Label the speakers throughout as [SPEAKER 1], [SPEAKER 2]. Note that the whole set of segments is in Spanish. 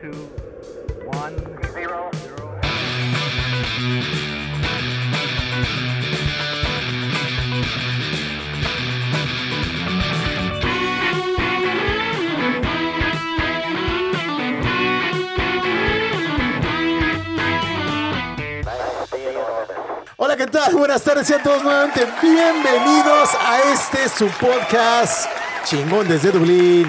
[SPEAKER 1] two, one, zero, zero.
[SPEAKER 2] Hola, ¿qué tal? Buenas tardes y a todos nuevamente. Bienvenidos a este su podcast chingón desde Dublín.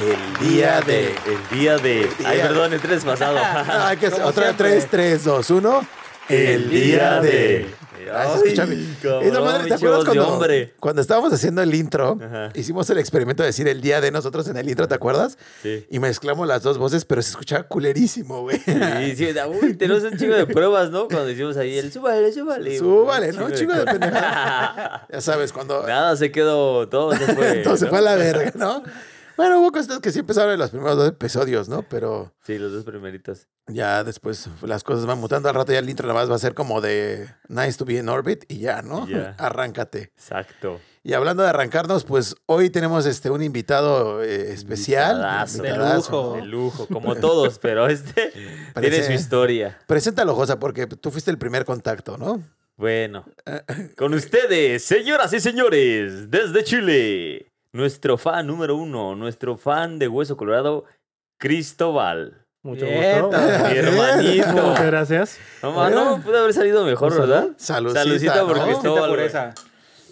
[SPEAKER 2] El día de.
[SPEAKER 3] El día de.
[SPEAKER 2] día
[SPEAKER 3] Ay,
[SPEAKER 2] de-
[SPEAKER 3] perdón, el tres pasado.
[SPEAKER 2] Ah, hay que
[SPEAKER 4] Como
[SPEAKER 2] otra
[SPEAKER 4] siempre.
[SPEAKER 2] 3, 3, 2, 1.
[SPEAKER 3] el día de.
[SPEAKER 2] Gracias, escúchame.
[SPEAKER 3] cabrón,
[SPEAKER 2] Esa madre, ¿te
[SPEAKER 3] pinche
[SPEAKER 2] acuerdas
[SPEAKER 3] voz de
[SPEAKER 2] cuando,
[SPEAKER 3] hombre.
[SPEAKER 2] cuando estábamos haciendo el intro?
[SPEAKER 3] Ajá.
[SPEAKER 2] Hicimos el experimento de decir el día de nosotros en el intro, ¿te acuerdas?
[SPEAKER 3] Sí.
[SPEAKER 2] Y mezclamos las dos voces, pero se escuchaba culerísimo, güey.
[SPEAKER 3] Sí, sí, da- uy, tenemos un chingo de pruebas, ¿no? Cuando hicimos ahí el súbale, súbale.
[SPEAKER 2] Súbale, ¿no?
[SPEAKER 3] Un
[SPEAKER 2] Chingo de
[SPEAKER 3] cosas.
[SPEAKER 2] pendejada. Ya sabes, cuando
[SPEAKER 3] Nada, se quedó, todo se fue.
[SPEAKER 2] Entonces
[SPEAKER 3] ¿no?
[SPEAKER 2] fue a la verga, ¿no? Bueno, hubo cosas que sí empezaron en los primeros dos episodios, ¿no? Pero
[SPEAKER 3] Sí, los dos primeritos.
[SPEAKER 2] ya después las cosas van mutando. Al rato ya el intro nada más va a ser como de Nice to be in orbit y ya, ¿no?
[SPEAKER 3] Ya.
[SPEAKER 2] Arráncate.
[SPEAKER 3] Exacto.
[SPEAKER 2] Y hablando de arrancarnos, pues hoy tenemos este, un invitado eh, especial.
[SPEAKER 3] Invitadazo.
[SPEAKER 4] De
[SPEAKER 2] invitadazo.
[SPEAKER 4] lujo.
[SPEAKER 3] De lujo, como todos, pero este tiene
[SPEAKER 2] Parece-
[SPEAKER 3] su historia.
[SPEAKER 2] Preséntalo, Josa, porque tú fuiste el primer contacto, ¿no?
[SPEAKER 3] Bueno, con ustedes, señoras y señores, desde Chile, nuestro fan número uno, nuestro fan de Hueso Colorado, Cristóbal.
[SPEAKER 4] Mucho Bien, gusto.
[SPEAKER 3] Mi
[SPEAKER 2] Bien.
[SPEAKER 3] hermanito.
[SPEAKER 4] Muchas gracias.
[SPEAKER 3] No, ma, no, pudo haber salido mejor,
[SPEAKER 4] Salud.
[SPEAKER 3] ¿verdad?
[SPEAKER 2] Salucita,
[SPEAKER 3] Salucita
[SPEAKER 2] ¿no?
[SPEAKER 3] por
[SPEAKER 2] Salucita
[SPEAKER 3] Cristóbal. güey.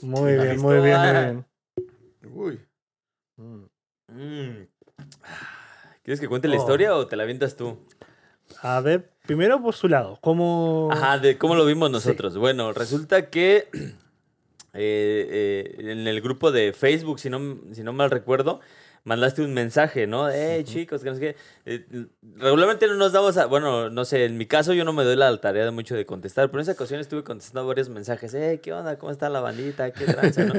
[SPEAKER 4] Muy
[SPEAKER 2] Ya
[SPEAKER 4] bien,
[SPEAKER 3] listo,
[SPEAKER 4] muy bien, muy
[SPEAKER 3] ah.
[SPEAKER 4] bien.
[SPEAKER 2] Uy.
[SPEAKER 3] Mm. ¿Quieres que cuente la
[SPEAKER 4] Oh.
[SPEAKER 3] historia o te la avientas tú?
[SPEAKER 4] A ver, primero por su lado, ¿cómo...?
[SPEAKER 3] Ajá, de cómo lo vimos nosotros. Bueno, resulta que eh, eh, en el grupo de Facebook, si no, si no mal recuerdo, mandaste un mensaje, ¿no? Eh, chicos, que no sé qué. Eh, regularmente no nos damos a. Bueno, no sé, en mi caso yo no me doy la tarea de mucho de contestar, pero en esa ocasión estuve contestando varios mensajes. Eh, ¿qué onda? ¿Cómo está la bandita? ¿Qué tranza, no?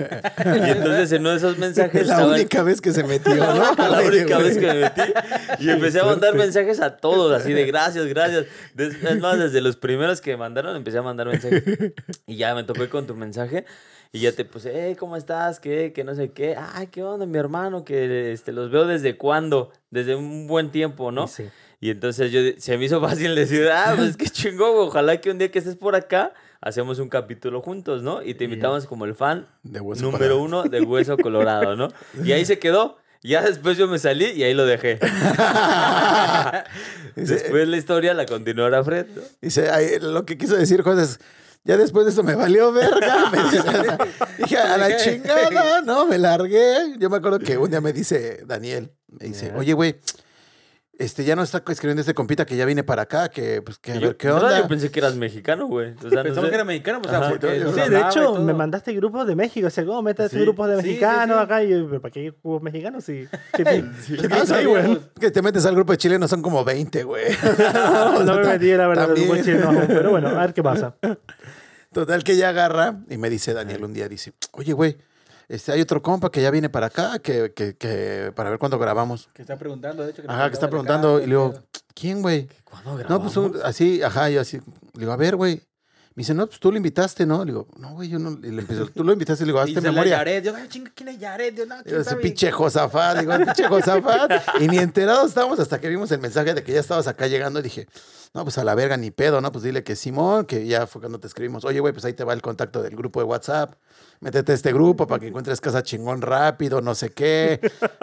[SPEAKER 3] Y entonces en uno de esos mensajes.
[SPEAKER 2] Es la
[SPEAKER 3] estaban-
[SPEAKER 2] única vez que se metió, ¿no?
[SPEAKER 3] la única vez que me metí. Y empecé a mandar
[SPEAKER 4] suerte.
[SPEAKER 3] mensajes a todos, así de gracias, gracias. Des- es más, desde los primeros que me mandaron, empecé a mandar mensajes. Y ya me topé con tu mensaje. Y ya te puse, hey, ¿cómo estás? ¿Qué? ¿Qué no sé qué? Ay, ¿qué onda, mi hermano? Que este, los veo desde cuándo? Desde un buen tiempo, ¿no?
[SPEAKER 4] Sí.
[SPEAKER 3] Y entonces yo, de- se me hizo fácil decir, ah, pues qué chingón, güey. ojalá que un día que estés por acá, hacemos un capítulo juntos, ¿no? Y te invitamos como el fan
[SPEAKER 2] De hueso
[SPEAKER 3] número
[SPEAKER 2] colorado.
[SPEAKER 3] uno de Hueso Colorado, ¿no? Y ahí se quedó. Ya después yo me salí y ahí lo dejé. Después la historia la continuará Fred. ¿no?
[SPEAKER 2] Dice, "Ay, lo que quiso decir José es, ya después de eso me valió verga. Me dice, dije, a la chingada, ¿no? Me largué. Yo me acuerdo que un día me dice Daniel, me dice, oye, güey, este, ya no está escribiendo este compita que ya viene para acá, que, pues, que a
[SPEAKER 3] Y
[SPEAKER 2] ver
[SPEAKER 3] yo-
[SPEAKER 2] qué
[SPEAKER 3] la verdad,
[SPEAKER 2] onda.
[SPEAKER 3] Yo pensé que eras mexicano, güey. O sea, no
[SPEAKER 5] Pensamos
[SPEAKER 3] sé.
[SPEAKER 5] que era mexicano, pues, o sea,
[SPEAKER 3] Ajá.
[SPEAKER 5] porque
[SPEAKER 2] Sí,
[SPEAKER 5] nos
[SPEAKER 4] Sí, de
[SPEAKER 5] hablaba y
[SPEAKER 4] hecho,
[SPEAKER 5] todo.
[SPEAKER 4] me mandaste grupos de México. O sea, ¿cómo metes
[SPEAKER 3] Sí.
[SPEAKER 4] grupos de
[SPEAKER 5] Sí, sí,
[SPEAKER 4] mexicanos
[SPEAKER 5] sí.
[SPEAKER 4] acá? Y yo, ¿pero para qué grupos mexicanos? Sí. ¿Qué, qué
[SPEAKER 2] Ah,
[SPEAKER 4] piensas,
[SPEAKER 2] sí,
[SPEAKER 4] güey?
[SPEAKER 2] güey. Que te metes al grupo de Chile, no son como 20, güey.
[SPEAKER 4] No, me metí, la verdad, en el grupo
[SPEAKER 2] También.
[SPEAKER 4] chileno aún, Pero bueno, a ver qué pasa.
[SPEAKER 2] Total que ya agarra y me dice Daniel un día, dice, oye, güey, este, hay otro compa que ya viene para acá, que, que, que para ver cuándo grabamos.
[SPEAKER 5] Que está preguntando, de hecho. nos
[SPEAKER 2] Ajá, que está
[SPEAKER 5] preguntaba
[SPEAKER 2] preguntando.
[SPEAKER 5] de
[SPEAKER 2] Y le
[SPEAKER 5] acá,
[SPEAKER 2] digo,
[SPEAKER 5] de-
[SPEAKER 2] ¿quién, güey?
[SPEAKER 3] ¿Cuándo
[SPEAKER 2] No,
[SPEAKER 3] grabamos?
[SPEAKER 2] pues un- así, ajá, yo así, le digo, a ver, güey. Me dice, no, pues tú lo invitaste, ¿no? Le digo, no, güey, yo no. Y le empiezo, tú lo invitaste, le digo, "Ah,
[SPEAKER 5] Y
[SPEAKER 2] hazte
[SPEAKER 5] se la
[SPEAKER 2] memoria.
[SPEAKER 5] Yaret. Yo, ay, chinga, ¿quién es Yaret? Yo, no,
[SPEAKER 2] Y yo,
[SPEAKER 5] ¿quién
[SPEAKER 2] Ese
[SPEAKER 5] sabe?
[SPEAKER 2] pinche Josafat, digo, "El pinche Josafat. Y ni enterados estábamos hasta que vimos el mensaje de que ya estabas acá llegando. Y dije, no, pues a la verga, ni pedo, ¿no? Pues dile que Simón, que ya fue cuando te escribimos, oye, güey, pues ahí te va el contacto del grupo de WhatsApp. Métete a este grupo para que encuentres casa chingón rápido, no sé qué.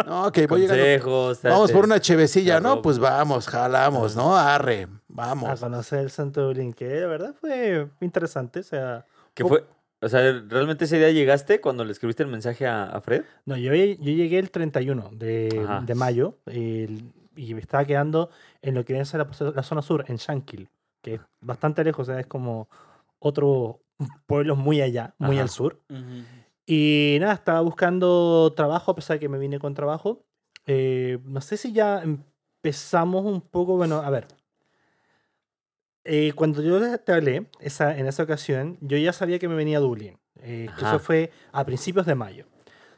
[SPEAKER 2] No, que voy llegando.
[SPEAKER 3] Consejos.
[SPEAKER 2] Vamos por una
[SPEAKER 3] trates.
[SPEAKER 2] chevecilla,
[SPEAKER 3] la
[SPEAKER 2] ¿no?
[SPEAKER 3] ropa.
[SPEAKER 2] Pues vamos, jalamos, ¿no? Arre,
[SPEAKER 4] A
[SPEAKER 2] vamos.
[SPEAKER 4] conocer el Santo Dublín, que de verdad fue interesante. O sea,
[SPEAKER 3] ¿Qué fue? O sea, ¿realmente ese día llegaste cuando le escribiste el mensaje a, a Fred?
[SPEAKER 4] No, yo, lle- yo llegué el 31 de,
[SPEAKER 3] Ajá.
[SPEAKER 4] de mayo el- y me estaba quedando en lo que es la, la zona sur, en Shankill, que es bastante lejos, o sea, es como otro pueblo muy allá, muy
[SPEAKER 3] Ajá.
[SPEAKER 4] al sur.
[SPEAKER 5] Ujú.
[SPEAKER 4] Y nada, estaba buscando trabajo, a pesar de que me vine con trabajo. Eh, no sé si ya empezamos un poco, bueno, a ver. Eh, cuando yo le- te hablé esa, en esa ocasión, yo ya sabía que me venía a Dublín. Eh, que
[SPEAKER 3] Ajá.
[SPEAKER 4] eso fue a principios de mayo.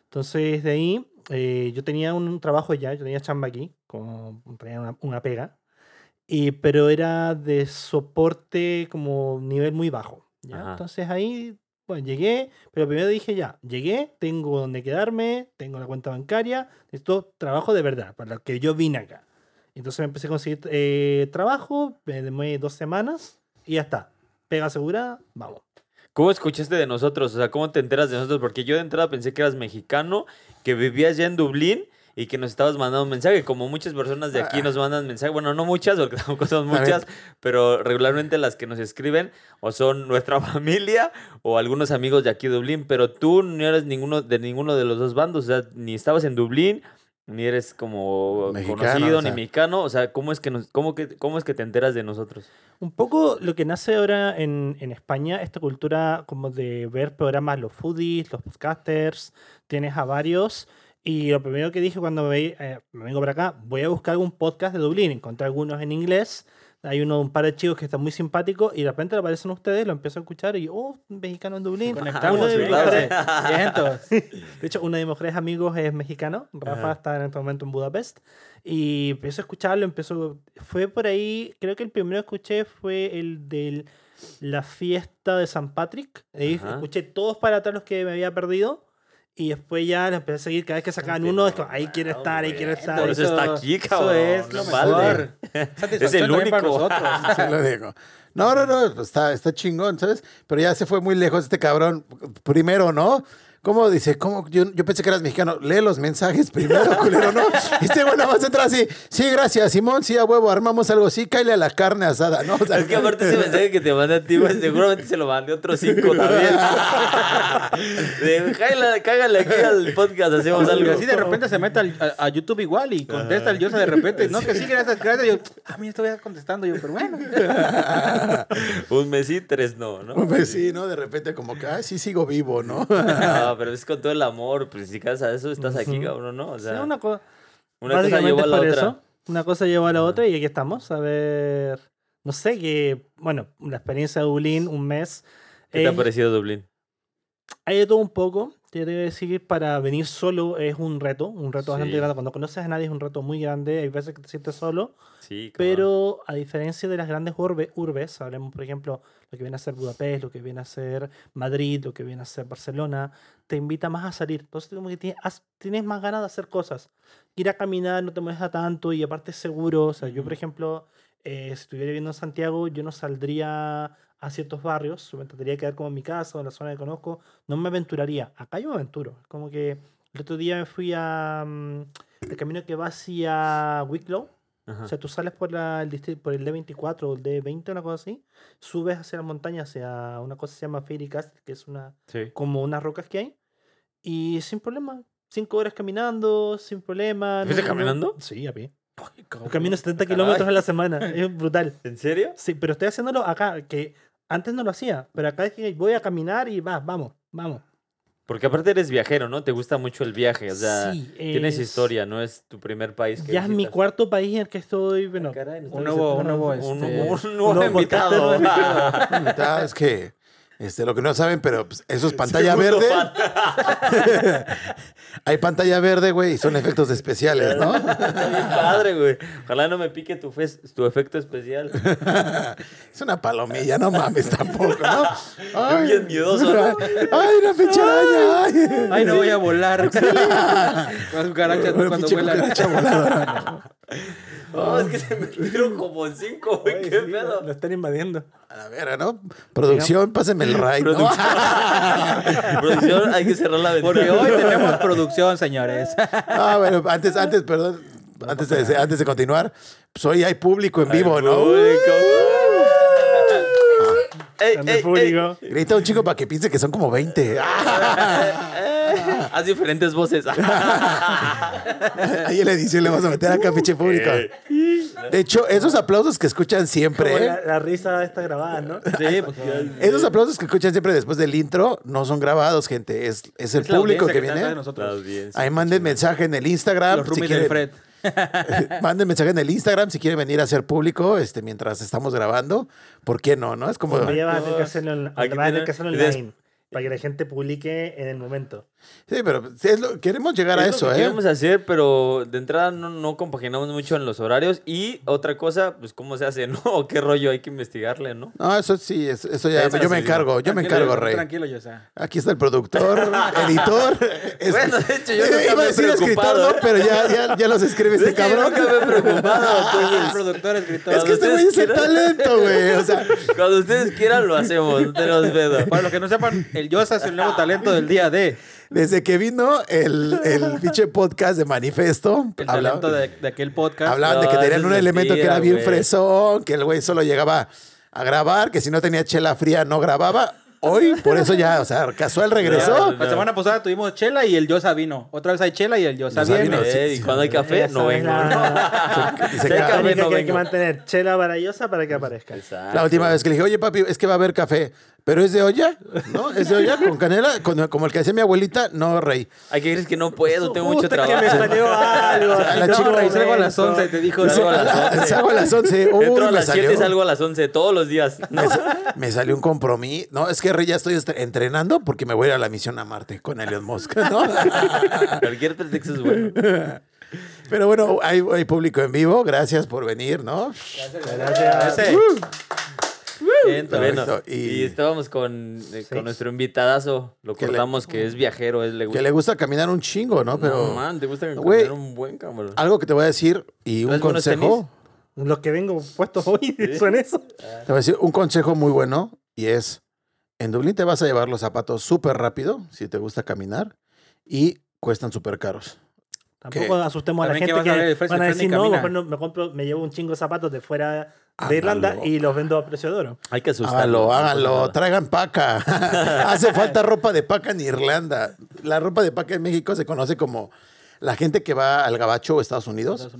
[SPEAKER 4] Entonces, de ahí, eh, yo tenía un trabajo ya, yo tenía chamba aquí, como, tenía una, una pega. Y, pero era de soporte como nivel muy bajo. ¿ya?
[SPEAKER 3] Ajá.
[SPEAKER 4] Entonces ahí, bueno, llegué, pero primero dije ya, llegué, tengo donde quedarme, tengo la cuenta bancaria, esto trabajo de verdad, para lo que yo vine acá. Entonces me empecé a conseguir eh, trabajo, me demoré dos semanas y ya está. Pega asegurada, vamos.
[SPEAKER 3] ¿Cómo escuchaste de nosotros? O sea, ¿cómo te enteras de nosotros? Porque yo de entrada pensé que eras mexicano, que vivías ya en Dublín y que nos estabas mandando un mensaje, como muchas personas de
[SPEAKER 2] Ah.
[SPEAKER 3] aquí nos mandan mensaje. Bueno, no muchas, porque tampoco son muchas, pero regularmente las que nos escriben o son nuestra familia o algunos amigos de aquí de Dublín, pero tú no eres ninguno de ninguno de los dos bandos, o sea, ni estabas en Dublín, ni eres como
[SPEAKER 2] Mexicano,
[SPEAKER 3] conocido,
[SPEAKER 2] o
[SPEAKER 3] ni
[SPEAKER 2] sea.
[SPEAKER 3] mexicano. O sea, ¿cómo es que nos, cómo que, cómo es que te enteras de nosotros?
[SPEAKER 4] Un poco lo que nace ahora en, en España, esta cultura como de ver programas, los foodies, los podcasters, tienes a varios. Y lo primero que dije cuando me, eh, me vengo para acá, voy a buscar algún podcast de Dublín. Encontré algunos en inglés. Hay uno, un par de chicos que están muy simpáticos y de repente aparecen ustedes, lo empiezo a escuchar y, oh, mexicano en Dublín.
[SPEAKER 5] Conectamos,
[SPEAKER 4] Uno de mis
[SPEAKER 3] claro.
[SPEAKER 4] mejores-
[SPEAKER 5] Vientos.
[SPEAKER 4] de hecho, uno de mis mejores amigos es mexicano. Rafa
[SPEAKER 3] Ajá.
[SPEAKER 4] está en este momento en Budapest. Y empiezo a escucharlo, empiezo... Fue por ahí, creo que el primero que escuché fue el de la fiesta de San Patrick. Ahí
[SPEAKER 3] Ajá.
[SPEAKER 4] escuché todos para atrás los que me había perdido. Y después ya lo empecé a seguir. Cada vez que sacaban uno, es como, ahí quiero estar, ahí quiero estar.
[SPEAKER 3] Ah, Por
[SPEAKER 4] ahí
[SPEAKER 3] eso
[SPEAKER 4] quiero-
[SPEAKER 3] está aquí, cabrón.
[SPEAKER 5] Eso es lo
[SPEAKER 3] No vale.
[SPEAKER 5] mejor. Satisfacción
[SPEAKER 3] Es el
[SPEAKER 5] también para
[SPEAKER 3] único.
[SPEAKER 5] nosotros.
[SPEAKER 2] Se lo digo. No, no, no, pues está, está chingón, ¿sabes? Pero ya se fue muy lejos este cabrón. Primero, ¿no? ¿Cómo dice? ¿Cómo? Yo, yo pensé que eras mexicano. Lee los mensajes primero, culero, ¿no? Este güey nada más entra así. Sí, gracias, Simón. Sí, a huevo, armamos algo. Sí, cáele a la carne asada, ¿no? O sea,
[SPEAKER 3] Es que aparte ese mensaje que te manda a ti, güey, seguramente se lo mandé a otros cinco también. De, "Cágala- cágale aquí al podcast, hacemos
[SPEAKER 5] Y
[SPEAKER 3] algo.
[SPEAKER 5] así de repente se mete al- a, a YouTube igual y contesta el Yosa de repente. No, que sí, gracias, gracias. Y Yo, a mí estoy contestando. Yo, pero bueno.
[SPEAKER 3] Un mes y tres no, ¿no?
[SPEAKER 2] Pues sí, ¿no? De repente como que, ay, sí sigo vivo, ¿no?
[SPEAKER 3] No, pero es con todo el amor, pues si casa eso estás aquí, cabrón, ¿no? O
[SPEAKER 4] Sí,
[SPEAKER 3] sea,
[SPEAKER 4] una,
[SPEAKER 3] una,
[SPEAKER 4] cosa
[SPEAKER 3] cosa
[SPEAKER 4] Básicamente
[SPEAKER 3] llevó a la
[SPEAKER 4] es por
[SPEAKER 3] otra.
[SPEAKER 4] eso. Una cosa llevó a la otra y aquí estamos. A ver. No sé qué. Bueno, la experiencia de Dublín, un mes.
[SPEAKER 3] ¿Qué te ha
[SPEAKER 4] Eh,
[SPEAKER 3] parecido Dublín?
[SPEAKER 4] hay de todo un poco. Yo te voy a decir, para venir solo es un reto. Un reto bastante
[SPEAKER 3] Sí.
[SPEAKER 4] grande. Cuando conoces a nadie es un reto muy grande. Hay veces que te sientes solo.
[SPEAKER 3] Sí, cabrón.
[SPEAKER 4] Pero a diferencia de las grandes urbe- urbes, hablemos por ejemplo lo que viene a ser Budapest, lo que viene a ser Madrid, lo que viene a ser Barcelona, te invita más a salir. Entonces como que tienes, has- tienes más ganas de hacer cosas. Ir a caminar no te molesta tanto y aparte es seguro. O sea, yo por ejemplo, eh, si estuviera viviendo en Santiago, yo no saldría a ciertos barrios, me tendría que quedar como en mi casa o en la zona que conozco, no me aventuraría. Acá yo me aventuro. Es Como que el otro día me fui a... mm, el camino que va hacia Wicklow,
[SPEAKER 3] Ajá.
[SPEAKER 4] o sea, tú sales por, la, el, distri- por el D24 o el D20, una cosa así, subes hacia la montaña, hacia una cosa que se llama Fairy Castle, que es una,
[SPEAKER 3] Sí.
[SPEAKER 4] como unas rocas que hay, y sin problema. Cinco horas caminando, sin problema.
[SPEAKER 3] ¿Fuiste caminando? Ah,
[SPEAKER 4] Sí, a pie. Yo Camino 70 kilómetros
[SPEAKER 3] Caray.
[SPEAKER 4] a la semana, es brutal.
[SPEAKER 3] ¿En serio?
[SPEAKER 4] Sí, pero estoy haciéndolo acá, que antes no lo hacía, pero acá es que voy a caminar y va, vamos, vamos.
[SPEAKER 3] Porque aparte eres viajero, ¿no? Te gusta mucho el viaje, o sea,
[SPEAKER 4] Sí,
[SPEAKER 3] tienes
[SPEAKER 4] es-
[SPEAKER 3] historia, no es tu primer país que
[SPEAKER 4] Ya es mi
[SPEAKER 3] visitas. Ah,
[SPEAKER 4] cuarto país en el que estoy, bueno,
[SPEAKER 3] Caray, nos
[SPEAKER 5] Un
[SPEAKER 3] traes
[SPEAKER 5] nuevo,
[SPEAKER 3] a-
[SPEAKER 5] un nuevo,
[SPEAKER 3] un,
[SPEAKER 5] este,
[SPEAKER 3] un nuevo
[SPEAKER 4] nuevo
[SPEAKER 3] invitado.
[SPEAKER 2] Neta, Ah, es que este, lo que no saben, pero pues, eso es pantalla
[SPEAKER 3] Segundo
[SPEAKER 2] verde.
[SPEAKER 3] fan.
[SPEAKER 2] Hay pantalla verde, güey, y son efectos especiales, ¿no?
[SPEAKER 3] Está bien padre, güey. Ojalá no me pique tu, fes- tu efecto especial.
[SPEAKER 2] Es una palomilla, no mames tampoco, ¿no?
[SPEAKER 3] Yo bien miedoso, ¿no?
[SPEAKER 2] Ay, una pinche araña. Ay,
[SPEAKER 5] Ay, no voy a volar. Con cucarachas
[SPEAKER 2] Una
[SPEAKER 5] cuando
[SPEAKER 2] pinche
[SPEAKER 5] vuelan.
[SPEAKER 2] cucaracha voladora.
[SPEAKER 3] No, Oh, es que se me metieron como cinco, güey. ¿Qué pedo?
[SPEAKER 4] lo están invadiendo.
[SPEAKER 2] A la verga, ¿no? Producción, pásenme el raid. ¿no?
[SPEAKER 3] Producción, hay que cerrar la ventana.
[SPEAKER 5] Porque hoy tenemos producción, señores.
[SPEAKER 2] Ah, bueno, antes, antes, perdón. Antes de, antes de continuar, pues hoy hay público en vivo, ¿no?
[SPEAKER 3] Ey,
[SPEAKER 4] Están
[SPEAKER 3] ey,
[SPEAKER 4] el público.
[SPEAKER 2] Grita un chico para que piense que son como 20. Ah,
[SPEAKER 3] ey. Haz diferentes voces.
[SPEAKER 2] ahí en la edición le vas a meter acá, pinche público. De hecho, esos aplausos que escuchan
[SPEAKER 4] Como
[SPEAKER 2] siempre, ¿eh?
[SPEAKER 4] la, la risa está grabada, ¿no?
[SPEAKER 5] Sí,
[SPEAKER 3] pues,
[SPEAKER 5] porque
[SPEAKER 2] esos aplausos que escuchan siempre después del intro, no son grabados, gente. Es, es el
[SPEAKER 5] es la
[SPEAKER 2] público
[SPEAKER 5] audiencia
[SPEAKER 2] que,
[SPEAKER 5] está atrás de
[SPEAKER 2] viene.
[SPEAKER 5] nosotros.
[SPEAKER 3] La audiencia.
[SPEAKER 2] Ahí manden mensaje en el Instagram.
[SPEAKER 5] Los
[SPEAKER 2] si
[SPEAKER 5] roomies
[SPEAKER 2] quieren.
[SPEAKER 5] del Fred.
[SPEAKER 2] Manden mensaje en el Instagram si quieren venir a ser público este, mientras estamos grabando. ¿Por qué no? ¿No? Es como.
[SPEAKER 4] Me llevas a tener que hacerlo, en-
[SPEAKER 3] Hay que
[SPEAKER 4] vas a tener
[SPEAKER 3] tener-
[SPEAKER 4] que hacerlo
[SPEAKER 3] y des-
[SPEAKER 4] online. para que la gente publique en el momento.
[SPEAKER 2] Sí, pero sí, es lo- queremos llegar a
[SPEAKER 3] Es lo
[SPEAKER 2] eso,
[SPEAKER 3] que
[SPEAKER 2] ¿eh?
[SPEAKER 3] Queremos hacer, pero de entrada no, no compaginamos mucho en los horarios. Y otra cosa, pues cómo se hace, ¿no? O qué rollo hay que investigarle, ¿no?
[SPEAKER 2] No, eso sí, eso, eso ya,
[SPEAKER 3] Eso
[SPEAKER 2] yo me
[SPEAKER 3] sí.
[SPEAKER 2] encargo, yo me
[SPEAKER 5] Tranquilo,
[SPEAKER 2] encargo,
[SPEAKER 5] yo-
[SPEAKER 2] Rey.
[SPEAKER 5] Tranquilo, yo, o sea.
[SPEAKER 2] Aquí está el productor, editor. es-
[SPEAKER 3] Bueno, de hecho, yo
[SPEAKER 2] Eh,
[SPEAKER 3] nunca
[SPEAKER 2] iba
[SPEAKER 3] me
[SPEAKER 2] a
[SPEAKER 3] he
[SPEAKER 2] decir escritor,
[SPEAKER 3] preocupado.
[SPEAKER 2] no, pero ya, ya, ya los escribe este
[SPEAKER 3] Es que yo
[SPEAKER 2] cabrón.
[SPEAKER 3] nunca me he preocupado.
[SPEAKER 5] El
[SPEAKER 3] Entonces,
[SPEAKER 5] productor, escritor.
[SPEAKER 2] Es que este
[SPEAKER 3] ustedes
[SPEAKER 2] güey es el
[SPEAKER 3] quieran.
[SPEAKER 2] talento, güey. O sea,
[SPEAKER 3] cuando ustedes quieran, lo hacemos. No te los pedo.
[SPEAKER 5] Para los que no sepan, el Yosa es el nuevo talento del día de.
[SPEAKER 2] desde que vino el, el pinche podcast de Manifesto,
[SPEAKER 5] El
[SPEAKER 2] hablaba-
[SPEAKER 5] talento de, de aquel podcast.
[SPEAKER 2] Hablaban de
[SPEAKER 3] No,
[SPEAKER 2] que
[SPEAKER 3] eso
[SPEAKER 2] tenían
[SPEAKER 3] es
[SPEAKER 2] un elemento que
[SPEAKER 3] mentira,
[SPEAKER 2] era bien
[SPEAKER 3] güey.
[SPEAKER 2] fresón, que el güey solo llegaba a grabar, que si no tenía chela fría no grababa. Hoy, por eso ya, o sea, casual regresó.
[SPEAKER 5] La semana pasada tuvimos chela y el Yosa vino. Otra vez hay chela y el Yosa
[SPEAKER 2] Yosa
[SPEAKER 5] viene.
[SPEAKER 2] vino. sí,
[SPEAKER 3] Eh,
[SPEAKER 2] sí,
[SPEAKER 3] y cuando hay café,
[SPEAKER 4] Esa
[SPEAKER 3] no
[SPEAKER 4] es
[SPEAKER 3] vengo.
[SPEAKER 4] la-
[SPEAKER 3] ¿no?
[SPEAKER 2] Se- se
[SPEAKER 3] Si hay
[SPEAKER 2] cae.
[SPEAKER 3] café,
[SPEAKER 4] Única
[SPEAKER 3] no
[SPEAKER 4] que hay que
[SPEAKER 3] vengo.
[SPEAKER 4] mantener chela barayosa para que aparezca.
[SPEAKER 3] Exacto.
[SPEAKER 2] La última vez que le dije, oye papi, es que va a haber café, pero es de olla, ¿no? Es de olla con canela, con- como el que hacía mi abuelita, no rey.
[SPEAKER 3] Hay que decir que no puedo, tengo mucho
[SPEAKER 4] Puta Que me
[SPEAKER 3] trabajo.
[SPEAKER 4] salió algo.
[SPEAKER 2] A
[SPEAKER 4] así,
[SPEAKER 2] la
[SPEAKER 4] no,
[SPEAKER 2] chica,
[SPEAKER 4] no,
[SPEAKER 5] Y salgo a las
[SPEAKER 4] no.
[SPEAKER 5] 11 y te dijo.
[SPEAKER 3] Salgo a las once.
[SPEAKER 2] Salgo a las 11. Uy,
[SPEAKER 3] Entro a
[SPEAKER 2] me
[SPEAKER 3] las 7 y
[SPEAKER 2] salió.
[SPEAKER 3] salgo a las 11 todos los días.
[SPEAKER 2] Me, sa- me salió un compromiso. No, es que Rey ya estoy est- entrenando porque me voy a ir a la misión a Marte con Elon Musk, ¿no?
[SPEAKER 3] Cualquier pretexto es bueno.
[SPEAKER 2] Pero bueno, hay, hay público en vivo. Gracias por venir, ¿no?
[SPEAKER 4] Gracias.
[SPEAKER 5] Ese.
[SPEAKER 3] Bien,
[SPEAKER 2] Ah, Perfecto,
[SPEAKER 3] bueno,
[SPEAKER 2] y-
[SPEAKER 3] y... estábamos con, eh, con nuestro invitadazo. Lo
[SPEAKER 2] Que le-
[SPEAKER 3] contamos que es viajero, es le
[SPEAKER 2] Que
[SPEAKER 3] gusta.
[SPEAKER 2] le gusta caminar un chingo, ¿no? Pero
[SPEAKER 3] No, man, te gusta
[SPEAKER 2] Güey. ah,
[SPEAKER 3] tener un buen cabrón.
[SPEAKER 2] algo que te voy a decir y un
[SPEAKER 3] ¿Traes buenos
[SPEAKER 2] consejo.
[SPEAKER 4] Los que vengo puestos hoy son eso.
[SPEAKER 2] Te voy a decir un consejo muy bueno y es, en Dublín te vas a llevar los zapatos súper rápido si te gusta caminar y cuestan súper caros.
[SPEAKER 4] Tampoco
[SPEAKER 2] ¿Qué?
[SPEAKER 4] asustemos a la
[SPEAKER 5] También
[SPEAKER 4] gente
[SPEAKER 5] que
[SPEAKER 4] que,
[SPEAKER 5] vas a ver el Fresh
[SPEAKER 4] van a
[SPEAKER 5] and
[SPEAKER 4] decir,
[SPEAKER 5] Friendly
[SPEAKER 4] no,
[SPEAKER 5] camina".
[SPEAKER 4] mejor no, me compro, me llevo un chingo de zapatos de fuera
[SPEAKER 2] Ándalo.
[SPEAKER 4] de Irlanda y los vendo a precio de oro.
[SPEAKER 3] Hay que asustarlo.
[SPEAKER 2] Háganlo,
[SPEAKER 3] no pasa
[SPEAKER 2] háganlo,
[SPEAKER 3] nada.
[SPEAKER 2] traigan paca. Hace falta ropa de paca en Irlanda. La ropa de paca en México se conoce como la gente que va al gabacho o Estados Unidos,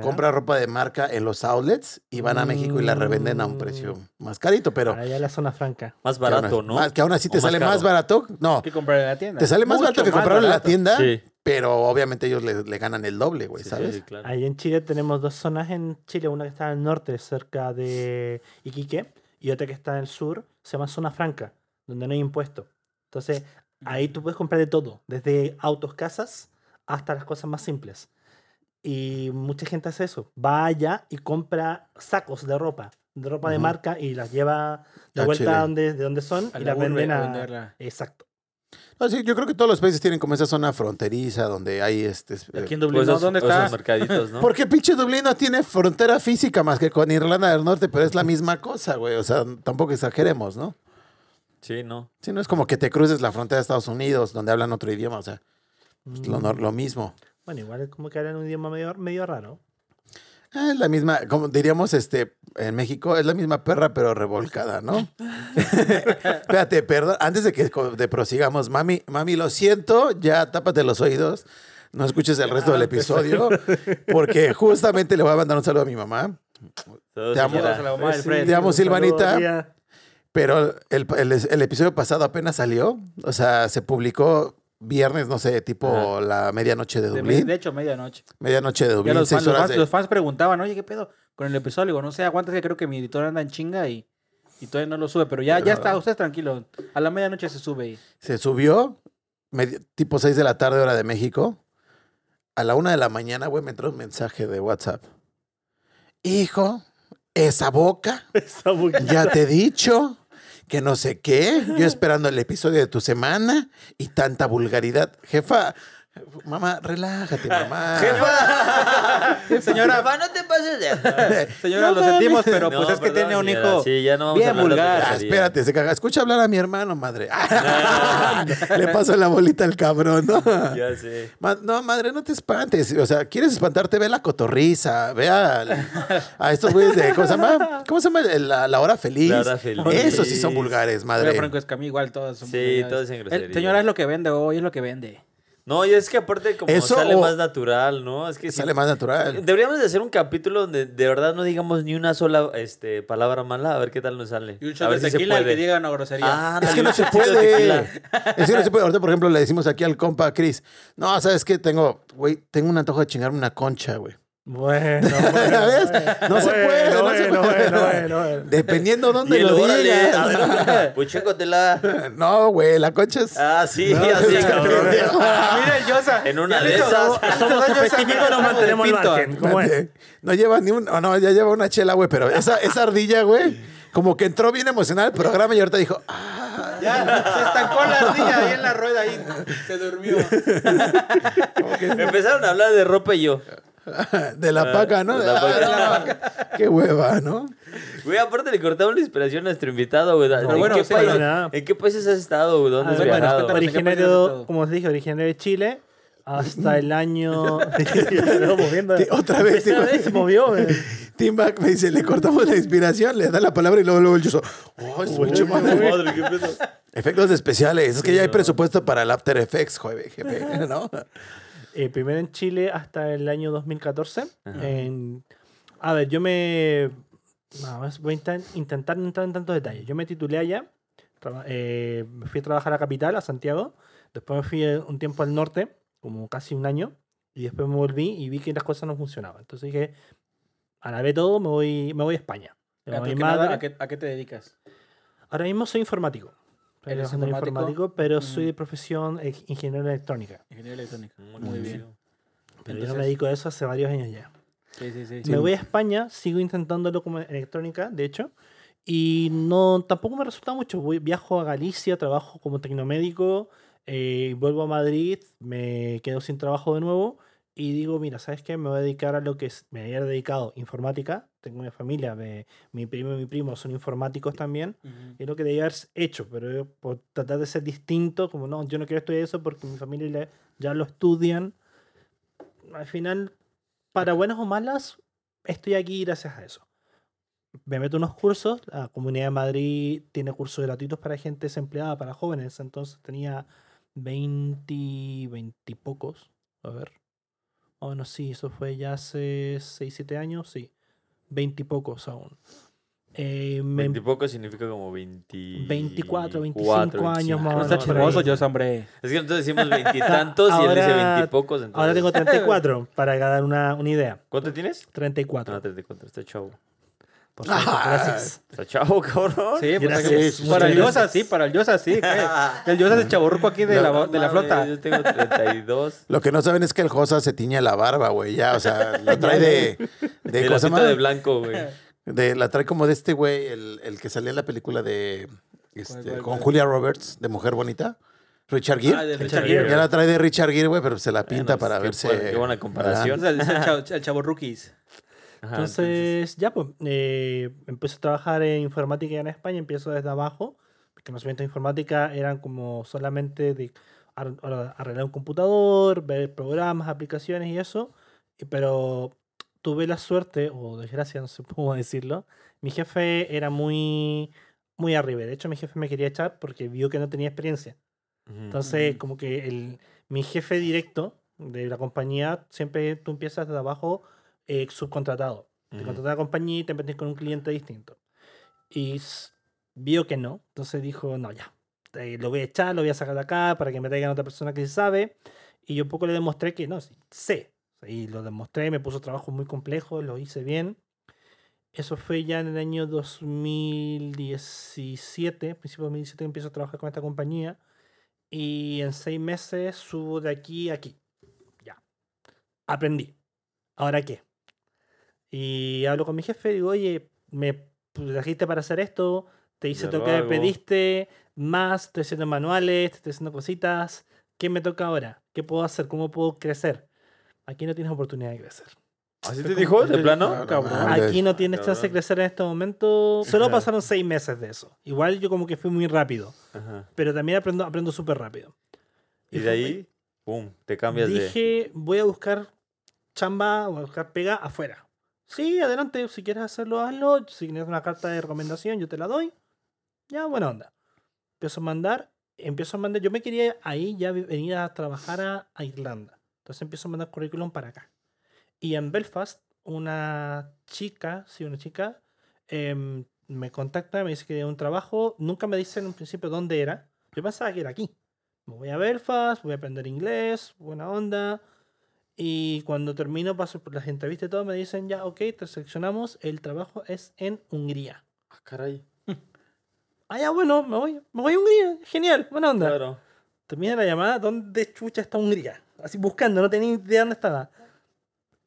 [SPEAKER 2] compra ropa de marca en los outlets y van a México y la revenden a un precio más carito, pero...
[SPEAKER 4] Para allá a la zona franca.
[SPEAKER 3] Más
[SPEAKER 2] que aún
[SPEAKER 3] Mm. barato,
[SPEAKER 2] así-
[SPEAKER 3] ¿no?
[SPEAKER 2] más- que aún así
[SPEAKER 3] O
[SPEAKER 2] te sale más
[SPEAKER 3] caro.
[SPEAKER 2] barato. No,
[SPEAKER 5] que comprar en la tienda.
[SPEAKER 2] Te sale más
[SPEAKER 5] Mucho
[SPEAKER 2] barato que comprarlo en la
[SPEAKER 5] barato.
[SPEAKER 2] tienda,
[SPEAKER 3] Sí.
[SPEAKER 2] pero obviamente ellos le, le ganan el doble, güey,
[SPEAKER 3] Sí,
[SPEAKER 2] pues, ¿sabes?
[SPEAKER 3] sí, claro.
[SPEAKER 4] Ahí en Chile tenemos dos zonas en Chile, una que está al norte, cerca de Iquique, y otra que está en el sur, se llama Zona Franca, donde no hay impuestos. Entonces, ahí tú puedes comprar de todo, desde autos, casas, hasta las cosas más simples. Y mucha gente hace eso, va allá y compra sacos de ropa, de ropa de
[SPEAKER 2] Ujú.
[SPEAKER 4] marca, y las lleva de
[SPEAKER 2] A Chile.
[SPEAKER 4] vuelta a donde, de donde son
[SPEAKER 5] A
[SPEAKER 4] y
[SPEAKER 5] la
[SPEAKER 4] las
[SPEAKER 5] urbe,
[SPEAKER 4] venden
[SPEAKER 5] a
[SPEAKER 4] a...
[SPEAKER 5] venderla.
[SPEAKER 4] Exacto.
[SPEAKER 2] No, sí, yo creo que todos los países tienen como esa zona fronteriza donde hay este. eh,
[SPEAKER 5] Aquí
[SPEAKER 3] Pues
[SPEAKER 5] en Dublín, ¿no?
[SPEAKER 3] esos-
[SPEAKER 5] ¿dónde
[SPEAKER 3] esos
[SPEAKER 5] está?
[SPEAKER 3] mercaditos, ¿no?
[SPEAKER 2] ¿Por qué pinche Dublín no tiene frontera física más que con Irlanda del Norte? Pero es la misma cosa, güey. O sea, tampoco exageremos, ¿no?
[SPEAKER 3] Sí, no.
[SPEAKER 2] Sí, no es como que te cruces la frontera de Estados Unidos donde hablan otro idioma, o sea, pues, lo, nor- lo mismo.
[SPEAKER 4] Mm. Bueno, igual es como que hablan un idioma medio, medio raro.
[SPEAKER 2] Ah, Es la misma, como diríamos este, en México, es la misma perra pero revolcada, ¿no? Espérate, perdón, antes de que co- de prosigamos, mami, mami, lo siento, ya tápate los oídos, no escuches el resto del episodio, porque justamente le voy a mandar un saludo a mi mamá,
[SPEAKER 3] Todos
[SPEAKER 2] Te amo.
[SPEAKER 3] señora.
[SPEAKER 5] Saludos a la mamá del
[SPEAKER 4] Sí,
[SPEAKER 5] Fred.
[SPEAKER 2] Te amo,
[SPEAKER 4] un saludo,
[SPEAKER 2] Silvanita.
[SPEAKER 4] tía.
[SPEAKER 2] pero el, el- el episodio pasado apenas salió, o sea, se publicó viernes, no sé, tipo la medianoche de
[SPEAKER 5] De,
[SPEAKER 2] Dublín,
[SPEAKER 5] de hecho, medianoche.
[SPEAKER 2] medianoche de
[SPEAKER 5] Ya
[SPEAKER 2] Dublín,
[SPEAKER 5] los
[SPEAKER 2] seis
[SPEAKER 5] fans, los
[SPEAKER 2] horas
[SPEAKER 5] fans-
[SPEAKER 2] de-
[SPEAKER 5] los fans preguntaban, oye, ¿qué pedo? Con el episodio, digo, no sé, aguantas que creo que mi editor anda en chinga y, y todavía no lo sube, pero ya, ya está, ustedes tranquilos. A la medianoche se sube y
[SPEAKER 2] Se subió, medi- tipo 6 de la tarde, hora de México. A la una de la mañana, güey, me entró un mensaje de WhatsApp. Hijo, esa boca,
[SPEAKER 4] Esa boquita.
[SPEAKER 2] ya te he dicho que no sé qué. Yo esperando el episodio de tu semana y tanta vulgaridad. Jefa, mamá, relájate, mamá.
[SPEAKER 5] Señora,
[SPEAKER 3] Papá, no te pases de...
[SPEAKER 5] señora,
[SPEAKER 2] No
[SPEAKER 5] lo
[SPEAKER 2] mames.
[SPEAKER 5] sentimos, pero
[SPEAKER 3] No,
[SPEAKER 5] pues es que
[SPEAKER 3] perdón,
[SPEAKER 5] tiene un
[SPEAKER 3] señora,
[SPEAKER 5] hijo
[SPEAKER 3] sí, ya no vamos a
[SPEAKER 5] bien
[SPEAKER 3] hablar de
[SPEAKER 5] vulgar.
[SPEAKER 2] Ah, espérate, se caga. Escucha hablar a mi hermano, madre. Le paso la bolita al cabrón, ¿no?
[SPEAKER 3] Ya sé.
[SPEAKER 2] Ma- No, madre, no te espantes. O sea, ¿quieres espantarte? Ve la cotorriza, ve al- a, estos güeyes de. ¿Cómo se llama? ¿Cómo se llama? El- La, la hora feliz.
[SPEAKER 3] La hora feliz.
[SPEAKER 2] Esos sí son vulgares,
[SPEAKER 5] Oye,
[SPEAKER 2] madre.
[SPEAKER 5] Franco Escamilla, igual todos son
[SPEAKER 3] Sí,
[SPEAKER 5] vulgaridades.
[SPEAKER 3] todos en
[SPEAKER 5] El-
[SPEAKER 3] groserías.
[SPEAKER 5] Eh, Señora, es lo que vende hoy, es lo que vende.
[SPEAKER 3] No, y es que aparte como
[SPEAKER 2] Eso
[SPEAKER 3] sale
[SPEAKER 2] o-
[SPEAKER 3] más natural, ¿no? Es que sí-
[SPEAKER 2] Sale más natural.
[SPEAKER 3] Deberíamos de hacer un capítulo donde de verdad no digamos ni una sola este, palabra mala, a ver qué tal nos sale.
[SPEAKER 5] Y un
[SPEAKER 3] a
[SPEAKER 5] shot
[SPEAKER 3] ver
[SPEAKER 5] de tequila, el que diga una grosería.
[SPEAKER 3] Ah,
[SPEAKER 2] Es que no se puede. Es que no se puede. Ahorita, por ejemplo, le decimos aquí al compa Chris: No, ¿sabes qué? Tengo, güey, tengo un antojo de chingarme una concha, güey.
[SPEAKER 4] Bueno,
[SPEAKER 2] ¿Ya ves? No se puede, no se puede. Dependiendo dónde
[SPEAKER 3] Y el
[SPEAKER 2] lo
[SPEAKER 3] órale, a
[SPEAKER 2] digas.
[SPEAKER 3] ver, Pues chécotela.
[SPEAKER 2] No, güey, la concha es.
[SPEAKER 3] Ah, sí, así, cabrón.
[SPEAKER 5] Ah, Mira el Yosa.
[SPEAKER 3] En una
[SPEAKER 5] Ya
[SPEAKER 3] de
[SPEAKER 5] le hizo-
[SPEAKER 3] esas.
[SPEAKER 5] Somos
[SPEAKER 4] Somos específicos,
[SPEAKER 5] específicos,
[SPEAKER 4] nos
[SPEAKER 5] nos
[SPEAKER 4] mantenemos al
[SPEAKER 5] pinto.
[SPEAKER 4] margen. ¿Cómo es?
[SPEAKER 2] Espérate, No lleva ni un. oh, no, ya lleva una chela, güey, pero esa, esa ardilla, güey, como que entró bien emocional al programa y ahorita dijo, ah,
[SPEAKER 5] Ya, se estancó la ardilla ahí en la rueda, ahí se durmió.
[SPEAKER 3] Empezaron a hablar de ropa y yo.
[SPEAKER 2] "Ah, de la paca, ¿no?
[SPEAKER 3] de la
[SPEAKER 2] Ah,
[SPEAKER 3] paca.
[SPEAKER 2] de la paca. Qué hueva, ¿no?
[SPEAKER 3] Güey, aparte le cortamos la inspiración a nuestro invitado, güey. ¿En,
[SPEAKER 5] bueno,
[SPEAKER 3] qué
[SPEAKER 5] sí,
[SPEAKER 3] país-
[SPEAKER 4] pero nada.
[SPEAKER 3] ¿En qué países has estado, güey? ¿Dónde
[SPEAKER 4] Ah,
[SPEAKER 3] has
[SPEAKER 4] bueno,
[SPEAKER 3] viajado?
[SPEAKER 5] respeta-
[SPEAKER 4] originario, como os dije, originario de Chile hasta el año. Se va moviendo.
[SPEAKER 2] Te- otra vez,
[SPEAKER 4] Esa
[SPEAKER 2] te-
[SPEAKER 4] vez se movió. güey.
[SPEAKER 2] Tim Mac me dice, le cortamos la inspiración, le da la palabra y luego, luego el yuso. Oh, su pinche madre, güey.
[SPEAKER 3] Madre, qué pedo.
[SPEAKER 2] Efectos especiales. Es que ya hay presupuesto para el After Effects, joder, jefe, ¿no?
[SPEAKER 4] Eh, primero en Chile hasta el año 2014. En- a ver, yo me. no, es- voy a inten- intentar no entrar en tantos detalles. Yo me titulé allá, traba- eh, me fui a trabajar a la capital, a Santiago. Después me fui eh, un tiempo al norte, como casi un año. Y después me volví y vi que las cosas no funcionaban. Entonces dije, a la vez todo, me voy, me voy a España. Me
[SPEAKER 5] Ya,
[SPEAKER 4] voy a
[SPEAKER 5] porque
[SPEAKER 4] mi
[SPEAKER 5] nada,
[SPEAKER 4] madre.
[SPEAKER 5] ¿a, qué, a qué te dedicas?
[SPEAKER 4] Ahora mismo soy informático. Estoy
[SPEAKER 5] ¿Eres
[SPEAKER 4] trabajando en
[SPEAKER 5] informático?
[SPEAKER 4] informático, pero soy
[SPEAKER 5] Mm.
[SPEAKER 4] de profesión eh, ingeniero electrónica.
[SPEAKER 5] Ingeniería electrónica. Muy,
[SPEAKER 3] Muy
[SPEAKER 5] bien.
[SPEAKER 4] Pero yo no
[SPEAKER 5] Entonces-
[SPEAKER 4] me dedico a eso hace varios años ya.
[SPEAKER 5] Sí, sí, sí.
[SPEAKER 4] Me voy a España, sigo intentándolo como electrónica, de hecho, y no tampoco me resulta mucho. Voy, viajo a Galicia, trabajo como tecnomédico, eh, vuelvo a Madrid, me quedo sin trabajo de nuevo y digo, mira, ¿sabes qué? Me voy a dedicar a lo que es- me había dedicado, informática. Tengo una familia, me- mi primo y mi primo son informáticos también.
[SPEAKER 5] Ujú.
[SPEAKER 4] Es lo que debía haber hecho, pero yo por tratar de ser distinto, como no, yo no quiero estudiar eso porque mi familia le- ya lo estudian. Al final, para buenas o malas, estoy aquí gracias a eso. Me meto a unos cursos, la Comunidad de Madrid tiene cursos gratuitos para gente desempleada, para jóvenes, entonces tenía 20, 20 y pocos, a ver. Oh, no, sí, eso fue ya hace 6, 7 años, sí. 20 y pocos aún. Eh, me,
[SPEAKER 3] Veintipoco significa como 20...
[SPEAKER 4] 24, 25 años más o
[SPEAKER 5] No
[SPEAKER 4] menos.
[SPEAKER 5] está
[SPEAKER 4] por ahí.
[SPEAKER 5] chismoso, yo, hombre.
[SPEAKER 3] Es que nosotros decimos veintitantos y él
[SPEAKER 4] Ahora-
[SPEAKER 3] dice veintipocos. Entonces...
[SPEAKER 4] Ahora tengo 34, para dar una, una idea.
[SPEAKER 3] ¿Cuánto tienes? No,
[SPEAKER 4] 34.
[SPEAKER 3] 34. Está chavo. Ah,
[SPEAKER 4] Por cierto, gracias.
[SPEAKER 3] Está chavo, cabrón.
[SPEAKER 5] Sí, pues,
[SPEAKER 4] Gracias,
[SPEAKER 5] hay que-
[SPEAKER 4] muchas
[SPEAKER 5] para el
[SPEAKER 4] gracias.
[SPEAKER 5] Yosa, sí, para el Yosa, sí. ¿qué? El Yosa es el chaborruco aquí de, la, de la
[SPEAKER 3] Mames,
[SPEAKER 5] flota.
[SPEAKER 3] Yo tengo 32.
[SPEAKER 2] Lo que no saben es que el Josa se tiñe la barba, güey, ya, o sea, la trae de...
[SPEAKER 3] De,
[SPEAKER 2] ¿cómo se llama?
[SPEAKER 3] de blanco, güey.
[SPEAKER 2] De, la trae como de este güey, el, el que salía en la película de. este,
[SPEAKER 5] ¿Cuál, cuál,
[SPEAKER 2] con
[SPEAKER 5] cuál?
[SPEAKER 2] Julia Roberts, de Mujer Bonita. Richard Gere.
[SPEAKER 3] Ah, de
[SPEAKER 4] Richard
[SPEAKER 3] Richard
[SPEAKER 4] Gere.
[SPEAKER 3] Gere.
[SPEAKER 2] Ya la trae de Richard Gere, güey, pero se la
[SPEAKER 3] Bueno,
[SPEAKER 2] pinta
[SPEAKER 3] pues,
[SPEAKER 2] para
[SPEAKER 3] qué
[SPEAKER 2] verse.
[SPEAKER 3] buena- qué buena comparación.
[SPEAKER 5] Es el, es el chavo- el chaborruquis.
[SPEAKER 3] Ajá,
[SPEAKER 4] Entonces, ya, pues, eh, empiezo a trabajar en informática ya en España, empiezo desde abajo. Mis conocimientos de informática eran como solamente de ar- ar- arreglar un computador, ver programas, aplicaciones y eso. Y- Pero tuve la suerte, o desgracia, no sé cómo decirlo, mi jefe era muy, muy arriba. De hecho, mi jefe me quería echar porque vio que no tenía experiencia.
[SPEAKER 3] Ujú.
[SPEAKER 4] Entonces,
[SPEAKER 5] Ujú.
[SPEAKER 4] como que el, mi jefe directo de la compañía, siempre tú empiezas desde abajo eh, subcontratado. Te
[SPEAKER 3] Ujú.
[SPEAKER 4] contrata la compañía y te metes con un cliente distinto. Y s- vio que no. Entonces dijo, no, ya. eh, lo voy a echar, lo voy a sacar de acá para que me traigan otra persona que sí sabe. Y yo un poco le demostré que no, sí, sé. Y lo demostré, me puso trabajos muy complejos, lo hice bien. Eso fue ya en el año 2017, principio de 2017 que empiezo a trabajar con esta compañía. Y en seis meses subo de aquí a aquí. Ya. Aprendí. ¿Ahora qué? Y hablo con mi jefe y digo, oye, me trajiste para hacer esto, te hice
[SPEAKER 3] Ya
[SPEAKER 4] todo
[SPEAKER 3] lo
[SPEAKER 4] lo que me
[SPEAKER 3] hago.
[SPEAKER 4] pediste, más, estoy haciendo manuales, te estoy haciendo cositas. ¿Qué me toca ahora? ¿Qué puedo hacer? ¿Cómo puedo crecer? Aquí no tienes oportunidad de crecer.
[SPEAKER 3] ¿Así te dijo? ¿De plano?
[SPEAKER 2] Ah, cabrón. Ah,
[SPEAKER 4] Aquí no tienes
[SPEAKER 3] cabrón.
[SPEAKER 4] chance de crecer en este momento. Solo
[SPEAKER 3] Claro.
[SPEAKER 4] pasaron seis meses de eso. Igual yo como que fui muy rápido,
[SPEAKER 3] Ajá.
[SPEAKER 4] pero también aprendo, aprendo súper rápido.
[SPEAKER 3] Y de
[SPEAKER 4] fue-
[SPEAKER 3] ahí, pum, te cambias de...
[SPEAKER 4] Dije, voy a buscar chamba, voy a buscar pega afuera. Sí, adelante, si quieres hacerlo, hazlo. Si tienes una carta de recomendación, yo te la doy. Ya, buena onda. Empiezo a mandar, empiezo a mandar. Yo me quería ahí ya vi- venir a trabajar a, a Irlanda. Entonces empiezo a mandar currículum para acá. Y en Belfast, una chica, sí, una chica, em, me contacta, me dice que hay un trabajo. Nunca me dice en un principio dónde era. Yo pensaba que era aquí me voy a Belfast, voy a aprender inglés, buena onda. Y cuando termino, paso por las entrevistas y todo, me dicen ya, ok, te seleccionamos, el trabajo es en Hungría.
[SPEAKER 3] Ah, caray.
[SPEAKER 4] Ah, ya, bueno, me voy, me voy a Hungría, genial, buena onda.
[SPEAKER 3] Claro.
[SPEAKER 4] Termina la llamada, ¿dónde chucha está Hungría? Así buscando, no tenía idea dónde estaba.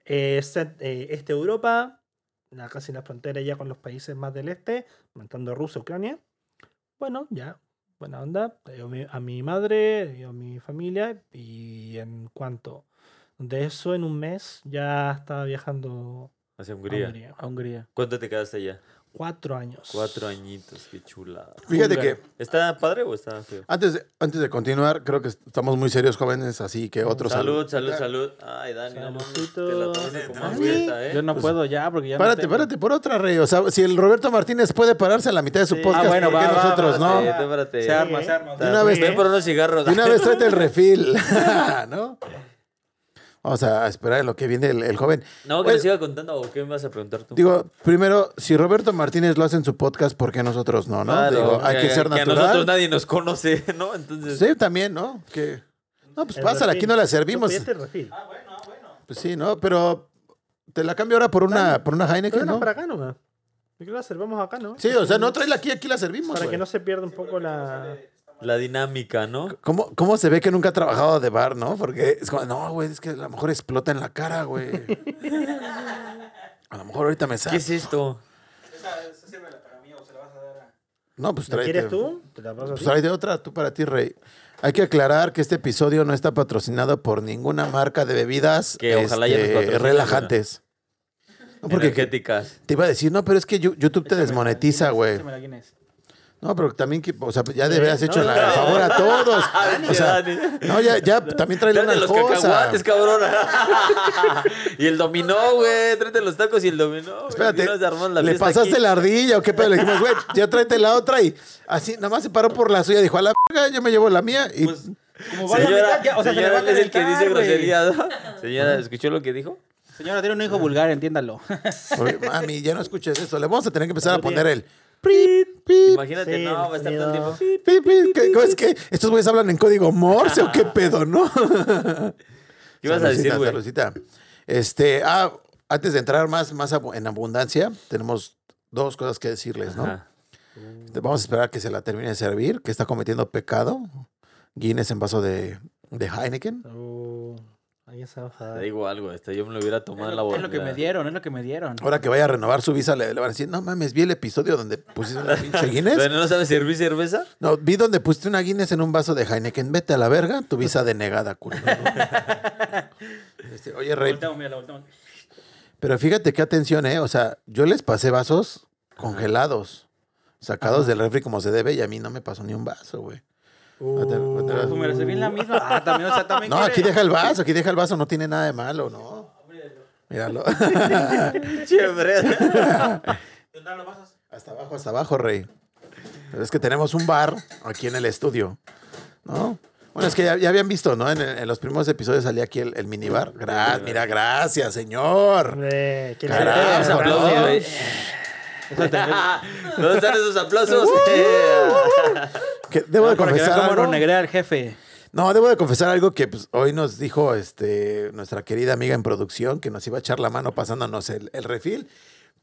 [SPEAKER 4] Eh, set- eh, este Europa, la- casi la frontera ya con los países más del este, montando Rusia, Ucrania. Bueno, ya, buena onda. Le digo a mi- a mi madre, le digo a mi familia, y en cuanto de eso, en un mes ya estaba viajando
[SPEAKER 3] Hacia
[SPEAKER 4] a
[SPEAKER 3] Hungría.
[SPEAKER 4] Hungría.
[SPEAKER 5] A Hungría.
[SPEAKER 3] ¿Cuánto te quedaste allá?
[SPEAKER 4] Cuatro años.
[SPEAKER 3] Cuatro añitos, qué chulada.
[SPEAKER 2] Fíjate
[SPEAKER 5] Húngaro.
[SPEAKER 2] que
[SPEAKER 3] ¿Está padre o está feo?
[SPEAKER 2] antes de, antes de continuar, creo que estamos muy serios jóvenes, así que otro
[SPEAKER 3] Salud,
[SPEAKER 2] saludo.
[SPEAKER 3] salud, salud. Ay, Dani, no mames, Te la tomaste como
[SPEAKER 4] Saludcito.
[SPEAKER 3] abierta, ¿eh?
[SPEAKER 5] Yo no puedo ya porque ya no Ah,
[SPEAKER 2] Párate,
[SPEAKER 5] tengo.
[SPEAKER 2] párate, por otra, Rey. O sea, si el Roberto Martínez puede pararse a la mitad de su
[SPEAKER 3] Sí.
[SPEAKER 2] podcast,
[SPEAKER 5] Ah, bueno,
[SPEAKER 2] ¿por qué
[SPEAKER 5] va, va,
[SPEAKER 2] nosotros
[SPEAKER 5] va,
[SPEAKER 2] no?
[SPEAKER 5] sí.
[SPEAKER 3] Espérate, espérate.
[SPEAKER 5] Se arma, se arma.
[SPEAKER 3] Está-
[SPEAKER 2] De una vez,
[SPEAKER 3] ven
[SPEAKER 2] ¿eh?
[SPEAKER 3] por unos cigarros.
[SPEAKER 2] De una vez tráete el refil, ¿no? Vamos a esperar a lo que viene el, el joven.
[SPEAKER 3] No, que
[SPEAKER 2] Bueno,
[SPEAKER 3] les iba contando o qué me vas a preguntar tú.
[SPEAKER 2] Digo, primero, si Roberto Martínez lo hace en su podcast, ¿por qué nosotros no, no?
[SPEAKER 3] Claro,
[SPEAKER 2] Digo, hay que ser
[SPEAKER 3] a nosotros
[SPEAKER 2] natural.
[SPEAKER 3] nadie nos conoce, ¿no? Entonces,
[SPEAKER 2] Sí, también, ¿no? Que, no, pues
[SPEAKER 4] El
[SPEAKER 2] pásala, aquí
[SPEAKER 4] refil.
[SPEAKER 2] no la
[SPEAKER 4] ¿Tú
[SPEAKER 2] servimos.
[SPEAKER 4] pediste el refil?
[SPEAKER 2] Pues sí, ¿no? Pero te la cambio ahora por una, por una
[SPEAKER 4] Pero
[SPEAKER 2] Heineken,
[SPEAKER 4] no
[SPEAKER 2] ¿no?
[SPEAKER 4] para acá nomás. Yo creo que la servamos acá, ¿no?
[SPEAKER 2] Sí, o sea, no traela aquí, aquí la servimos.
[SPEAKER 4] Para que
[SPEAKER 2] güey.
[SPEAKER 4] no se pierda un poco la...
[SPEAKER 3] la dinámica, ¿no?
[SPEAKER 2] ¿Cómo, ¿Cómo se ve que nunca ha trabajado de bar, no? Porque es como, no, güey, es que a lo mejor explota en la cara, güey. A lo mejor ahorita me
[SPEAKER 3] ¿Qué
[SPEAKER 2] sale.
[SPEAKER 3] es esto?
[SPEAKER 2] No, pues
[SPEAKER 4] ¿La
[SPEAKER 2] tráete.
[SPEAKER 4] quieres tú? Te la paso a ti.
[SPEAKER 2] Pues hay de otra, tú para ti, Rey. Hay que aclarar que este episodio no está patrocinado por ninguna marca de bebidas
[SPEAKER 3] Que ojalá ya nos
[SPEAKER 2] este,
[SPEAKER 3] patrocine
[SPEAKER 2] relajantes. No, porque
[SPEAKER 3] Energéticas.
[SPEAKER 2] te iba a decir, no, pero es que Yu- YouTube te
[SPEAKER 5] Échame la
[SPEAKER 2] desmonetiza,
[SPEAKER 5] Guinness,
[SPEAKER 2] güey.
[SPEAKER 5] échame la Guinness.
[SPEAKER 2] No, pero también, que- o sea, ya deberías
[SPEAKER 4] no,
[SPEAKER 2] hecho la,
[SPEAKER 4] no.
[SPEAKER 2] el favor a todos. O sea, no, ya, ya también tráele
[SPEAKER 3] Tráete
[SPEAKER 2] una
[SPEAKER 3] los
[SPEAKER 2] cosa.
[SPEAKER 3] cacahuates, cabrón. y el dominó, güey. Tráete los tacos y el dominó. güey.
[SPEAKER 2] Espérate,
[SPEAKER 3] Aquí nos armamos la
[SPEAKER 2] ¿le
[SPEAKER 3] fiesta
[SPEAKER 2] pasaste
[SPEAKER 3] aquí.
[SPEAKER 2] la ardilla o qué pedo? Le dijimos, güey, ya tráete la otra y así, nada más se paró por la suya, dijo, a la verga, yo me llevo la mía y
[SPEAKER 3] Pues,
[SPEAKER 5] Como va la
[SPEAKER 3] señora,
[SPEAKER 5] mitad, ya, o sea, se le
[SPEAKER 3] señora,
[SPEAKER 5] va a
[SPEAKER 3] él es el que
[SPEAKER 5] calentar,
[SPEAKER 3] dice
[SPEAKER 5] güey.
[SPEAKER 3] grosería, ¿no? Señora, ¿escuchó lo que dijo?
[SPEAKER 5] Señora, tiene un hijo vulgar, entiéndalo.
[SPEAKER 2] Oye, mami, ya no escuches eso. Le vamos a tener que empezar a
[SPEAKER 4] Oye.
[SPEAKER 2] poner el. pip, pip,
[SPEAKER 3] Imagínate,
[SPEAKER 4] Sí,
[SPEAKER 3] no, va a estar todo el tiempo.
[SPEAKER 4] sonido.
[SPEAKER 3] "Sí".
[SPEAKER 2] pip, pip. ¿Qué- cómo es que estos güeyes hablan en código Morse o qué pedo, ¿no?
[SPEAKER 3] ¿Qué ibas a decir,
[SPEAKER 2] Salucita,
[SPEAKER 3] güey?
[SPEAKER 2] salucita. Este, ah, antes de entrar más, más abu- en abundancia, tenemos dos cosas que decirles, ¿no?
[SPEAKER 3] Ajá.
[SPEAKER 2] Te- Vamos a esperar que se la termine de servir, que está cometiendo pecado. Guinness en vaso de, de Heineken.
[SPEAKER 4] Oh, alguien se va a enfadar.
[SPEAKER 3] Te digo algo, este, yo me lo hubiera tomado
[SPEAKER 5] Es
[SPEAKER 3] en la
[SPEAKER 5] lo,
[SPEAKER 3] boca.
[SPEAKER 5] es lo que me dieron, es lo que me dieron.
[SPEAKER 2] Ahora que vaya a renovar su visa, le, le van a decir, no mames, vi el episodio donde pusiste una pinche Guinness.
[SPEAKER 3] ¿No sabes servir cerveza?
[SPEAKER 2] No, vi donde pusiste una Guinness en un vaso de Heineken. Vete a la verga, tu visa denegada, culo. Este, oye, Rey,
[SPEAKER 5] Volteamos, mira, la volteamos.
[SPEAKER 2] pero fíjate qué atención, ¿eh? O sea, yo les pasé vasos congelados, sacados del refri como se debe, y a mí no me pasó ni un vaso, güey.
[SPEAKER 4] Uh,
[SPEAKER 5] Ah, pues me la serví en la misma. Ah, también, o sea, también
[SPEAKER 2] No,
[SPEAKER 5] quiere.
[SPEAKER 2] aquí deja el vaso, aquí deja el vaso, no tiene nada de malo, ¿no? Míralo.
[SPEAKER 3] Siempre.
[SPEAKER 2] hasta abajo, hasta abajo, Rey. Pero es que tenemos un bar aquí en el estudio, ¿no? Bueno, es que ya, ya habían visto, ¿no? En, en los primeros episodios salía aquí el, el minibar. Gra- mira, gracias, señor.
[SPEAKER 4] hombre, qué
[SPEAKER 2] Carajo,
[SPEAKER 4] nervios,
[SPEAKER 3] Esos aplausos,
[SPEAKER 4] ¿no?
[SPEAKER 2] ¿no?
[SPEAKER 3] güey. ¿Dónde están esos
[SPEAKER 5] Uh,
[SPEAKER 3] aplausos?
[SPEAKER 2] Que debo de
[SPEAKER 5] Ah, Para que vean
[SPEAKER 2] confesar
[SPEAKER 5] cómo
[SPEAKER 2] algo.
[SPEAKER 5] nos negrea el jefe.
[SPEAKER 2] No, debo de confesar algo que pues, hoy nos dijo este, nuestra querida amiga en producción que nos iba a echar la mano pasándonos el, el refil.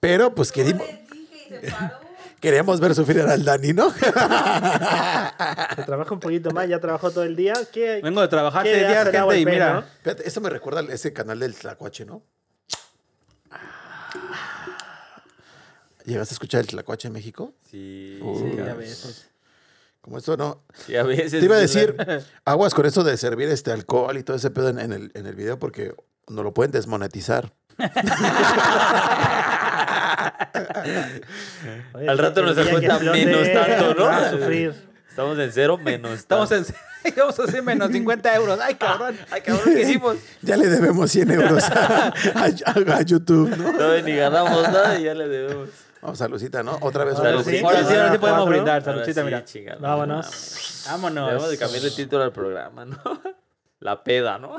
[SPEAKER 2] Pero pues
[SPEAKER 6] Yo
[SPEAKER 2] querimos-
[SPEAKER 6] les dije y se paró.
[SPEAKER 2] queríamos ver sufrir al Dani, ¿no?
[SPEAKER 4] Que trabaja un poquito más, ya trabajó todo el día. ¿Qué?
[SPEAKER 5] Vengo de trabajar
[SPEAKER 4] ¿Qué
[SPEAKER 5] seis
[SPEAKER 4] le hace
[SPEAKER 5] días,
[SPEAKER 4] el agua al
[SPEAKER 5] gente, y
[SPEAKER 4] pez,
[SPEAKER 5] mira.
[SPEAKER 4] no?
[SPEAKER 2] Espérate, eso me recuerda a ese canal del Tlacuache, ¿no? ¿Llegaste a escuchar el Tlacuache en México?
[SPEAKER 3] Sí,
[SPEAKER 2] Uh.
[SPEAKER 5] Sí,
[SPEAKER 3] ya
[SPEAKER 5] a
[SPEAKER 3] ves.
[SPEAKER 5] veces.
[SPEAKER 2] Como esto no.
[SPEAKER 3] Sí, a veces.
[SPEAKER 2] Te iba a decir, aguas con eso de servir este alcohol y todo ese pedo en, en el, en el video porque no lo pueden desmonetizar.
[SPEAKER 4] Oye,
[SPEAKER 3] Al rato
[SPEAKER 4] el
[SPEAKER 3] nos
[SPEAKER 4] día
[SPEAKER 3] da
[SPEAKER 4] que
[SPEAKER 3] cuenta
[SPEAKER 4] explote,
[SPEAKER 3] menos tanto, ¿no?
[SPEAKER 4] va a sufrir.
[SPEAKER 3] Estamos en cero menos.
[SPEAKER 5] Estamos
[SPEAKER 3] tanto.
[SPEAKER 5] en. Vamos a hacer menos 50 euros. Ay, cabrón.
[SPEAKER 3] Ay, cabrón, ¿qué hicimos?
[SPEAKER 2] Ya le debemos 100 euros a, a- a YouTube, ¿no?
[SPEAKER 3] Todavía ni ganamos nada y ya le debemos.
[SPEAKER 2] Vamos, saludcita, ¿no? Otra vez.
[SPEAKER 3] Salud.
[SPEAKER 2] otra vez.
[SPEAKER 3] Sí,
[SPEAKER 5] Ahora sí, ahora sí
[SPEAKER 4] cuatro.
[SPEAKER 5] podemos brindar,
[SPEAKER 3] Ahora
[SPEAKER 5] saludcita,
[SPEAKER 3] sí,
[SPEAKER 5] mira.
[SPEAKER 3] chingada, no mames. Debemos
[SPEAKER 4] Vámonos.
[SPEAKER 5] Vámonos.
[SPEAKER 3] de cambiar de título al programa, ¿no? La peda, ¿no?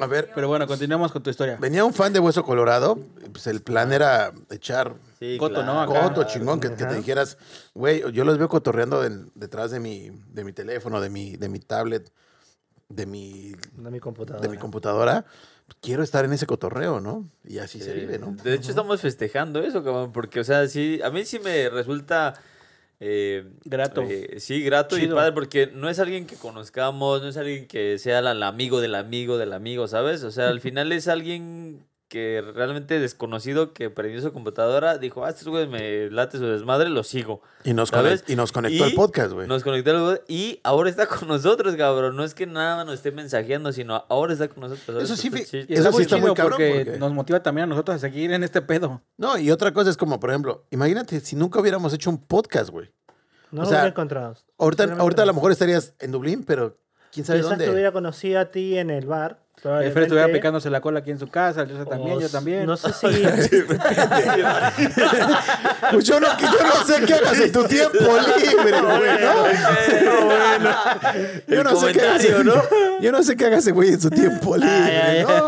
[SPEAKER 2] A ver,
[SPEAKER 5] Pero bueno, continuemos con tu historia.
[SPEAKER 2] venía un fan de Hueso Colorado. y, Pues el plan era echar
[SPEAKER 3] Sí,
[SPEAKER 5] Coto, ¿no? Acá.
[SPEAKER 2] coto chingón, que, que te dijeras, güey, yo los veo cotorreando en- detrás de mi, de mi teléfono, de mi, de mi tablet. de mi,
[SPEAKER 4] de mi computadora.
[SPEAKER 2] de mi computadora, quiero estar en ese cotorreo, ¿no? Y así se
[SPEAKER 3] Eh,
[SPEAKER 2] vive, ¿no?
[SPEAKER 3] De hecho, estamos festejando eso, cabrón, porque, o sea, sí, a mí sí me resulta... eh,
[SPEAKER 5] Grato.
[SPEAKER 3] eh, sí, grato
[SPEAKER 5] Chido.
[SPEAKER 3] y padre, porque no es alguien que conozcamos, no es alguien que sea el, el amigo del amigo del amigo, ¿sabes? O sea, al final es alguien que realmente desconocido que prendió su computadora, dijo, ah, estos güeyes me late su desmadre, lo sigo.
[SPEAKER 2] Y nos,
[SPEAKER 3] ¿Sabes?
[SPEAKER 2] conec- y nos conectó
[SPEAKER 3] Y
[SPEAKER 2] el podcast, güey.
[SPEAKER 3] Nos conectó al web y ahora está con nosotros, cabrón. No es que nada más nos esté mensajeando, sino ahora está con nosotros. ¿sabes?
[SPEAKER 2] Eso sí,
[SPEAKER 3] Está
[SPEAKER 2] fi-
[SPEAKER 3] chido.
[SPEAKER 5] Y
[SPEAKER 2] Eso
[SPEAKER 5] está
[SPEAKER 2] sí
[SPEAKER 5] muy
[SPEAKER 2] está muy
[SPEAKER 5] chido
[SPEAKER 2] cabrón,
[SPEAKER 5] porque
[SPEAKER 2] porque-
[SPEAKER 5] nos motiva también a nosotros a seguir en este pedo.
[SPEAKER 2] No, y otra cosa es como, por ejemplo, imagínate si nunca hubiéramos hecho un podcast, güey.
[SPEAKER 4] No
[SPEAKER 2] o
[SPEAKER 4] lo
[SPEAKER 2] sea,
[SPEAKER 4] hubiera encontrado.
[SPEAKER 2] Ahorita,
[SPEAKER 4] Sinceramente,
[SPEAKER 2] ahorita a
[SPEAKER 4] no.
[SPEAKER 2] lo mejor estarías en Dublín, pero quién sabe
[SPEAKER 4] Quizás
[SPEAKER 2] dónde.
[SPEAKER 4] te hubiera conocido a ti en el bar.
[SPEAKER 5] El Fred estuviera
[SPEAKER 4] probablemente,
[SPEAKER 5] picándose la cola aquí en su casa, el José
[SPEAKER 4] o
[SPEAKER 5] también, yo
[SPEAKER 4] s-
[SPEAKER 5] también.
[SPEAKER 4] Pues, No sé si.
[SPEAKER 2] Pues yo no, que yo no sé qué hagas en tu tiempo libre, güey, ¿no? Yo
[SPEAKER 3] El
[SPEAKER 2] no sé qué hagas,
[SPEAKER 3] comentario, ¿no?
[SPEAKER 2] Yo no sé qué haga ese güey en su tiempo libre, ¿no?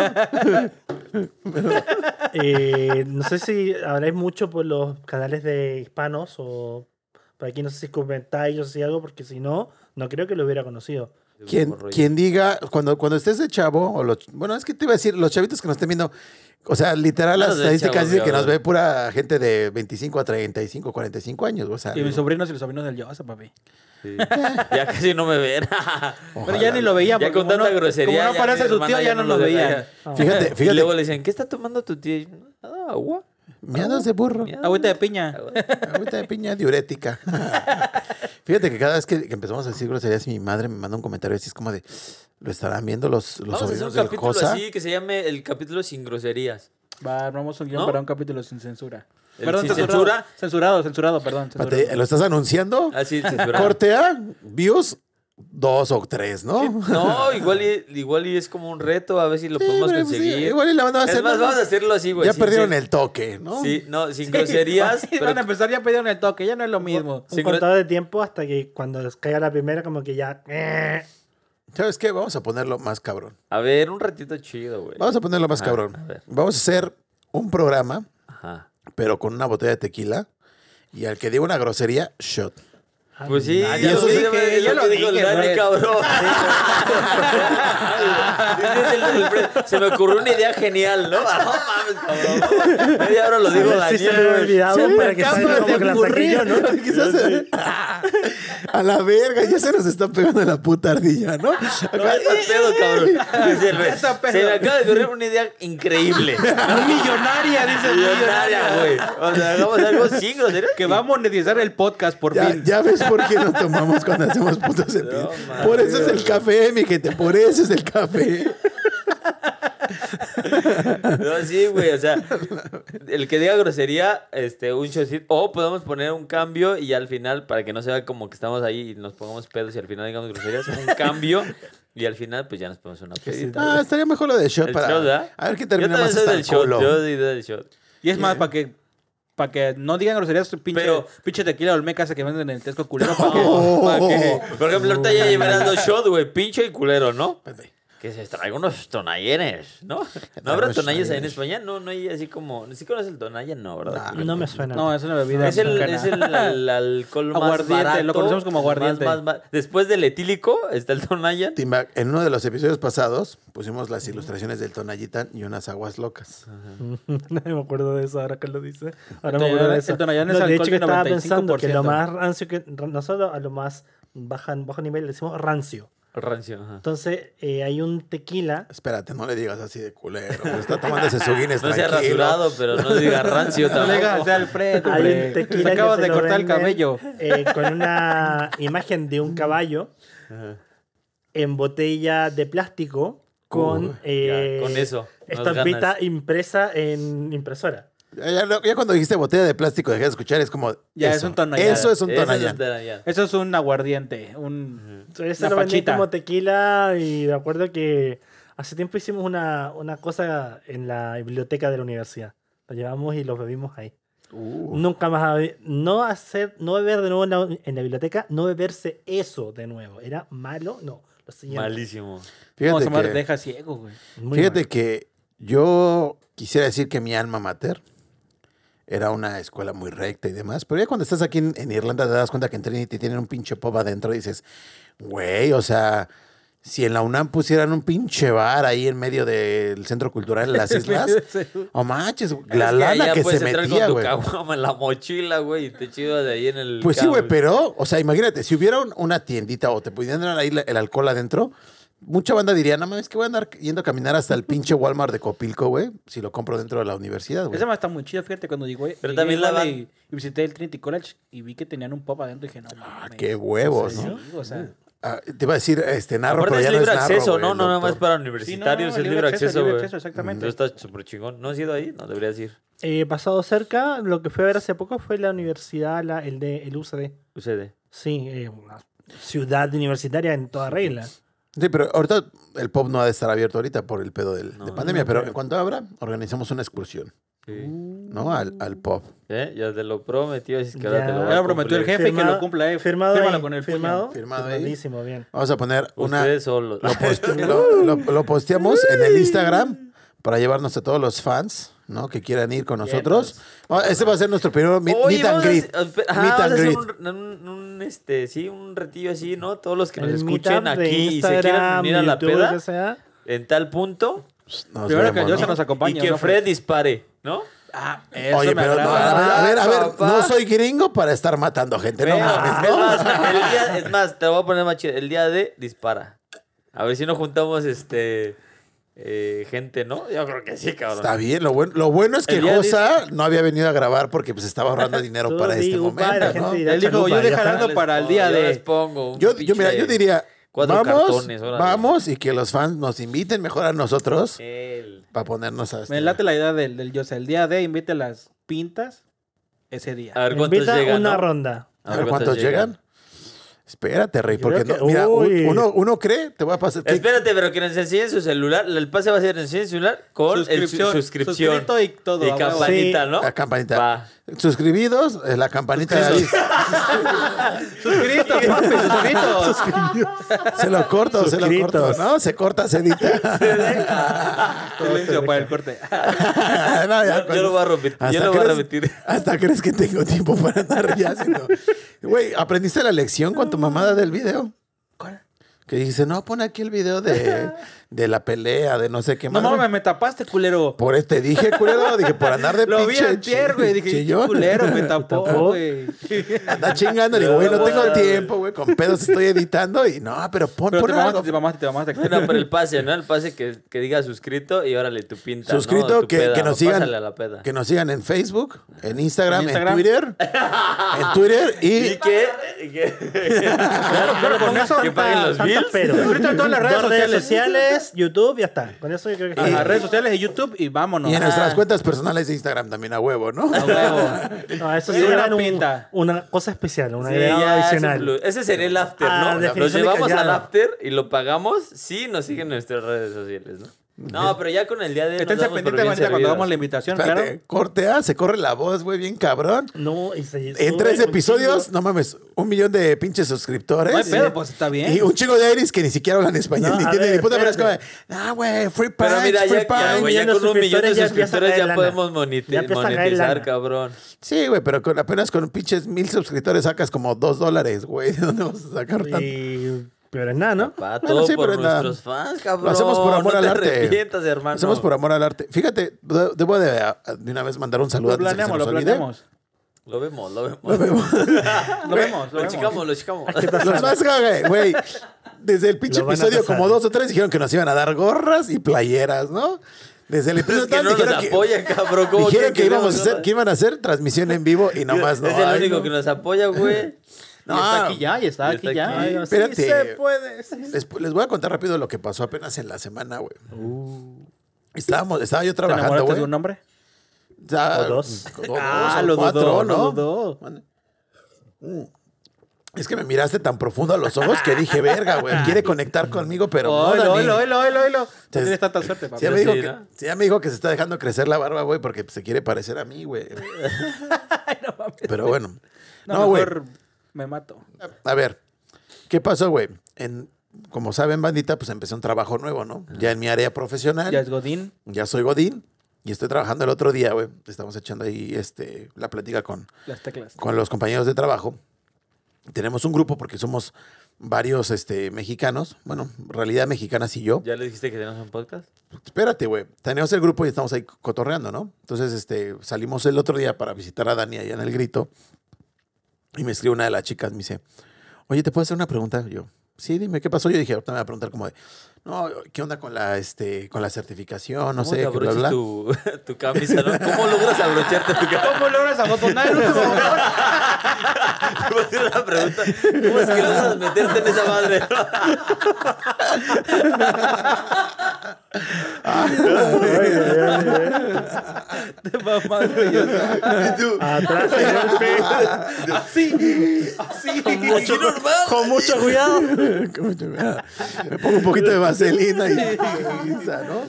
[SPEAKER 4] eh, no sé si habláis mucho por los canales de hispanos o por aquí, no sé si comentáis o si algo, porque si no, no creo que lo hubiera conocido.
[SPEAKER 2] Quien,
[SPEAKER 3] Como rollo.
[SPEAKER 2] quien diga, cuando, cuando estés de chavo, o los, bueno, es que te iba a decir, los chavitos que nos estén viendo, o sea, literal,
[SPEAKER 3] No
[SPEAKER 2] las
[SPEAKER 3] de
[SPEAKER 2] estadísticas
[SPEAKER 3] chavos,
[SPEAKER 2] dicen que nos
[SPEAKER 3] cabrón.
[SPEAKER 2] ve pura gente de 25 a 35, 45 años, o sea.
[SPEAKER 5] Y
[SPEAKER 2] digo,
[SPEAKER 5] mis sobrinos y los sobrinos del José, papi.
[SPEAKER 3] Sí. Ya casi no me ven.
[SPEAKER 5] Pero ya ni lo
[SPEAKER 3] ya
[SPEAKER 5] veía. porque
[SPEAKER 3] con
[SPEAKER 5] como
[SPEAKER 3] tanta
[SPEAKER 5] no-
[SPEAKER 3] grosería.
[SPEAKER 5] Como no
[SPEAKER 3] ya
[SPEAKER 5] aparece
[SPEAKER 3] mi
[SPEAKER 5] su
[SPEAKER 3] hermana
[SPEAKER 5] tío, ya no
[SPEAKER 3] lo
[SPEAKER 5] nos veía.
[SPEAKER 4] Ah.
[SPEAKER 2] Fíjate,
[SPEAKER 3] Y
[SPEAKER 2] fíjate,
[SPEAKER 3] luego le dicen, ¿qué está tomando tu tía? Y, "Ah, agua. Ah,
[SPEAKER 2] miados de burro,
[SPEAKER 3] Miados.
[SPEAKER 5] Agüita de piña.
[SPEAKER 3] agua".
[SPEAKER 2] agüita de piña diurética. fíjate que cada vez que, que empezamos a decir groserías, mi madre me manda un comentario así, es como de, ¿lo estarán viendo los, los
[SPEAKER 3] Vamos a hacer un
[SPEAKER 2] sobrinos del
[SPEAKER 3] capítulo
[SPEAKER 2] Cosa?
[SPEAKER 3] así que se llame el capítulo sin groserías.
[SPEAKER 5] Va, armamos un guión
[SPEAKER 3] ¿No?
[SPEAKER 5] para un capítulo sin censura.
[SPEAKER 3] El
[SPEAKER 5] perdón,
[SPEAKER 3] sin
[SPEAKER 5] censurado,
[SPEAKER 3] censura.
[SPEAKER 5] Censurado, censurado, perdón.
[SPEAKER 2] Espérate,
[SPEAKER 5] censurado.
[SPEAKER 2] ¿Lo estás anunciando?
[SPEAKER 3] Así, censurado.
[SPEAKER 2] Corte A, views, dos o tres, ¿no?
[SPEAKER 3] No, igual y, igual y es como un reto, a ver si lo
[SPEAKER 2] Sí,
[SPEAKER 3] podemos
[SPEAKER 2] güey, pues sí,
[SPEAKER 3] conseguir.
[SPEAKER 2] igual y la banda va a
[SPEAKER 3] es
[SPEAKER 2] hacer,
[SPEAKER 3] más,
[SPEAKER 2] ¿no?
[SPEAKER 3] vamos a hacerlo así, güey.
[SPEAKER 2] ya
[SPEAKER 3] sin
[SPEAKER 2] perdieron
[SPEAKER 3] cen-
[SPEAKER 2] el toque, ¿no?
[SPEAKER 3] Sí, no, sin
[SPEAKER 5] Sí,
[SPEAKER 3] groserías.
[SPEAKER 5] van-
[SPEAKER 3] pero-
[SPEAKER 5] Van a empezar ya pidieron el toque, ya no es lo mismo.
[SPEAKER 4] Un
[SPEAKER 3] Sí,
[SPEAKER 4] contador de tiempo hasta que cuando les caiga la primera, como que ya. eh,
[SPEAKER 2] ¿Sabes qué? Vamos a ponerlo más cabrón.
[SPEAKER 3] A ver, un ratito chido, güey.
[SPEAKER 2] Vamos a ponerlo más
[SPEAKER 3] Ah,
[SPEAKER 2] cabrón.
[SPEAKER 3] a ver.
[SPEAKER 2] Vamos a hacer un programa,
[SPEAKER 3] Ajá.
[SPEAKER 2] pero con una botella de tequila. Y al que diga una grosería, shot.
[SPEAKER 3] Pues sí,
[SPEAKER 5] Ah,
[SPEAKER 3] ya lo dije, ya lo dije,
[SPEAKER 5] dije,
[SPEAKER 3] Dani,
[SPEAKER 5] güey.
[SPEAKER 3] cabrón. Dice el- el pre- Se me ocurrió una idea genial, ¿no? Ah, No mames, cabrón. Media hora lo digo
[SPEAKER 4] a ver si se me había
[SPEAKER 3] Daniel, güey.
[SPEAKER 4] olvidado
[SPEAKER 2] me
[SPEAKER 4] para que
[SPEAKER 2] acaba
[SPEAKER 4] salga
[SPEAKER 2] de
[SPEAKER 4] como que la saqué yo, ¿no?
[SPEAKER 2] ocurrir. Quizás- a la verga, ya se nos está pegando la puta ardilla, ¿no?
[SPEAKER 3] No, es al pedo, cabrón. Dice el güey,
[SPEAKER 5] Es al pedo.
[SPEAKER 3] Se me acaba de ocurrir una idea increíble.
[SPEAKER 5] millonaria, dice el
[SPEAKER 3] Millonaria, güey. O sea, hagamos algo sin grosería.
[SPEAKER 5] Que va a monetizar el podcast por
[SPEAKER 2] Ya,
[SPEAKER 5] fin.
[SPEAKER 2] ya ves por qué no tomamos cuando hacemos putos
[SPEAKER 3] No,
[SPEAKER 2] cepillos.
[SPEAKER 3] madre,
[SPEAKER 2] por eso es el
[SPEAKER 3] güey.
[SPEAKER 2] café, mi gente, por eso es el café.
[SPEAKER 3] No, sí, güey, o sea, el que diga grosería, este, un showcito, o podemos poner un cambio y al final, para que no sea como que estamos ahí y nos pongamos pedos y al final digamos groserías, un cambio y al final pues ya nos ponemos una pedita.
[SPEAKER 2] Ah, estaría mejor lo de shot
[SPEAKER 3] El
[SPEAKER 2] para.
[SPEAKER 3] shot, ¿verdad?
[SPEAKER 2] A ver qué
[SPEAKER 3] Yo
[SPEAKER 2] termina
[SPEAKER 3] también
[SPEAKER 2] más
[SPEAKER 3] soy
[SPEAKER 2] hasta
[SPEAKER 3] del
[SPEAKER 2] el
[SPEAKER 3] shot,
[SPEAKER 2] culo.
[SPEAKER 3] yo soy del shot.
[SPEAKER 5] Y es más, para que, para que no digan groserías, pinche,
[SPEAKER 3] Pero-
[SPEAKER 5] pinche tequila olmeca ese que venden en el Tesco culero. pa' que-
[SPEAKER 2] Oh.
[SPEAKER 5] pa' que-
[SPEAKER 3] Por ejemplo, ahorita ya llevarás dos shots, güey, pinche y culero, ¿no?
[SPEAKER 2] Espérate.
[SPEAKER 3] Que se traiga unos tonayenes, ¿no? ¿No
[SPEAKER 2] traiga
[SPEAKER 3] habrá
[SPEAKER 2] unos
[SPEAKER 3] tonayenes ahí en
[SPEAKER 2] tonayenes.
[SPEAKER 3] España? No, no hay así como... ¿Sí conoces el tonayen? No, ¿verdad?
[SPEAKER 4] No me suena.
[SPEAKER 5] No, eh. es una bebida.
[SPEAKER 3] Es el,
[SPEAKER 5] mexicana.
[SPEAKER 3] es el, el alcohol más
[SPEAKER 5] Aguardiente,
[SPEAKER 3] barato,
[SPEAKER 5] lo conocemos como aguardiente.
[SPEAKER 3] más- más- más- Después del etílico está el Tonayan.
[SPEAKER 2] Timba- En uno de los episodios pasados pusimos las ilustraciones del Tonayitán y unas aguas locas.
[SPEAKER 3] Ah.
[SPEAKER 4] No me acuerdo de eso ahora que lo dice. Ahora
[SPEAKER 5] El
[SPEAKER 4] me acuerdo
[SPEAKER 5] Tonayán-
[SPEAKER 4] de eso.
[SPEAKER 5] el Tonayán es
[SPEAKER 4] No, de
[SPEAKER 5] alcohol
[SPEAKER 4] hecho, que
[SPEAKER 5] de
[SPEAKER 4] estaba pensando que lo
[SPEAKER 5] 95%.
[SPEAKER 4] más rancio que nosotros a lo más baja, bajo nivel le decimos rancio.
[SPEAKER 3] Rancio, ajá.
[SPEAKER 4] Entonces, eh, hay un tequila.
[SPEAKER 2] Espérate, no le digas así de culero. pues, Está tomándose su Guinness
[SPEAKER 3] No se ha
[SPEAKER 2] tranquilo.
[SPEAKER 3] rasurado, pero no diga rancio
[SPEAKER 5] No le digas
[SPEAKER 3] tampoco.
[SPEAKER 5] al Fred,
[SPEAKER 4] Hay
[SPEAKER 5] hombre.
[SPEAKER 4] un tequila.
[SPEAKER 5] Te acabas
[SPEAKER 4] que te
[SPEAKER 5] de
[SPEAKER 4] lo
[SPEAKER 5] cortar el
[SPEAKER 4] venden,
[SPEAKER 5] cabello.
[SPEAKER 4] eh, con una imagen de un caballo en botella de plástico con,
[SPEAKER 2] Uy,
[SPEAKER 4] eh,
[SPEAKER 3] ya, con eso, nos
[SPEAKER 4] Estampita
[SPEAKER 3] ganas.
[SPEAKER 4] impresa en impresora.
[SPEAKER 2] Ya, ya no- ya cuando dijiste botella de plástico dejé de escuchar, es como.
[SPEAKER 5] Ya, es
[SPEAKER 2] eso.
[SPEAKER 5] un Tonayán.
[SPEAKER 2] Eso es un
[SPEAKER 3] Ese
[SPEAKER 2] Tonayán.
[SPEAKER 3] Tonayán.
[SPEAKER 5] Eso es un aguardiente. Un...
[SPEAKER 4] Entonces, Eso
[SPEAKER 5] Una
[SPEAKER 4] lo vendí
[SPEAKER 5] pachita.
[SPEAKER 4] como tequila y de acuerdo que hace tiempo hicimos una, una cosa en la biblioteca de la universidad. Lo llevamos y lo bebimos ahí.
[SPEAKER 2] Uh,
[SPEAKER 4] Nunca más habe- no hacer, no beber de nuevo en la, en la biblioteca, no beberse eso de nuevo. Era malo, no. Lo siguiente.
[SPEAKER 3] Malísimo.
[SPEAKER 5] No,
[SPEAKER 2] fíjate
[SPEAKER 5] se me
[SPEAKER 2] que,
[SPEAKER 5] deja ciego, güey.
[SPEAKER 4] Muy
[SPEAKER 2] fíjate
[SPEAKER 4] malo.
[SPEAKER 2] que yo quisiera decir que mi alma mater era una escuela muy recta y demás, pero ya cuando estás aquí en, en Irlanda te das cuenta que en Trinity tienen un pinche pop adentro y dices, güey, o sea, si en la UNAM pusieran un pinche bar ahí en medio del centro cultural de las islas, o manches, la
[SPEAKER 3] Es
[SPEAKER 2] lana
[SPEAKER 3] allá
[SPEAKER 2] que se
[SPEAKER 3] puedes entrar
[SPEAKER 2] metía,
[SPEAKER 3] con tu
[SPEAKER 2] güey.
[SPEAKER 3] caguama en la mochila, güey, y te chivas de ahí en el.
[SPEAKER 2] Pues sí,
[SPEAKER 3] carro,
[SPEAKER 2] güey, pero, o sea, imagínate, si hubiera un- una tiendita o te pudieran dar ahí la- el alcohol adentro, mucha banda diría, no mames, que voy a andar yendo a caminar hasta el pinche Walmart de Copilco, güey, si lo compro dentro de la universidad, güey.
[SPEAKER 5] Ese más está muy chido, fíjate, cuando llegó.
[SPEAKER 3] Pero
[SPEAKER 5] llegué
[SPEAKER 3] también la
[SPEAKER 5] igual
[SPEAKER 3] van-
[SPEAKER 5] y, y visité el Trinity College y vi que tenían un pop adentro y dije, no, ah,
[SPEAKER 2] Qué huevos, ¿no?
[SPEAKER 5] o sea,
[SPEAKER 2] Ah, te iba a decir, este, narro,
[SPEAKER 3] Aparte
[SPEAKER 2] pero ya
[SPEAKER 3] es
[SPEAKER 2] no
[SPEAKER 3] libre
[SPEAKER 2] es narro,
[SPEAKER 3] acceso,
[SPEAKER 2] güey,
[SPEAKER 3] ¿no?
[SPEAKER 2] el
[SPEAKER 3] No, nada
[SPEAKER 2] doctor.
[SPEAKER 3] más para universitarios
[SPEAKER 5] Sí, no,
[SPEAKER 3] es libre acceso,
[SPEAKER 5] libre
[SPEAKER 3] güey.
[SPEAKER 5] acceso, exactamente.
[SPEAKER 3] Tú estás súper chingón. ¿No has ido ahí? No, deberías ir.
[SPEAKER 4] Eh, pasado cerca, lo que fui a ver hace poco fue la universidad, la, el, de, el UCD.
[SPEAKER 3] Sucede.
[SPEAKER 4] Sí, eh, una ciudad universitaria en toda regla.
[SPEAKER 2] Sí, pero ahorita el pop no ha de estar abierto ahorita por el pedo del-
[SPEAKER 3] No,
[SPEAKER 2] de
[SPEAKER 3] no,
[SPEAKER 2] pandemia,
[SPEAKER 3] no,
[SPEAKER 2] pero
[SPEAKER 3] pero-
[SPEAKER 2] en cuanto abra, organizamos una excursión,
[SPEAKER 3] Sí.
[SPEAKER 2] ¿no? Al, al pop.
[SPEAKER 3] ¿Eh? Ya te lo prometió, así que ahora
[SPEAKER 4] Ya.
[SPEAKER 3] te lo voy a
[SPEAKER 5] Ya lo prometió el
[SPEAKER 3] cumplir.
[SPEAKER 5] jefe y que
[SPEAKER 4] Firmado-
[SPEAKER 5] lo cumpla, eh.
[SPEAKER 4] Firmado.
[SPEAKER 5] Fírmalo
[SPEAKER 4] ahí,
[SPEAKER 5] con el puño.
[SPEAKER 4] firmado.
[SPEAKER 2] Firmado ahí.
[SPEAKER 4] Firmadísimo, bien.
[SPEAKER 2] Vamos a poner una...
[SPEAKER 3] Ustedes solos.
[SPEAKER 2] Lo, poste- lo- lo- lo posteamos en el Instagram para llevarnos a todos los fans, ¿no? Que quieran ir con nosotros. Ah, Este va a ser nuestro primer meet,
[SPEAKER 3] Oye,
[SPEAKER 2] meet and
[SPEAKER 3] vamos a
[SPEAKER 2] greet.
[SPEAKER 3] hacer- ajá,
[SPEAKER 2] Meet and
[SPEAKER 3] vamos a hacer
[SPEAKER 2] greet.
[SPEAKER 3] un- un- un, este, sí, un retillo así, ¿no? Todos los que nos
[SPEAKER 4] El
[SPEAKER 3] escuchen
[SPEAKER 4] meetup de
[SPEAKER 3] aquí y se quieran
[SPEAKER 4] Instagram,
[SPEAKER 3] unir a la
[SPEAKER 4] YouTube,
[SPEAKER 3] peda
[SPEAKER 4] lo que sea.
[SPEAKER 3] en tal punto
[SPEAKER 2] Nos
[SPEAKER 5] Primero que
[SPEAKER 2] vemos,
[SPEAKER 5] yo
[SPEAKER 2] ¿no?
[SPEAKER 5] se nos acompañe.
[SPEAKER 3] y que
[SPEAKER 5] ¿no, Pues.
[SPEAKER 3] Fred dispare, ¿no?
[SPEAKER 5] Ah, eso
[SPEAKER 2] Oye,
[SPEAKER 5] me
[SPEAKER 2] pero no,
[SPEAKER 5] agrada.
[SPEAKER 2] a ver, a ver, a ver,
[SPEAKER 3] Papá.
[SPEAKER 2] no soy gringo para estar matando gente, no
[SPEAKER 3] Pero,
[SPEAKER 2] mames,
[SPEAKER 3] es,
[SPEAKER 2] ¿no?
[SPEAKER 3] más, el día- es más, te lo voy a poner más chido. El día de dispara. A ver si nos juntamos este eh, gente, ¿no? Yo creo que sí, cabrón.
[SPEAKER 2] Está bien, lo bueno, lo bueno es que
[SPEAKER 3] El día
[SPEAKER 2] Josa no había venido a grabar porque pues estaba ahorrando dinero
[SPEAKER 4] Tú
[SPEAKER 2] para este
[SPEAKER 4] di, upa,
[SPEAKER 2] momento,
[SPEAKER 4] la
[SPEAKER 2] ¿no?
[SPEAKER 4] gente dirá,
[SPEAKER 5] Él dijo,
[SPEAKER 4] chalupa,
[SPEAKER 5] yo
[SPEAKER 4] ya
[SPEAKER 5] dejarán
[SPEAKER 4] está.
[SPEAKER 5] Fernando para el día
[SPEAKER 3] Yo
[SPEAKER 5] de-
[SPEAKER 3] les pongo un
[SPEAKER 2] Yo, yo, mira, yo
[SPEAKER 3] pinche-
[SPEAKER 2] diría,
[SPEAKER 3] cuatro
[SPEAKER 2] vamos,
[SPEAKER 3] cartones, órale.
[SPEAKER 2] vamos y que los fans nos inviten mejor a nosotros
[SPEAKER 3] El-
[SPEAKER 2] para ponernos a...
[SPEAKER 5] Me late la idea del, del Yose. El día de invite a las pintas ese día.
[SPEAKER 3] A ver cuántos
[SPEAKER 4] Invita
[SPEAKER 3] llegan.
[SPEAKER 4] una
[SPEAKER 3] ¿no?
[SPEAKER 4] ronda.
[SPEAKER 2] A ver cuántos llegan. Espérate, Rey,
[SPEAKER 4] Yo
[SPEAKER 2] porque
[SPEAKER 4] creo que-
[SPEAKER 2] no- mira, un-
[SPEAKER 4] uy.
[SPEAKER 2] uno, uno cree, te voy a pasar. que-
[SPEAKER 3] Espérate, pero que nos enseñen su celular. El pase va a ser en su celular con suscripción. El su- suscripción.
[SPEAKER 5] Suscrito y todo.
[SPEAKER 3] Y
[SPEAKER 5] a huevo.
[SPEAKER 3] campanita, ¿no?
[SPEAKER 2] La campanita.
[SPEAKER 3] Va.
[SPEAKER 2] Suscribidos, eh, la campanita de aviso.
[SPEAKER 5] Suscrito, papi, suscrito.
[SPEAKER 2] Se lo corto, se lo corto.
[SPEAKER 4] Suscritos.
[SPEAKER 2] No, se corta, se edita.
[SPEAKER 5] Silencio para el corte.
[SPEAKER 2] No, ya,
[SPEAKER 3] Yo-
[SPEAKER 2] cuando-
[SPEAKER 3] yo lo voy a repetir, yo
[SPEAKER 2] Hasta
[SPEAKER 3] lo voy a
[SPEAKER 2] crees-
[SPEAKER 3] repetir.
[SPEAKER 2] Hasta crees que tengo tiempo para andar ya haciendo. Güey, ¿aprendiste la lección con tu mamada del video? Que dice, no, pon aquí el video de, de la pelea, de no sé qué
[SPEAKER 5] No
[SPEAKER 2] más.
[SPEAKER 5] mames, me tapaste, culero.
[SPEAKER 2] Por este dije, culero, dije, por andar de
[SPEAKER 5] Lo vi
[SPEAKER 2] pinche
[SPEAKER 5] ayer, güey. Dije,
[SPEAKER 2] chillón.
[SPEAKER 5] culero, me tapó,
[SPEAKER 4] tapó.
[SPEAKER 5] güey.
[SPEAKER 2] Anda chingando, le digo, güey, no
[SPEAKER 3] No,
[SPEAKER 2] tengo
[SPEAKER 3] güey.
[SPEAKER 2] tiempo, güey, con pedos estoy editando y no, pero pon,
[SPEAKER 5] Pero
[SPEAKER 2] pon algo.
[SPEAKER 5] te mamaste, te mamaste, te mamaste.
[SPEAKER 3] Bueno, pero el pase, ¿no? El pase que, que diga suscrito y órale tu pinta. ¿no?
[SPEAKER 2] Suscrito,
[SPEAKER 3] Tu
[SPEAKER 2] que,
[SPEAKER 3] peda,
[SPEAKER 2] que
[SPEAKER 3] ¿no?
[SPEAKER 2] nos sigan,
[SPEAKER 3] Pásale a la peda.
[SPEAKER 2] que nos sigan en Facebook, en Instagram, en,
[SPEAKER 5] En Instagram.
[SPEAKER 2] Twitter, en Twitter
[SPEAKER 3] Y
[SPEAKER 2] y
[SPEAKER 3] que. y que-
[SPEAKER 5] Pero con eso,
[SPEAKER 3] que paguen los
[SPEAKER 4] Tantas
[SPEAKER 3] bills.
[SPEAKER 4] pero.
[SPEAKER 5] Ahorita en todas las redes
[SPEAKER 4] Dos redes
[SPEAKER 5] sociales.
[SPEAKER 4] sociales, YouTube, ya está. Con eso yo creo que
[SPEAKER 5] pues, a
[SPEAKER 2] Eh.
[SPEAKER 4] está.
[SPEAKER 5] las redes sociales de YouTube y vámonos.
[SPEAKER 2] y en
[SPEAKER 5] Ah,
[SPEAKER 2] nuestras cuentas personales de Instagram también a huevo, ¿no?
[SPEAKER 5] a huevo.
[SPEAKER 4] No, eso
[SPEAKER 5] Sí,
[SPEAKER 4] sí
[SPEAKER 5] una
[SPEAKER 4] era un-
[SPEAKER 5] pinta.
[SPEAKER 4] una cosa especial, una
[SPEAKER 3] Sí,
[SPEAKER 4] agregado
[SPEAKER 3] ya, ese plus.
[SPEAKER 4] adicional.
[SPEAKER 3] Ese sería el after,
[SPEAKER 4] Ah,
[SPEAKER 3] ¿no? Lo
[SPEAKER 4] definición de
[SPEAKER 3] llevamos al
[SPEAKER 4] callado.
[SPEAKER 3] after y lo pagamos si nos siguen en nuestras redes sociales, ¿no? No, pero ya con el día de. nos
[SPEAKER 5] Esténse
[SPEAKER 3] damos por
[SPEAKER 5] pendientes,
[SPEAKER 3] bien
[SPEAKER 5] manita, cuando
[SPEAKER 3] servidos.
[SPEAKER 5] damos la invitación, claro.
[SPEAKER 2] Espérate, cortea, se corre la voz, güey, bien cabrón.
[SPEAKER 4] No, y se
[SPEAKER 2] En
[SPEAKER 4] sube
[SPEAKER 2] tres
[SPEAKER 4] un
[SPEAKER 2] episodios,
[SPEAKER 4] chingo.
[SPEAKER 2] no mames, un millón de pinches suscriptores.
[SPEAKER 5] No hay pedo, pues está bien.
[SPEAKER 2] Y un chingo de Iris que ni siquiera hablan español,
[SPEAKER 4] No,
[SPEAKER 2] ni
[SPEAKER 4] a
[SPEAKER 2] tienen
[SPEAKER 4] ver,
[SPEAKER 2] ni puta, pero es como,
[SPEAKER 4] espérate.
[SPEAKER 2] ah, güey, free pants,
[SPEAKER 3] Pero mira,
[SPEAKER 2] free
[SPEAKER 3] ya, ya,
[SPEAKER 2] pants.
[SPEAKER 3] güey, ya
[SPEAKER 4] Millones
[SPEAKER 3] con
[SPEAKER 4] de
[SPEAKER 3] un millón de
[SPEAKER 4] suscriptores ya empieza a
[SPEAKER 3] suscriptores ya
[SPEAKER 4] caer
[SPEAKER 3] podemos
[SPEAKER 4] lana.
[SPEAKER 3] monite-
[SPEAKER 4] Ya empieza a caer
[SPEAKER 3] monetizar,
[SPEAKER 4] lana.
[SPEAKER 3] cabrón.
[SPEAKER 2] Sí, güey, pero con, apenas con pinches mil suscriptores sacas como dos dólares, güey. ¿De dónde vas a sacar tanto?
[SPEAKER 4] Y... Pero es nada, ¿no?
[SPEAKER 3] Para
[SPEAKER 2] Bueno,
[SPEAKER 3] todo
[SPEAKER 2] sí,
[SPEAKER 3] por
[SPEAKER 2] pero nada.
[SPEAKER 3] nuestros fans, cabrón.
[SPEAKER 2] Lo hacemos por amor
[SPEAKER 3] no
[SPEAKER 2] al
[SPEAKER 3] te
[SPEAKER 2] arte.
[SPEAKER 3] arrepientas, hermano.
[SPEAKER 2] Lo hacemos por amor al arte. Fíjate, de- debo de, de una vez mandar un saludo
[SPEAKER 5] Lo
[SPEAKER 2] antes de que se
[SPEAKER 5] planeamos,
[SPEAKER 2] nos
[SPEAKER 5] lo
[SPEAKER 2] olvide.
[SPEAKER 5] planeamos.
[SPEAKER 3] Lo vemos, lo vemos.
[SPEAKER 2] Lo vemos.
[SPEAKER 5] Lo vemos, lo
[SPEAKER 3] Lo chicamos,
[SPEAKER 5] vemos.
[SPEAKER 3] lo chicamos.
[SPEAKER 2] Los más gaga, güey. Desde el pinche
[SPEAKER 4] Lo van a
[SPEAKER 2] episodio,
[SPEAKER 4] pasar.
[SPEAKER 2] como dos o tres dijeron que nos iban a dar gorras y playeras, ¿no? Desde el
[SPEAKER 3] Es
[SPEAKER 2] episodio
[SPEAKER 3] que
[SPEAKER 2] tal,
[SPEAKER 3] no nos
[SPEAKER 2] dijeron, que,
[SPEAKER 3] apoya, cabrón. ¿Cómo
[SPEAKER 2] dijeron
[SPEAKER 3] creen
[SPEAKER 2] que íbamos a
[SPEAKER 3] no?
[SPEAKER 2] hacer, que iban a hacer transmisión en vivo y nomás no.
[SPEAKER 3] Es el
[SPEAKER 2] Ay,
[SPEAKER 3] único
[SPEAKER 2] no.
[SPEAKER 3] que nos apoya, güey.
[SPEAKER 5] Y está
[SPEAKER 2] No,
[SPEAKER 5] aquí ya, y está
[SPEAKER 3] Y está
[SPEAKER 5] aquí ya.
[SPEAKER 3] aquí.
[SPEAKER 5] Ay, no, sí
[SPEAKER 2] Espérate.
[SPEAKER 5] se puede.
[SPEAKER 2] Les, les voy a contar rápido lo que pasó apenas en la semana, güey.
[SPEAKER 4] Uh.
[SPEAKER 2] Estábamos, estaba yo trabajando,
[SPEAKER 5] de
[SPEAKER 2] güey.
[SPEAKER 5] un hombre?
[SPEAKER 2] Ya-
[SPEAKER 4] O dos.
[SPEAKER 2] o dos,
[SPEAKER 5] Ah,
[SPEAKER 2] o
[SPEAKER 5] lo
[SPEAKER 2] cuatro,
[SPEAKER 5] dudó,
[SPEAKER 2] ¿no? Mm.
[SPEAKER 5] lo dudó.
[SPEAKER 2] Es que me miraste tan profundo a los ojos que dije, verga, güey, quiere conectar conmigo, pero no,
[SPEAKER 5] Oilo,
[SPEAKER 2] Dani".
[SPEAKER 5] oilo, oilo, oilo, oilo. No
[SPEAKER 2] Te-
[SPEAKER 5] tienes tanta suerte, papá.
[SPEAKER 2] Sí, ya me dijo
[SPEAKER 3] Sí,
[SPEAKER 2] que,
[SPEAKER 3] ¿no?
[SPEAKER 2] sí, ya me dijo que se está dejando crecer la barba, güey, porque se quiere parecer a mí, güey. pero bueno. No,
[SPEAKER 5] No,
[SPEAKER 2] güey.
[SPEAKER 5] mejor me mato.
[SPEAKER 2] A ver, ¿qué pasó, güey? En- Como saben, bandita, pues empecé un trabajo nuevo, ¿no? Ya en mi área profesional.
[SPEAKER 5] Ya es Godín.
[SPEAKER 2] ya soy Godín y estoy trabajando el otro día, güey. Estamos echando ahí este, la plática con,
[SPEAKER 5] Las teclas.
[SPEAKER 2] con los compañeros de trabajo. Tenemos un grupo porque somos varios este, mexicanos, bueno, realidad mexicana y yo.
[SPEAKER 3] ¿Ya le dijiste que tenemos un podcast?
[SPEAKER 2] Espérate, güey, tenemos el grupo y estamos ahí cotorreando, ¿no? Entonces este, salimos el otro día para visitar a Dani allá en el grito y me escribe una de las chicas, me dice, oye, ¿te puedo hacer una pregunta? Yo, sí, dime, ¿qué pasó? Yo dije, ahorita me va a preguntar como de, no, ¿qué onda con la, este, con la certificación? No
[SPEAKER 3] ¿Cómo te
[SPEAKER 2] sé, que bla,
[SPEAKER 3] abrochas
[SPEAKER 2] bla.
[SPEAKER 3] Tu, tu camisa, ¿no? ¿Cómo logras abrocharte tu camisa?
[SPEAKER 5] ¿Cómo logras abotonar el último botón?
[SPEAKER 3] Te voy a hacer una pregunta. ¿Cómo es que logras meterte en esa madre?
[SPEAKER 5] Te mamás, güey.
[SPEAKER 4] Atrás de golpe.
[SPEAKER 3] Sí, así normal.
[SPEAKER 6] Con mucho cuidado.
[SPEAKER 2] Me pongo un poquito de vaselina y, y- ¿no?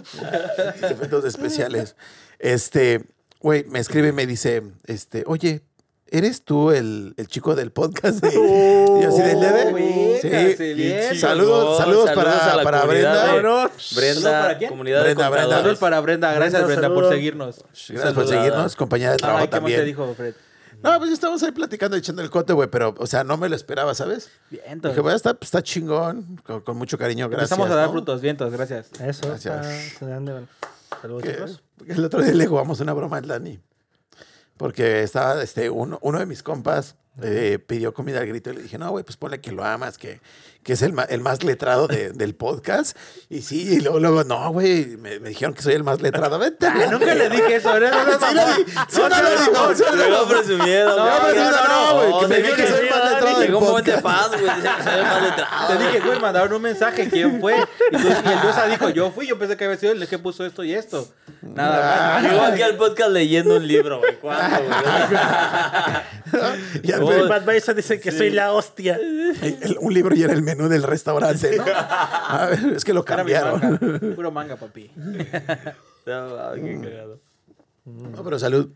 [SPEAKER 2] Efectos especiales. Este, güey, me escribe y me dice, este, oye, ¿eres tú el, el chico del podcast? de-" y yo así del
[SPEAKER 5] Oh,
[SPEAKER 2] debe.
[SPEAKER 5] véngase,
[SPEAKER 2] Sí.
[SPEAKER 5] bien.
[SPEAKER 3] Qué chido.
[SPEAKER 2] Saludos- saludos para-
[SPEAKER 3] a la
[SPEAKER 2] para
[SPEAKER 3] comunidad
[SPEAKER 2] Brenda.
[SPEAKER 3] de-
[SPEAKER 2] Bueno,
[SPEAKER 5] ¿saludos para
[SPEAKER 3] Brenda,
[SPEAKER 5] quién?
[SPEAKER 3] contadores.
[SPEAKER 2] Brenda, Brenda.
[SPEAKER 5] Saludos para Brenda. Gracias,
[SPEAKER 4] Brenda,
[SPEAKER 5] Brenda, por
[SPEAKER 4] saludos.
[SPEAKER 5] seguirnos.
[SPEAKER 2] Gracias por seguirnos, compañía de trabajo
[SPEAKER 5] Ay, ¿qué más
[SPEAKER 2] también.
[SPEAKER 5] te dijo, Fred?
[SPEAKER 2] No, pues estábamos ahí platicando, echando el cote, güey, pero, o sea, no me lo esperaba, ¿sabes?
[SPEAKER 5] Vientos.
[SPEAKER 2] Dije, bueno, está, pues, está chingón, con, con mucho cariño, gracias.
[SPEAKER 5] Empezamos a dar
[SPEAKER 2] ¿no?
[SPEAKER 5] frutos, vientos, gracias.
[SPEAKER 4] Eso.
[SPEAKER 2] Gracias.
[SPEAKER 4] está- se dan de- Saludos,
[SPEAKER 2] Que-
[SPEAKER 4] chicos.
[SPEAKER 2] que el otro día le jugamos una broma al Dani. Porque estaba, este, uno, uno de mis compas eh, pidió comida al grito y le dije, no, güey, pues ponle que lo amas, que, que es el, ma- el más letrado de- del podcast. Y sí, y luego, luego no, güey, me, me dijeron que soy el más letrado. Vete. a la
[SPEAKER 5] Ah, Nunca le dije eso, ¿verdad? No,
[SPEAKER 2] Sí,
[SPEAKER 5] mamá.
[SPEAKER 2] le- sí, no, lo dijo, sí, no, lo
[SPEAKER 3] Luego
[SPEAKER 2] dijo.
[SPEAKER 3] presumieron.
[SPEAKER 2] No,
[SPEAKER 3] güey.
[SPEAKER 2] no, no, no, güey, que me
[SPEAKER 3] te
[SPEAKER 2] vi
[SPEAKER 3] digo
[SPEAKER 2] que soy más
[SPEAKER 3] sí,
[SPEAKER 2] letrado
[SPEAKER 3] Dani,
[SPEAKER 2] del
[SPEAKER 3] Llegó un momento de
[SPEAKER 2] podcast.
[SPEAKER 3] paz, güey. Dicen que soy más letrado.
[SPEAKER 5] Te dije, güey, mandaron un mensaje que fue. Y, tú, y el Yosa dijo, yo fui. Yo pensé que había sido el que puso esto y esto. Nada
[SPEAKER 3] Llegó aquí al podcast leyendo un libro, güey. ¿Cuánto, güey?
[SPEAKER 2] Y
[SPEAKER 5] Oh.
[SPEAKER 2] al-
[SPEAKER 4] El Oh, Bad Bison dice que soy la hostia.
[SPEAKER 2] el- el- un libro y era el menú del restaurante, ¿no? A ver, es que lo
[SPEAKER 5] más. Era mi
[SPEAKER 2] cambiaron.
[SPEAKER 5] manga. Puro manga, papi.
[SPEAKER 3] No, ay, qué cagado.
[SPEAKER 2] No, pero salud.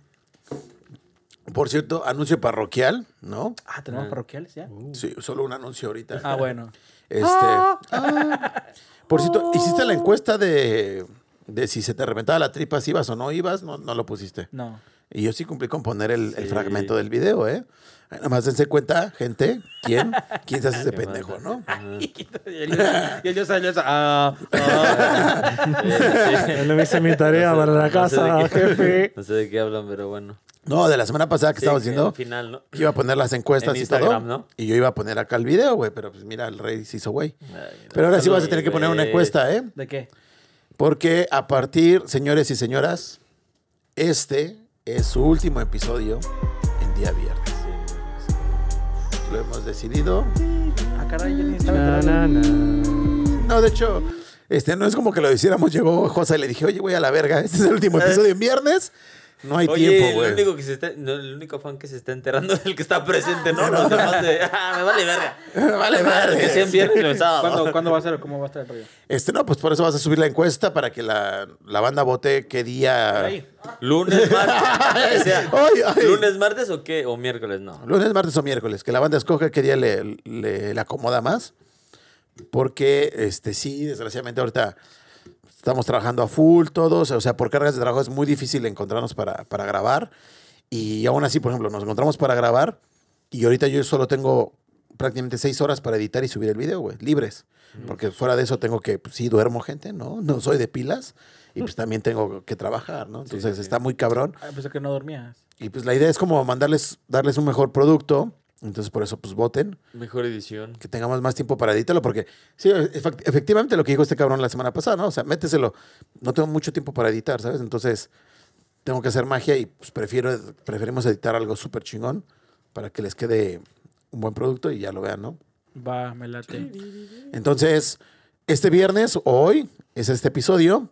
[SPEAKER 2] Por cierto, anuncio parroquial, ¿no?
[SPEAKER 5] Ah, ¿tenemos parroquiales ya?
[SPEAKER 3] Uh.
[SPEAKER 2] Sí, solo un anuncio ahorita.
[SPEAKER 5] Ah, bueno.
[SPEAKER 2] Este. Por cierto, hiciste la encuesta de, de si se te reventaba la tripa, si ibas o no ibas, no, no lo pusiste.
[SPEAKER 5] No.
[SPEAKER 2] Y yo sí cumplí con poner el, el
[SPEAKER 3] Sí.
[SPEAKER 2] fragmento del video, ¿eh? Ay, Nada más dense cuenta, gente, ¿quién? ¿Quién se hace ese pendejo, no?
[SPEAKER 5] Y el Yosa, y el Yosa, el Yosa, ah, ah.
[SPEAKER 3] Eh, sí.
[SPEAKER 4] No me hice mi tarea
[SPEAKER 3] No sé-
[SPEAKER 4] para la
[SPEAKER 3] no sé
[SPEAKER 4] casa,
[SPEAKER 3] de qué-
[SPEAKER 4] jefe.
[SPEAKER 3] No sé de qué hablan, pero bueno.
[SPEAKER 2] No, de la semana pasada que
[SPEAKER 3] Sí,
[SPEAKER 2] estábamos
[SPEAKER 3] que
[SPEAKER 2] haciendo,
[SPEAKER 3] al final, ¿no?
[SPEAKER 2] iba a poner las encuestas
[SPEAKER 3] En
[SPEAKER 2] y todo.
[SPEAKER 3] Instagram, ¿no?
[SPEAKER 2] Y yo iba a poner acá el video, güey, pero pues mira, el rey se hizo güey.
[SPEAKER 3] Ay, no,
[SPEAKER 2] Pero ahora sí vas a
[SPEAKER 3] güey,
[SPEAKER 2] tener que poner una
[SPEAKER 3] güey.
[SPEAKER 2] encuesta, ¿eh?
[SPEAKER 5] ¿De qué?
[SPEAKER 2] Porque a partir, señores y señoras, este es su último episodio en día viernes. Lo hemos decidido.
[SPEAKER 5] Ah, caray, yo ni estaba
[SPEAKER 4] Na, na,
[SPEAKER 5] enterado.
[SPEAKER 4] na.
[SPEAKER 2] No, de hecho, este no es como que lo hiciéramos. Llegó José y le dije, oye, güey, a la verga, este es el último episodio en viernes. No hay
[SPEAKER 3] Oye,
[SPEAKER 2] tiempo,
[SPEAKER 3] el
[SPEAKER 2] güey.
[SPEAKER 3] único que se está, no, el único fan que se está enterando es el que está presente, ¿no? Los demás de, ah, me vale verga.
[SPEAKER 2] vale,
[SPEAKER 3] Que sea en
[SPEAKER 2] madre.
[SPEAKER 3] viernes o en sábado.
[SPEAKER 5] ¿Cuándo, ¿Cuándo va a ser o cómo va a estar el rollo?
[SPEAKER 2] Este no, pues por eso vas a subir la encuesta para que la, la banda vote qué día.
[SPEAKER 5] Ahí.
[SPEAKER 3] Lunes, martes. o sea,
[SPEAKER 2] Ay, ay.
[SPEAKER 3] ¿Lunes, martes o qué? O miércoles, no.
[SPEAKER 2] Lunes, martes o miércoles, que la banda escoja qué día le, le- le acomoda más. Porque, este, sí, desgraciadamente ahorita estamos trabajando a full todos. O sea, por cargas de trabajo es muy difícil encontrarnos para, para grabar. Y aún así, por ejemplo, nos encontramos para grabar y ahorita yo solo tengo prácticamente seis horas para editar y subir el video, güey, libres. Porque fuera de eso tengo que, pues, sí, duermo gente, ¿no? No soy de pilas y pues también tengo que trabajar, ¿no? Entonces está muy cabrón.
[SPEAKER 5] Ah, pensé que no dormías.
[SPEAKER 2] Y pues la idea es como mandarles, darles un mejor producto. Entonces por eso pues voten,
[SPEAKER 3] Mejor edición.
[SPEAKER 2] que tengamos más tiempo para editarlo, porque sí, efect- efectivamente lo que dijo este cabrón la semana pasada, ¿no? O sea, méteselo. No tengo mucho tiempo para editar, ¿sabes? Entonces tengo que hacer magia y pues prefiero, preferimos editar algo súper chingón para que les quede un buen producto y ya lo vean, ¿no?
[SPEAKER 5] Va, me late.
[SPEAKER 2] Entonces, este viernes, o hoy, es este episodio.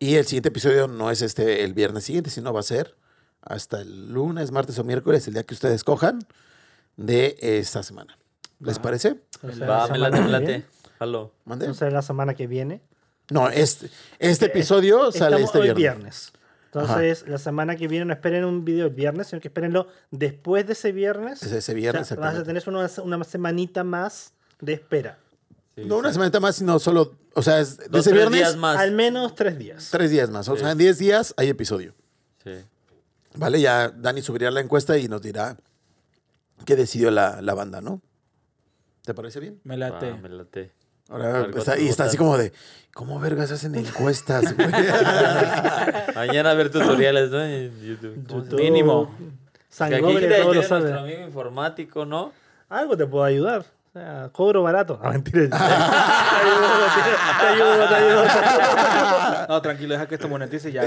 [SPEAKER 2] Y el siguiente episodio no es este el viernes siguiente, sino va a ser hasta el lunes, martes o miércoles, el día que ustedes cojan de esta semana.
[SPEAKER 4] Ah.
[SPEAKER 2] ¿Les parece?
[SPEAKER 4] O sea,
[SPEAKER 3] Va,
[SPEAKER 4] la
[SPEAKER 3] me late, me
[SPEAKER 4] semana que
[SPEAKER 3] late.
[SPEAKER 4] viene.
[SPEAKER 3] Jalo.
[SPEAKER 2] ¿Mande?
[SPEAKER 4] Entonces, la semana que viene.
[SPEAKER 2] No, este, este episodio sale
[SPEAKER 4] Eh, Estamos
[SPEAKER 2] este
[SPEAKER 4] hoy
[SPEAKER 2] viernes.
[SPEAKER 4] viernes. Entonces, la semana que viene no esperen un video el viernes, sino que espérenlo después de ese viernes.
[SPEAKER 2] Es ese viernes,
[SPEAKER 4] O sea, vas a tener una, una semanita más de espera.
[SPEAKER 3] Sí,
[SPEAKER 2] No
[SPEAKER 3] sí.
[SPEAKER 2] una semana más, sino solo, o sea, es de
[SPEAKER 3] Dos,
[SPEAKER 2] ese
[SPEAKER 3] tres
[SPEAKER 2] viernes,
[SPEAKER 3] días más.
[SPEAKER 4] Al menos tres días.
[SPEAKER 2] tres días más. O sea,
[SPEAKER 3] Sí.
[SPEAKER 2] en diez días hay episodio.
[SPEAKER 3] Sí.
[SPEAKER 2] Vale, ya Dani subirá la encuesta y nos dirá qué decidió la, la banda, ¿no? ¿Te parece bien?
[SPEAKER 5] Me late.
[SPEAKER 3] Ah, me late.
[SPEAKER 2] Ahora,
[SPEAKER 3] Algo
[SPEAKER 2] está- y está así como de, ¿cómo vergas hacen encuestas, güey?
[SPEAKER 3] Mañana a ver tutoriales, ¿no? En YouTube. ¿Cómo se-
[SPEAKER 4] YouTube.
[SPEAKER 5] Mínimo.
[SPEAKER 3] Que aquí
[SPEAKER 4] Sangre,
[SPEAKER 3] te
[SPEAKER 4] todo lo
[SPEAKER 3] ayude nuestro
[SPEAKER 4] sabe.
[SPEAKER 3] amigo informático, ¿no?
[SPEAKER 4] Algo te puedo ayudar. O sea, cobro barato. No, mentira. Te ayudo, te ayudo, te ayudo.
[SPEAKER 5] No, tranquilo, deja que esto monetice y ya.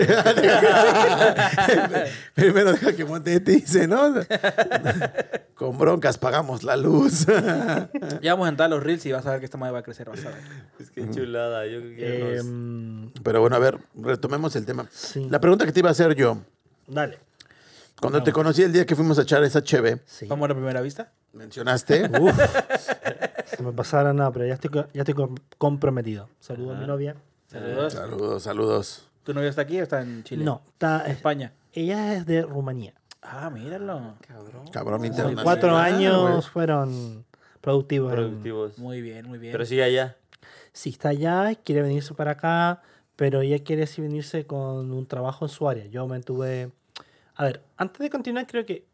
[SPEAKER 2] Primero deja que monte te dice, ¿no? Con broncas pagamos la luz.
[SPEAKER 5] Ya vamos a entrar a los reels y vas a ver que esta madre va a crecer, vas a ver.
[SPEAKER 3] Es que chulada. Yo creo que ya nos-
[SPEAKER 4] Em,
[SPEAKER 2] Pero bueno, a ver, retomemos el tema.
[SPEAKER 4] Sí.
[SPEAKER 2] La pregunta que te iba a hacer yo,
[SPEAKER 4] Dale.
[SPEAKER 2] cuando te conocí el día que fuimos a echar esa cheve,
[SPEAKER 4] Sí.
[SPEAKER 5] Vamos a la primera vista.
[SPEAKER 2] mencionaste,
[SPEAKER 4] No me pasara nada, pero ya estoy, co- ya estoy com- comprometido. Saludo a mi novia.
[SPEAKER 5] Saludos.
[SPEAKER 2] saludos, saludos.
[SPEAKER 5] ¿Tu novio está aquí o está en Chile?
[SPEAKER 4] No, está, es-
[SPEAKER 5] España.
[SPEAKER 4] ella es de Rumanía.
[SPEAKER 5] Ah, míralo.
[SPEAKER 2] Cabrón
[SPEAKER 4] Los
[SPEAKER 2] internacional.
[SPEAKER 4] cuatro años
[SPEAKER 2] güey.
[SPEAKER 4] fueron productivos. en-
[SPEAKER 3] productivos.
[SPEAKER 5] Muy bien, muy bien.
[SPEAKER 3] Pero sí, allá.
[SPEAKER 4] Sí, está allá, quiere venirse para acá, pero ella quiere sí venirse con un trabajo en su área. Yo me tuve... A ver, antes de continuar, creo que...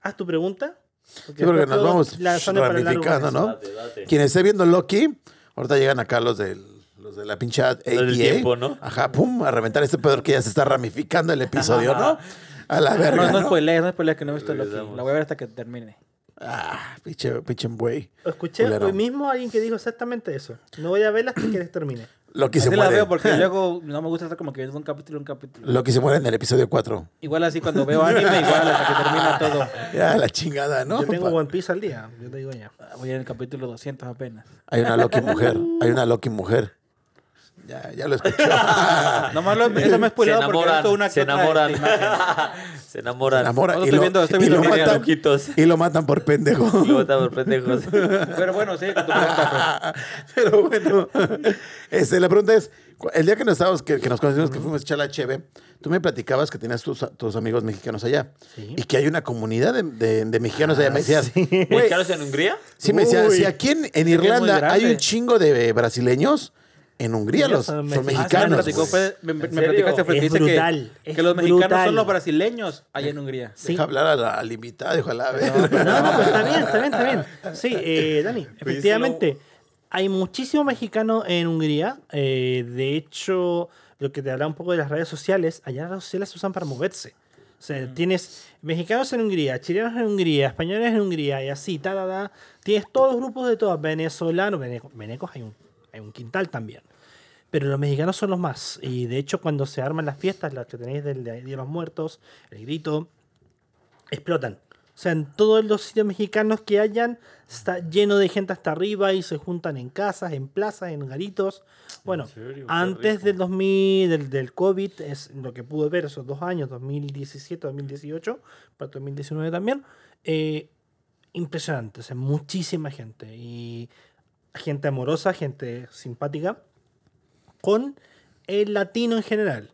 [SPEAKER 4] Haz tu pregunta.
[SPEAKER 2] Sí, porque nos
[SPEAKER 4] después puedo
[SPEAKER 2] vamos
[SPEAKER 4] lanzarme para el largo
[SPEAKER 2] ramificando,
[SPEAKER 4] plazo.
[SPEAKER 2] ¿no?
[SPEAKER 3] Date, date.
[SPEAKER 2] Quien esté viendo Loki, ahorita llegan acá los de, los de la pinche ATA.
[SPEAKER 3] del tiempo, ¿no?
[SPEAKER 2] Ajá, pum, a reventar este pedo que ya se está ramificando el episodio, ¿no? A la verga,
[SPEAKER 5] No, no
[SPEAKER 2] ¿no?
[SPEAKER 5] spoilees, no spoilees que no he visto lo que.
[SPEAKER 3] Regresamos.
[SPEAKER 5] La voy a ver hasta que termine.
[SPEAKER 2] Ah, pinche, pinche güey.
[SPEAKER 4] Escuché
[SPEAKER 2] Culero.
[SPEAKER 4] hoy mismo a alguien que dijo exactamente eso. No voy a verla hasta que les termine.
[SPEAKER 2] Loki
[SPEAKER 5] Así
[SPEAKER 2] se
[SPEAKER 5] la
[SPEAKER 2] muere.
[SPEAKER 5] veo porque luego no me gusta estar como que viendo un capítulo, un capítulo.
[SPEAKER 2] Loki se muere en el episodio 4.
[SPEAKER 5] Igual así cuando veo anime, igual hasta que termina todo.
[SPEAKER 2] Ya, la chingada, ¿no?
[SPEAKER 4] Yo tengo
[SPEAKER 2] Pa-
[SPEAKER 4] One Piece al día, yo te digo ya.
[SPEAKER 5] Ah, Voy en el capítulo 200 apenas.
[SPEAKER 2] Hay una Loki mujer. Hay una Loki mujer. Ya, ya lo escuchó. Ah.
[SPEAKER 5] Nomás lo, eso me
[SPEAKER 3] Se
[SPEAKER 5] he spoileado porque he
[SPEAKER 3] enamoran.
[SPEAKER 5] visto una
[SPEAKER 3] se,
[SPEAKER 5] que otra,
[SPEAKER 3] enamoran.
[SPEAKER 5] este, imagen.
[SPEAKER 3] se enamoran.
[SPEAKER 2] Enamora.
[SPEAKER 5] No
[SPEAKER 2] y
[SPEAKER 5] lo estoy
[SPEAKER 2] lo,
[SPEAKER 5] viendo, estoy
[SPEAKER 2] y
[SPEAKER 5] viendo
[SPEAKER 2] lo
[SPEAKER 5] videos.
[SPEAKER 2] matan,
[SPEAKER 3] Ojitos.
[SPEAKER 2] y lo matan por pendejo.
[SPEAKER 3] Y luego estamos por pendejos.
[SPEAKER 5] Pero bueno, sí, con tu pregunta, Fer.
[SPEAKER 2] Pero bueno, este, la pregunta es, cu- el día que nos estábamos, que, que nos conocimos, que fuimos a echar la cheve, tú me platicabas que tenías tus, tus amigos mexicanos allá
[SPEAKER 4] Sí.
[SPEAKER 2] y que hay una comunidad de, de- de mexicanos allá. Me decías,
[SPEAKER 4] sí.
[SPEAKER 2] güey,
[SPEAKER 3] ¿Mexicanos en Hungría?
[SPEAKER 2] sí, me decías,
[SPEAKER 4] Uy.
[SPEAKER 2] si aquí en, en
[SPEAKER 5] muy
[SPEAKER 2] Irlanda hay
[SPEAKER 5] grande.
[SPEAKER 2] un chingo de brasileños, en Hungría los
[SPEAKER 4] Son
[SPEAKER 2] son
[SPEAKER 4] mexicanos.
[SPEAKER 5] Ah, sí, me
[SPEAKER 2] mexicanos.
[SPEAKER 5] platicó,
[SPEAKER 2] güey.
[SPEAKER 5] Fer, me, me
[SPEAKER 3] ¿En serio?
[SPEAKER 5] platicaste, Fer, que
[SPEAKER 4] Es
[SPEAKER 5] dice que-
[SPEAKER 4] brutal,
[SPEAKER 5] que,
[SPEAKER 4] es
[SPEAKER 5] los mexicanos
[SPEAKER 4] brutal.
[SPEAKER 5] son los brasileños allá en Hungría.
[SPEAKER 4] Sí.
[SPEAKER 2] Deja hablar a la, al invitado, dijo, a la verga.
[SPEAKER 4] No, pues, no, pero está bien, está bien, está bien. Sí, eh, Dani, efectivamente, hay muchísimos mexicanos en Hungría. eh, de hecho, lo que te hablaba un poco de las redes sociales, allá las redes sociales se usan para moverse. O sea, tienes mexicanos en Hungría, chilenos en Hungría, españoles en Hungría y así, ta, ta, ta. Tienes todos los grupos de todos, venezolanos, veneco- venecos hay un, hay un quintal también. Pero los mexicanos son los más. Y de hecho, cuando se arman las fiestas, las que tenéis del Día de los Muertos, el grito, explotan. O sea, en todos los sitios mexicanos que hayan, está lleno de gente hasta arriba y se juntan en casas, en plazas, en garitos. Bueno,
[SPEAKER 3] serio? Qué
[SPEAKER 4] antes
[SPEAKER 3] rico.
[SPEAKER 4] del 2000, del, del COVID, es lo que pude ver esos dos años, 2017, 2018, para 2019 también. eh, impresionante, o sea, muchísima gente. Y gente amorosa, gente simpática, con el latino en general.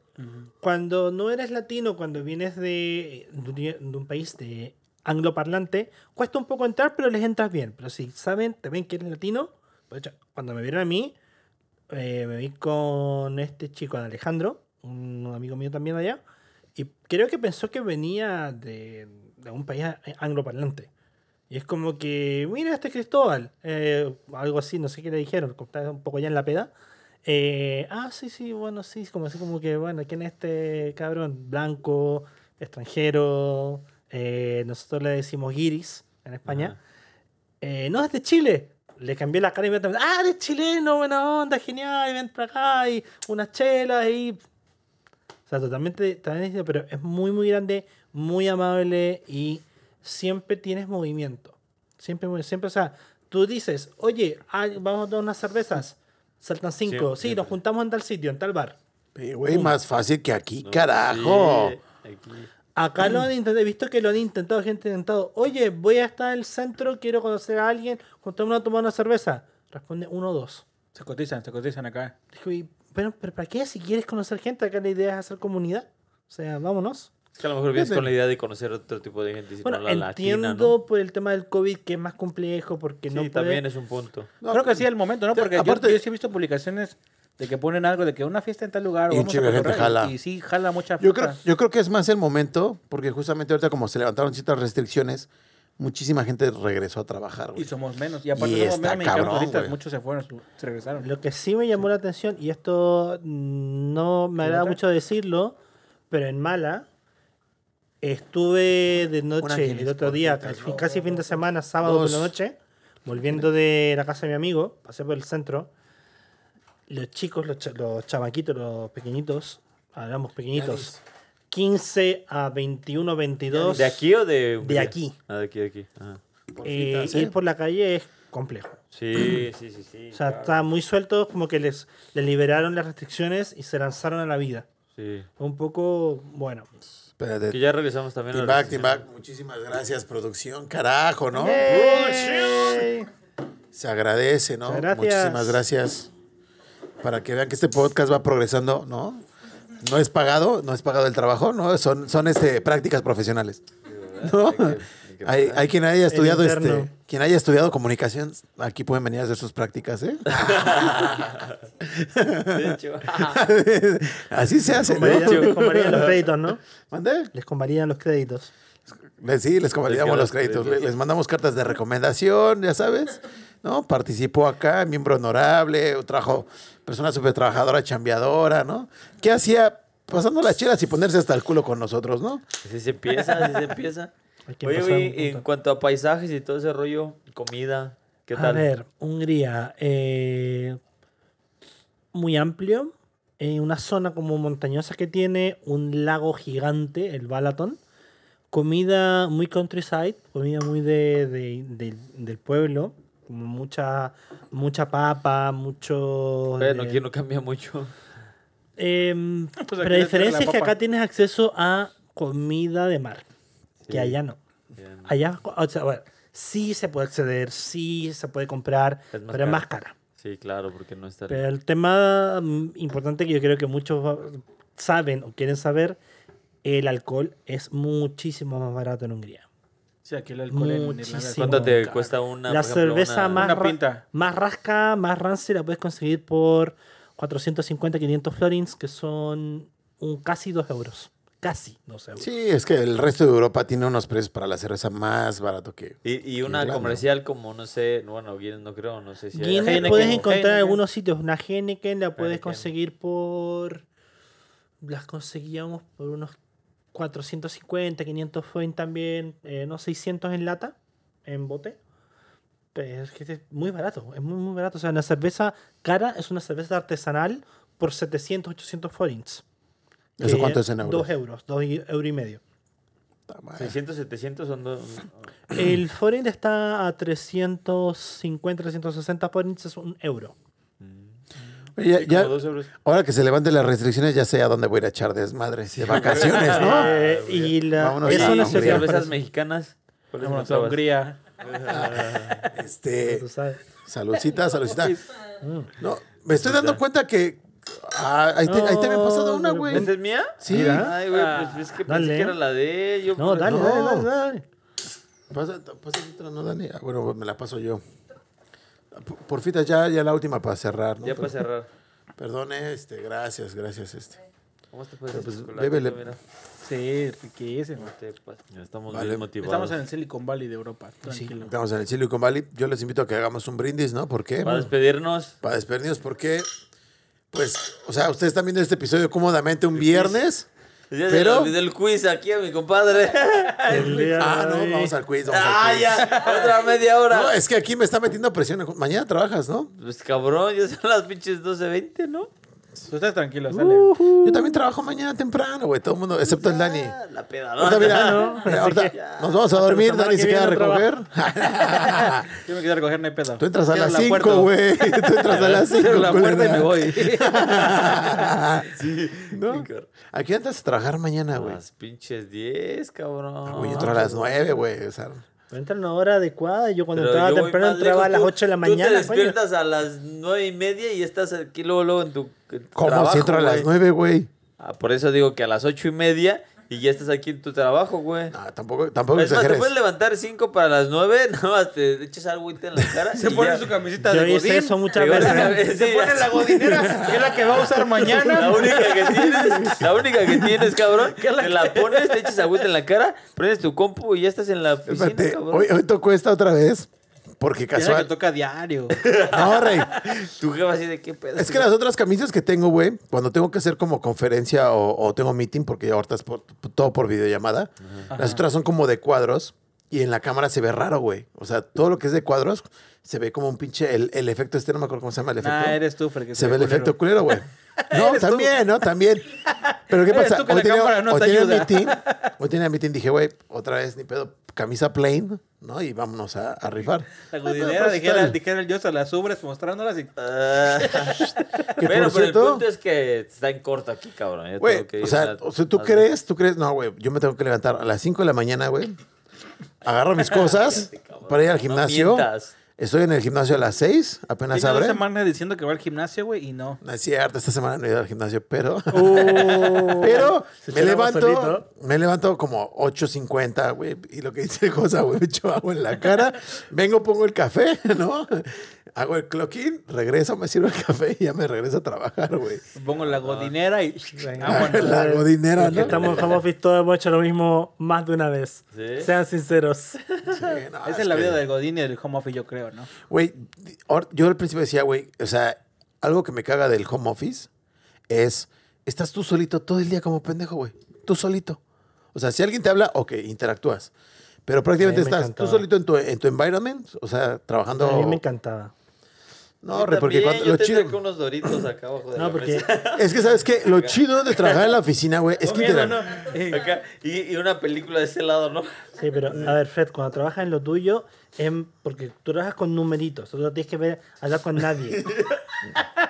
[SPEAKER 4] Cuando no eres latino, cuando vienes de, de un- de un país de angloparlante, cuesta un poco entrar, pero les entras bien. Pero si saben, te ven que eres latino, por hecho, cuando me vieron a mí, eh, me vi con este chico, Alejandro, un amigo mío también allá, y creo que pensó que venía de, de un país a- angloparlante. Y es como que, mira este Cristóbal, eh, algo así, no sé qué le dijeron, como estaba un poco ya en la peda. Eh, ah, sí, sí, bueno, sí, como así como que, bueno, ¿quién es este cabrón? Blanco, extranjero, eh, nosotros le decimos guiris en España. Eh, no, es de Chile. Le cambié la cara inmediatamente. Ah, eres chileno, buena onda, genial, ven para acá y unas chelas y... O sea, totalmente, también es- pero es muy, muy grande, muy amable y siempre tienes movimiento. Siempre, movi- siempre, o sea, tú dices, oye, ah, vamos a tomar unas cervezas. Saltan cinco.
[SPEAKER 3] Siempre,
[SPEAKER 4] Sí,
[SPEAKER 3] siempre.
[SPEAKER 4] nos juntamos en tal sitio, en tal bar.
[SPEAKER 2] Sí, Güey, más fácil que aquí, carajo.
[SPEAKER 3] Sí, aquí.
[SPEAKER 4] Acá lo han intentado, he visto que lo han intentado, gente ha intentado, oye, voy a estar en el centro, quiero conocer a alguien, juntémonos a tomar una cerveza. Responde uno o dos.
[SPEAKER 5] Se cotizan, se cotizan acá.
[SPEAKER 4] Dijo, "Y, pero, pero ¿para qué? Si quieres conocer gente, acá la idea es hacer comunidad. O sea, vámonos.
[SPEAKER 3] Es que a lo mejor vienes con la idea de conocer otro tipo de gente. Si
[SPEAKER 4] bueno,
[SPEAKER 3] no la
[SPEAKER 4] entiendo
[SPEAKER 3] latina, ¿no?
[SPEAKER 4] por el tema del COVID que es más complejo porque
[SPEAKER 3] Sí,
[SPEAKER 4] no puede...
[SPEAKER 3] también es un punto.
[SPEAKER 2] No, pues,
[SPEAKER 5] Creo que sí, el momento, ¿no?
[SPEAKER 2] te-
[SPEAKER 5] Porque yo-
[SPEAKER 2] aparte-
[SPEAKER 5] yo, sí he visto publicaciones de que ponen algo de que una fiesta en tal lugar.
[SPEAKER 2] Y un
[SPEAKER 5] o vamos
[SPEAKER 2] chingo
[SPEAKER 5] a
[SPEAKER 2] de gente
[SPEAKER 5] cotorrear,
[SPEAKER 2] jala.
[SPEAKER 5] Y, y sí, jala mucha
[SPEAKER 2] Yo
[SPEAKER 5] fiesta.
[SPEAKER 2] creo, yo creo que es más el momento, porque justamente ahorita como se levantaron ciertas restricciones, muchísima gente regresó a trabajar, güey.
[SPEAKER 5] Y somos menos. Y aparte
[SPEAKER 2] Y
[SPEAKER 5] somos
[SPEAKER 2] está
[SPEAKER 5] menos mexicanos
[SPEAKER 2] cabrón,
[SPEAKER 5] ahorita.
[SPEAKER 2] güey.
[SPEAKER 5] Muchos se fueron, su- se regresaron.
[SPEAKER 4] Lo que sí me llamó la atención, y esto no me agrada
[SPEAKER 5] otra?
[SPEAKER 4] mucho decirlo, pero en mala, estuve de noche
[SPEAKER 2] ángel
[SPEAKER 4] el otro día, casi, casi fin de semana, sábado por la
[SPEAKER 2] Dos.
[SPEAKER 4] noche, volviendo de la casa de mi amigo, pasé por el centro. Los chicos, los, cha- los chamaquitos, los pequeñitos, hablamos pequeñitos, 15 a eh, 21, 22.
[SPEAKER 3] ¿De aquí o de.?
[SPEAKER 4] De aquí.
[SPEAKER 3] Ah, de aquí, de aquí. Ajá.
[SPEAKER 4] eh,
[SPEAKER 2] Porfitas,
[SPEAKER 4] ir
[SPEAKER 2] ¿eh?
[SPEAKER 4] por la calle es complejo.
[SPEAKER 3] Sí, sí, sí, sí.
[SPEAKER 4] O sea, está muy suelto, como que les, les liberaron las restricciones y se lanzaron a la vida.
[SPEAKER 3] Sí.
[SPEAKER 4] Fue un poco, bueno.
[SPEAKER 2] Espérate.
[SPEAKER 3] Que ya regresamos también
[SPEAKER 2] Team
[SPEAKER 3] la
[SPEAKER 2] back, team
[SPEAKER 3] recepción.
[SPEAKER 2] back. Muchísimas gracias, producción. Carajo, ¿no? Se agradece, ¿no?
[SPEAKER 4] Muchas gracias.
[SPEAKER 2] Muchísimas gracias. Para que vean que este podcast va progresando, ¿no? No es pagado, no es pagado el trabajo, ¿no? Son, son este, prácticas profesionales. ¿no? Hay, hay quien haya estudiado
[SPEAKER 4] interno.
[SPEAKER 2] este, quien haya estudiado comunicación, aquí pueden venir a hacer sus prácticas, ¿eh?
[SPEAKER 3] De hecho.
[SPEAKER 2] Así se hace,
[SPEAKER 4] Convalidan-
[SPEAKER 3] hecho.
[SPEAKER 2] ¿no?
[SPEAKER 4] les convalidan los créditos, ¿no?
[SPEAKER 2] ¿Mande?
[SPEAKER 4] Les convalidan los créditos.
[SPEAKER 2] Les- Sí, les
[SPEAKER 3] Les
[SPEAKER 2] convalidamos
[SPEAKER 3] queda
[SPEAKER 2] los créditos.
[SPEAKER 3] crédito.
[SPEAKER 2] le- Les mandamos cartas de recomendación, ya sabes. ¿No? Participó acá, miembro honorable, trajo persona súper trabajadora, chambeadora, ¿no? ¿Qué hacía? Pasando las chelas y ponerse hasta el culo con nosotros, ¿no?
[SPEAKER 3] Así se empieza, así se empieza.
[SPEAKER 4] Hay que
[SPEAKER 3] Oye,
[SPEAKER 4] empezar
[SPEAKER 3] güey,
[SPEAKER 4] un punto.
[SPEAKER 3] en cuanto a paisajes y todo ese rollo, comida, ¿qué
[SPEAKER 4] A
[SPEAKER 3] tal?
[SPEAKER 4] ver, Hungría, eh, muy amplio, eh, una zona como montañosa que tiene un lago gigante, el Balaton, comida muy countryside, comida muy de, de- de- del pueblo, como mucha, mucha papa, mucho...
[SPEAKER 3] Bueno,
[SPEAKER 4] eh,
[SPEAKER 3] aquí no Pues cambia mucho.
[SPEAKER 4] em,
[SPEAKER 5] aquí
[SPEAKER 4] pero la
[SPEAKER 5] le
[SPEAKER 4] diferencia
[SPEAKER 5] tierra la
[SPEAKER 4] es que acá
[SPEAKER 5] papa.
[SPEAKER 4] tienes acceso a comida de mar,
[SPEAKER 3] Sí.
[SPEAKER 4] que allá no.
[SPEAKER 3] Bien.
[SPEAKER 4] Allá, o sea, bueno, sí se puede acceder, sí se puede comprar,
[SPEAKER 3] Es más
[SPEAKER 4] pero es
[SPEAKER 3] cara.
[SPEAKER 4] más cara.
[SPEAKER 3] Sí, claro, porque no está.
[SPEAKER 4] Pero el tema mm, importante que yo creo que muchos va- saben o quieren saber, el alcohol es muchísimo más barato en Hungría.
[SPEAKER 5] Sí, aquí el alcohol en Irlanda.
[SPEAKER 4] Muchísimo.
[SPEAKER 3] ¿Cuánto te
[SPEAKER 4] Claro.
[SPEAKER 3] cuesta una?
[SPEAKER 4] la
[SPEAKER 3] por ejemplo,
[SPEAKER 4] cerveza
[SPEAKER 3] una-
[SPEAKER 4] más,
[SPEAKER 5] Una
[SPEAKER 4] ra-
[SPEAKER 5] pinta.
[SPEAKER 4] más rasca, más rancia, la puedes conseguir por 450, 500 florins, que son un casi 2 euros. Casi 2 euros.
[SPEAKER 2] Sí, es que el resto de Europa tiene unos precios para la cerveza más barato que.
[SPEAKER 3] Y, y una
[SPEAKER 2] Irlanda.
[SPEAKER 3] comercial como, no sé, bueno, Guinness no creo, no sé si. hay-
[SPEAKER 4] Guinness
[SPEAKER 5] Heineken.
[SPEAKER 4] puedes encontrar en
[SPEAKER 5] Heineken.
[SPEAKER 4] algunos sitios. Una Heineken la puedes
[SPEAKER 3] Heineken.
[SPEAKER 4] conseguir por. Las conseguíamos por unos 450, 500 fue también. eh, no 600 en lata, en bote. Pero es que este es muy barato, es muy, muy barato. O sea, una cerveza cara es una cerveza artesanal por 700, 800 forints.
[SPEAKER 2] ¿Eso
[SPEAKER 4] que
[SPEAKER 2] cuánto es en euros?
[SPEAKER 4] 2 euros, 2 euros y medio.
[SPEAKER 2] Puta madre.
[SPEAKER 3] 600, 700 son dos.
[SPEAKER 4] El forint está a 350, 360 forints, es un euro.
[SPEAKER 2] Oye, ya-
[SPEAKER 3] sí,
[SPEAKER 2] ya-
[SPEAKER 3] como dos euros.
[SPEAKER 2] ahora que se levanten las restricciones, ya sé a dónde voy a ir a echar desmadre. De vacaciones, ¿no?
[SPEAKER 4] Eh, y la,
[SPEAKER 2] Vámonos
[SPEAKER 4] es
[SPEAKER 2] a Hungría.
[SPEAKER 4] una
[SPEAKER 3] Oye, ¿y
[SPEAKER 4] ciudad
[SPEAKER 3] cervezas mexicanas. ¿Cuáles
[SPEAKER 5] Vámonos a
[SPEAKER 3] encontrabas?
[SPEAKER 5] Hungría.
[SPEAKER 2] Este.
[SPEAKER 4] Tú sabes.
[SPEAKER 2] Saludcita, saludcita. Mm. No, me estoy dando cuenta que. Ah, ahí, te, ahí te había pasado una, güey.
[SPEAKER 3] ¿Esta es mía?
[SPEAKER 2] Sí.
[SPEAKER 4] Mira.
[SPEAKER 3] Ay, güey,
[SPEAKER 5] Ah.
[SPEAKER 3] pues es que
[SPEAKER 4] Dale.
[SPEAKER 3] pensé que era la de ellos.
[SPEAKER 4] No, dale,
[SPEAKER 2] No.
[SPEAKER 4] dale, dale, dale.
[SPEAKER 2] Pasa, pasa otra, ¿no, Dani? Ah, bueno, me la paso yo. Por- Porfita, ya, ya la última para cerrar, ¿no?
[SPEAKER 3] Ya para cerrar.
[SPEAKER 2] Perdón, este, gracias, gracias, este.
[SPEAKER 3] ¿Cómo te puedes
[SPEAKER 2] Pues,
[SPEAKER 3] hacer
[SPEAKER 2] bébele.
[SPEAKER 3] Mira,
[SPEAKER 5] Sí, riquísimo.
[SPEAKER 3] te pasa. Ya estamos
[SPEAKER 2] Vale.
[SPEAKER 3] bien motivados.
[SPEAKER 5] Estamos en el Silicon Valley de Europa. Tranquilo.
[SPEAKER 2] Estamos en el Silicon Valley. Yo les invito a que hagamos un brindis, ¿no? ¿Por qué?
[SPEAKER 3] Para despedirnos.
[SPEAKER 2] Para despedirnos, porque, pues, o sea, ustedes están viendo este episodio cómodamente un viernes.
[SPEAKER 3] Pues Ya se
[SPEAKER 2] Pero-
[SPEAKER 3] le olvidó el quiz aquí a mi compadre.
[SPEAKER 4] El día
[SPEAKER 2] Ah,
[SPEAKER 4] de
[SPEAKER 2] no,
[SPEAKER 4] hoy.
[SPEAKER 2] vamos al quiz. Vamos
[SPEAKER 3] ¡Ah,
[SPEAKER 2] al quiz.
[SPEAKER 3] ya! Otra media hora.
[SPEAKER 2] No, es que aquí me está metiendo presión. Mañana trabajas, ¿no?
[SPEAKER 3] Pues cabrón, ya son las pinches 12.20, ¿no?
[SPEAKER 5] Tú estás
[SPEAKER 4] Uh,
[SPEAKER 5] tranquilo, sale.
[SPEAKER 2] Yo también trabajo mañana temprano, güey. Todo el mundo, excepto el Dani.
[SPEAKER 3] Ah, La pedadora.
[SPEAKER 2] Ahorita, mira, mira, ahorita nos vamos a dormir,
[SPEAKER 4] semana
[SPEAKER 2] Dani
[SPEAKER 4] que
[SPEAKER 2] se queda a
[SPEAKER 4] viene no
[SPEAKER 2] recoger.
[SPEAKER 5] Yo me quedé a recoger, no hay pedo.
[SPEAKER 2] Tú entras a
[SPEAKER 5] Cierro
[SPEAKER 2] las
[SPEAKER 5] la puerta.
[SPEAKER 2] 5, güey. Tú entras a las 5.
[SPEAKER 5] Cierro la puerta y me voy.
[SPEAKER 2] sí. ¿No? ¿A qué entras a trabajar mañana, güey? Ah,
[SPEAKER 3] Las pinches 10, cabrón.
[SPEAKER 2] Güey, yo entro a las 9, güey. O sea,
[SPEAKER 4] Entra en una hora adecuada. Yo cuando
[SPEAKER 3] Pero yo
[SPEAKER 4] entraba
[SPEAKER 3] voy
[SPEAKER 4] temprano
[SPEAKER 3] más
[SPEAKER 4] entraba a
[SPEAKER 3] lejos,
[SPEAKER 4] las
[SPEAKER 3] tú-
[SPEAKER 4] 8 de la
[SPEAKER 3] Tú te
[SPEAKER 4] mañana. coño.
[SPEAKER 3] despiertas a las 9 y media y estás aquí luego, luego en tu. en tu
[SPEAKER 2] ¿Cómo
[SPEAKER 3] trabajo,
[SPEAKER 2] si entro a las
[SPEAKER 3] güey.
[SPEAKER 2] 9, güey?
[SPEAKER 3] Ah, por eso digo que a las 8 y media y ya estás aquí en tu trabajo, güey.
[SPEAKER 2] No, tampoco, tampoco
[SPEAKER 3] es más, te
[SPEAKER 2] exageres.
[SPEAKER 3] puedes levantar 5 para las 9, nada más te echas algo en la cara.
[SPEAKER 5] Se
[SPEAKER 3] y
[SPEAKER 5] pone
[SPEAKER 3] ya.
[SPEAKER 5] su camiseta
[SPEAKER 4] Yo
[SPEAKER 5] de
[SPEAKER 4] hice
[SPEAKER 5] godín.
[SPEAKER 4] eso muchas
[SPEAKER 3] Te vas a
[SPEAKER 4] veces.
[SPEAKER 3] ver.
[SPEAKER 5] Se
[SPEAKER 3] ¿eh? Sí,
[SPEAKER 5] pone la
[SPEAKER 3] así.
[SPEAKER 5] godinera, que es la que va a usar
[SPEAKER 3] La
[SPEAKER 5] mañana.
[SPEAKER 3] única que tienes, la única que tienes, cabrón, te la pones, te echas agüita en la cara, prendes tu compu y ya estás en la oficina,
[SPEAKER 2] Espérate,
[SPEAKER 3] cabrón.
[SPEAKER 2] hoy, hoy tocó esta otra vez. Porque
[SPEAKER 5] Es la que
[SPEAKER 2] casual.
[SPEAKER 5] toca diario.
[SPEAKER 2] No, rey.
[SPEAKER 3] Tu jefa así de qué pedo.
[SPEAKER 2] Es que las otras camisas que tengo, güey, cuando tengo que hacer como conferencia o, o tengo meeting, porque ahorita es por- todo por videollamada, las otras son como de cuadros y en la cámara se ve raro, güey. O sea, todo lo que es de cuadros se ve como un pinche. El, el efecto este, no me acuerdo cómo se llama el efecto.
[SPEAKER 5] Nah, eres tú, Fer, que
[SPEAKER 2] se ve el
[SPEAKER 5] culero.
[SPEAKER 2] efecto culero, güey. No,
[SPEAKER 5] Eres tú.
[SPEAKER 2] también, ¿no? También. Pero ¿qué
[SPEAKER 5] Eres
[SPEAKER 2] pasa?
[SPEAKER 5] tú que la cámara no
[SPEAKER 2] hoy
[SPEAKER 5] te
[SPEAKER 2] tenía
[SPEAKER 5] ayuda.
[SPEAKER 2] meeting. Hoy tenía meeting, dije, güey, otra vez, ni pedo, camisa plain, ¿no? Y vámonos a, a rifar.
[SPEAKER 5] La
[SPEAKER 2] Ay, pero
[SPEAKER 5] godinera,
[SPEAKER 2] pues,
[SPEAKER 5] dijera,
[SPEAKER 2] tal.
[SPEAKER 5] dijera el Yosa, las ubres mostrándolas y...
[SPEAKER 3] Ah.
[SPEAKER 2] Que por
[SPEAKER 3] bueno, pero el
[SPEAKER 2] cierto-
[SPEAKER 3] punto es que está en corto aquí, cabrón. Yo
[SPEAKER 2] Güey,
[SPEAKER 3] tengo que
[SPEAKER 2] o
[SPEAKER 3] ir
[SPEAKER 2] sea,
[SPEAKER 3] a-
[SPEAKER 2] o sea, ¿tú
[SPEAKER 3] a-
[SPEAKER 2] crees? ¿Tú crees? No, güey, yo me tengo que levantar a las 5 de la mañana, güey. Agarro mis cosas
[SPEAKER 3] cabrón,
[SPEAKER 2] para ir al
[SPEAKER 3] no
[SPEAKER 2] gimnasio.
[SPEAKER 3] mientas.
[SPEAKER 2] Estoy en el gimnasio a las 6, apenas
[SPEAKER 5] Tiene dos
[SPEAKER 2] abre.
[SPEAKER 5] semanas diciendo que va al gimnasio, güey, y no.
[SPEAKER 2] No es cierto, esta semana no he ido al gimnasio, pero...
[SPEAKER 4] Oh.
[SPEAKER 2] Pero
[SPEAKER 4] Se
[SPEAKER 2] me
[SPEAKER 4] echaba
[SPEAKER 2] levanto,
[SPEAKER 4] solito.
[SPEAKER 2] me levanto como 8.50, güey, y lo que dice el cosa, güey, me echo agua en la cara, vengo, pongo el café, ¿no? Hago el clocking, regreso, me sirvo el café y ya me regreso a trabajar, güey.
[SPEAKER 5] Pongo la godinera y... Vámonos.
[SPEAKER 2] La godinera,
[SPEAKER 4] Que
[SPEAKER 2] ¿no?
[SPEAKER 4] estamos en home office, todos hemos hecho lo mismo más de una vez.
[SPEAKER 3] Sí.
[SPEAKER 4] Sean sinceros.
[SPEAKER 2] Sí, no,
[SPEAKER 5] Esa es la
[SPEAKER 2] que-
[SPEAKER 5] vida del godín y del home office, yo creo, ¿no?
[SPEAKER 2] Güey, di- ahor- yo al principio decía, güey, o sea, algo que me caga del home office es, estás tú solito todo el día como pendejo, güey. Tú solito. O sea, si alguien te habla, ok, interactúas. Pero prácticamente
[SPEAKER 4] A mí me
[SPEAKER 2] estás tú
[SPEAKER 4] encantaba.
[SPEAKER 2] solito en tu, en tu environment, o sea, trabajando.
[SPEAKER 4] A mí me encantaba.
[SPEAKER 2] No, re, porque cuando- lo chido.
[SPEAKER 3] que unos doritos acá abajo de
[SPEAKER 4] No,
[SPEAKER 3] la
[SPEAKER 4] porque
[SPEAKER 3] mesa.
[SPEAKER 2] Es que, ¿sabes qué? Lo chido de trabajar en la oficina, güey, es que
[SPEAKER 3] Comiendo,
[SPEAKER 2] interac-
[SPEAKER 3] ¿no? Acá, y, y una película de ese lado, ¿no?
[SPEAKER 4] Sí, pero a ver, Fred, cuando trabajas en lo tuyo, es porque tú trabajas con numeritos, tú no tienes que ver, hablar con nadie.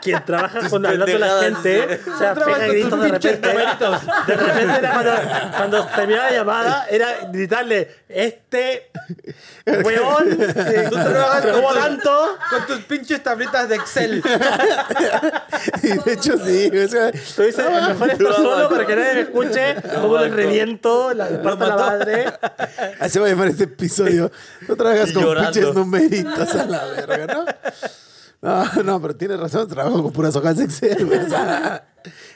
[SPEAKER 4] Quien trabaja con hablar con la
[SPEAKER 3] pendejadas,
[SPEAKER 4] gente, o sea, pega gritos de repente. De repente era cuando, cuando terminaba la llamada, era gritarle, este weón, que tú trabajas como tanto.
[SPEAKER 5] Con tus pinches tablitas de Excel.
[SPEAKER 2] Y de hecho, sí. o sea,
[SPEAKER 4] Tú dices, mejor esto solo para que nadie me escuche, como lo reviento, la parto la madre.
[SPEAKER 2] Así va a llamar este episodio. No trabajas
[SPEAKER 3] Y
[SPEAKER 2] con
[SPEAKER 3] llorando.
[SPEAKER 2] pinches numeritos a la verga, ¿no? No, no, pero tienes razón, trabajo con puras hojas de Excel, güey. O sea,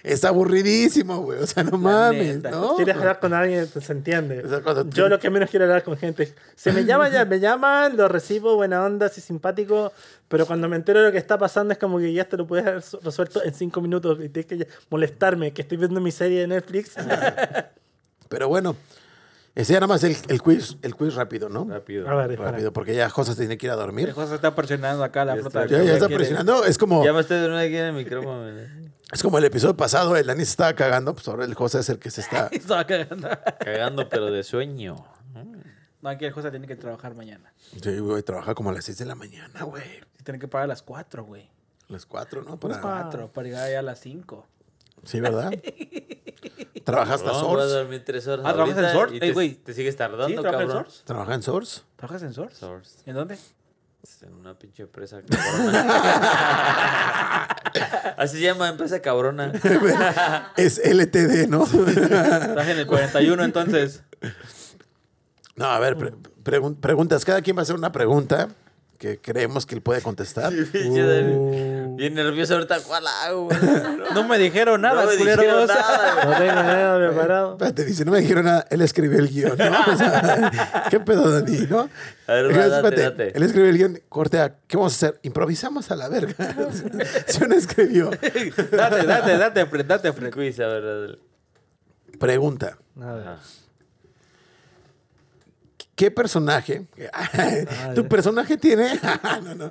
[SPEAKER 2] es aburridísimo, güey. O sea, no mames,
[SPEAKER 5] neta.
[SPEAKER 2] ¿no?
[SPEAKER 4] quieres hablar con alguien, pues, se entiende.
[SPEAKER 2] O sea, cuando
[SPEAKER 4] Yo
[SPEAKER 2] tú-
[SPEAKER 4] lo que menos quiero hablar con gente. es, Si me llaman, ya me llaman, lo recibo, buena onda, así simpático. Pero cuando me entero de lo que está pasando, es como que ya te lo puedes haber su- resuelto en cinco minutos y tienes que ya- molestarme, que estoy viendo mi serie de Netflix. a
[SPEAKER 2] Pero bueno, ese era más el, el quiz, el quiz rápido, ¿no?
[SPEAKER 3] Rápido.
[SPEAKER 4] ver, espera.
[SPEAKER 2] Rápido, porque ya José tiene que ir a
[SPEAKER 5] El
[SPEAKER 2] dormir.
[SPEAKER 5] José está presionando acá la
[SPEAKER 3] Ya
[SPEAKER 5] flota.
[SPEAKER 3] está.
[SPEAKER 2] Ya,
[SPEAKER 5] de-
[SPEAKER 2] ya está
[SPEAKER 5] quiere-
[SPEAKER 2] presionando. Es como,
[SPEAKER 3] Ya me estoy durmiendo aquí en el micrófono. ¿no?
[SPEAKER 2] es como el episodio pasado, el Dani se estaba cagando, pues ahora el José es el que se está.
[SPEAKER 5] Estaba cagando.
[SPEAKER 3] Cagando, pero de sueño.
[SPEAKER 5] No, aquí el José tiene que trabajar mañana.
[SPEAKER 2] Sí, güey, trabaja como a las 6 de la mañana, güey.
[SPEAKER 5] Se tiene que pagar a las 4, güey.
[SPEAKER 2] A las 4, ¿no?
[SPEAKER 5] Para
[SPEAKER 2] Para-
[SPEAKER 4] Upa.
[SPEAKER 5] 4, para llegar allá a las 5.
[SPEAKER 2] Sí, ¿verdad? Trabajas hasta
[SPEAKER 3] No, voy a
[SPEAKER 2] Source.
[SPEAKER 3] dormir tres horas.
[SPEAKER 5] Ah, ¿trabajas en
[SPEAKER 3] ahorita
[SPEAKER 5] Source?
[SPEAKER 3] y
[SPEAKER 5] Ey,
[SPEAKER 3] Te,
[SPEAKER 5] güey.
[SPEAKER 3] te sigues tardando,
[SPEAKER 5] ¿Sí? ¿Trabajas en
[SPEAKER 3] cabrón.
[SPEAKER 5] Source?
[SPEAKER 2] ¿Trabaja en Source?
[SPEAKER 5] ¿Trabajas en Source?
[SPEAKER 3] Source.
[SPEAKER 5] ¿En dónde?
[SPEAKER 3] Pues, En una pinche empresa cabrona. Así se llama, empresa cabrona.
[SPEAKER 2] es LTD, ¿no?
[SPEAKER 5] Estás en el 41 entonces.
[SPEAKER 2] no, a ver, pre- pregun- preguntas. Cada quien va a hacer una pregunta que creemos que él puede
[SPEAKER 5] Ah,
[SPEAKER 2] contestar.
[SPEAKER 3] Bien nervioso ahorita, ¿cuál hago? güey?
[SPEAKER 5] oh. No me dijeron nada,
[SPEAKER 3] no me
[SPEAKER 5] culeros.
[SPEAKER 3] dijeron nada, güey.
[SPEAKER 4] No tengo nada preparado.
[SPEAKER 2] Espérate, dice, no me dijeron nada. Él escribió el guión, ¿no? O sea, ¿qué pedo, Dani, no?
[SPEAKER 3] A ver, va, date, date.
[SPEAKER 2] Él escribió el guión, corte a, ¿qué vamos a hacer? Improvisamos a la verga. si uno escribió.
[SPEAKER 5] Date, date, date, Fred, date, Fred.
[SPEAKER 3] Quiz, a ver, dale.
[SPEAKER 2] Pregunta.
[SPEAKER 4] A ver.
[SPEAKER 3] Ajá.
[SPEAKER 2] ¿Qué personaje? ¿Tu personaje tiene? no, no.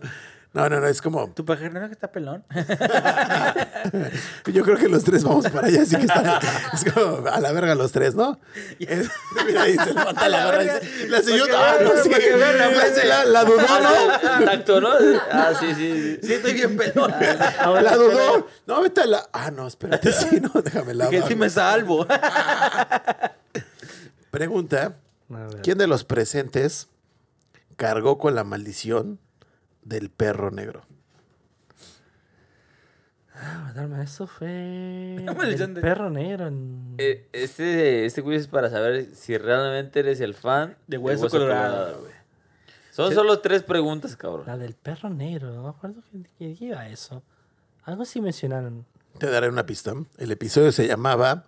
[SPEAKER 2] No, no, no, es como...
[SPEAKER 5] ¿Tu pajarero que está pelón?
[SPEAKER 2] Yo creo que los tres vamos para allá, así que está, es como a la verga los tres, ¿no? Es- mira, ahí se levanta la gorra y dice, la señora, ah, no, sí, la, la, la dudó, ¿no?
[SPEAKER 3] Ah, Tacto, ¿no? Ah, sí, sí. sí.
[SPEAKER 5] estoy bien pelón.
[SPEAKER 4] Ahora,
[SPEAKER 2] La
[SPEAKER 4] espera.
[SPEAKER 2] dudó. No, vete a la... Ah, no, espérate, sí, no, déjame la...
[SPEAKER 5] que sí me salvo.
[SPEAKER 2] Pregunta,
[SPEAKER 4] A ver.
[SPEAKER 2] ¿quién de los presentes cargó con la maldición del perro negro?
[SPEAKER 4] Ah, matarme a eso fue.
[SPEAKER 5] Mames,
[SPEAKER 4] del
[SPEAKER 5] Yandel.
[SPEAKER 4] perro negro. en-
[SPEAKER 3] Eh, este, este quiz es para saber si realmente eres el fan
[SPEAKER 5] De Hueso Colorado,
[SPEAKER 3] güey. Son solo tres preguntas, cabrón.
[SPEAKER 4] La del perro negro. No me acuerdo que, que- que iba eso. Algo sí mencionaron.
[SPEAKER 2] Te daré una pista. El episodio se llamaba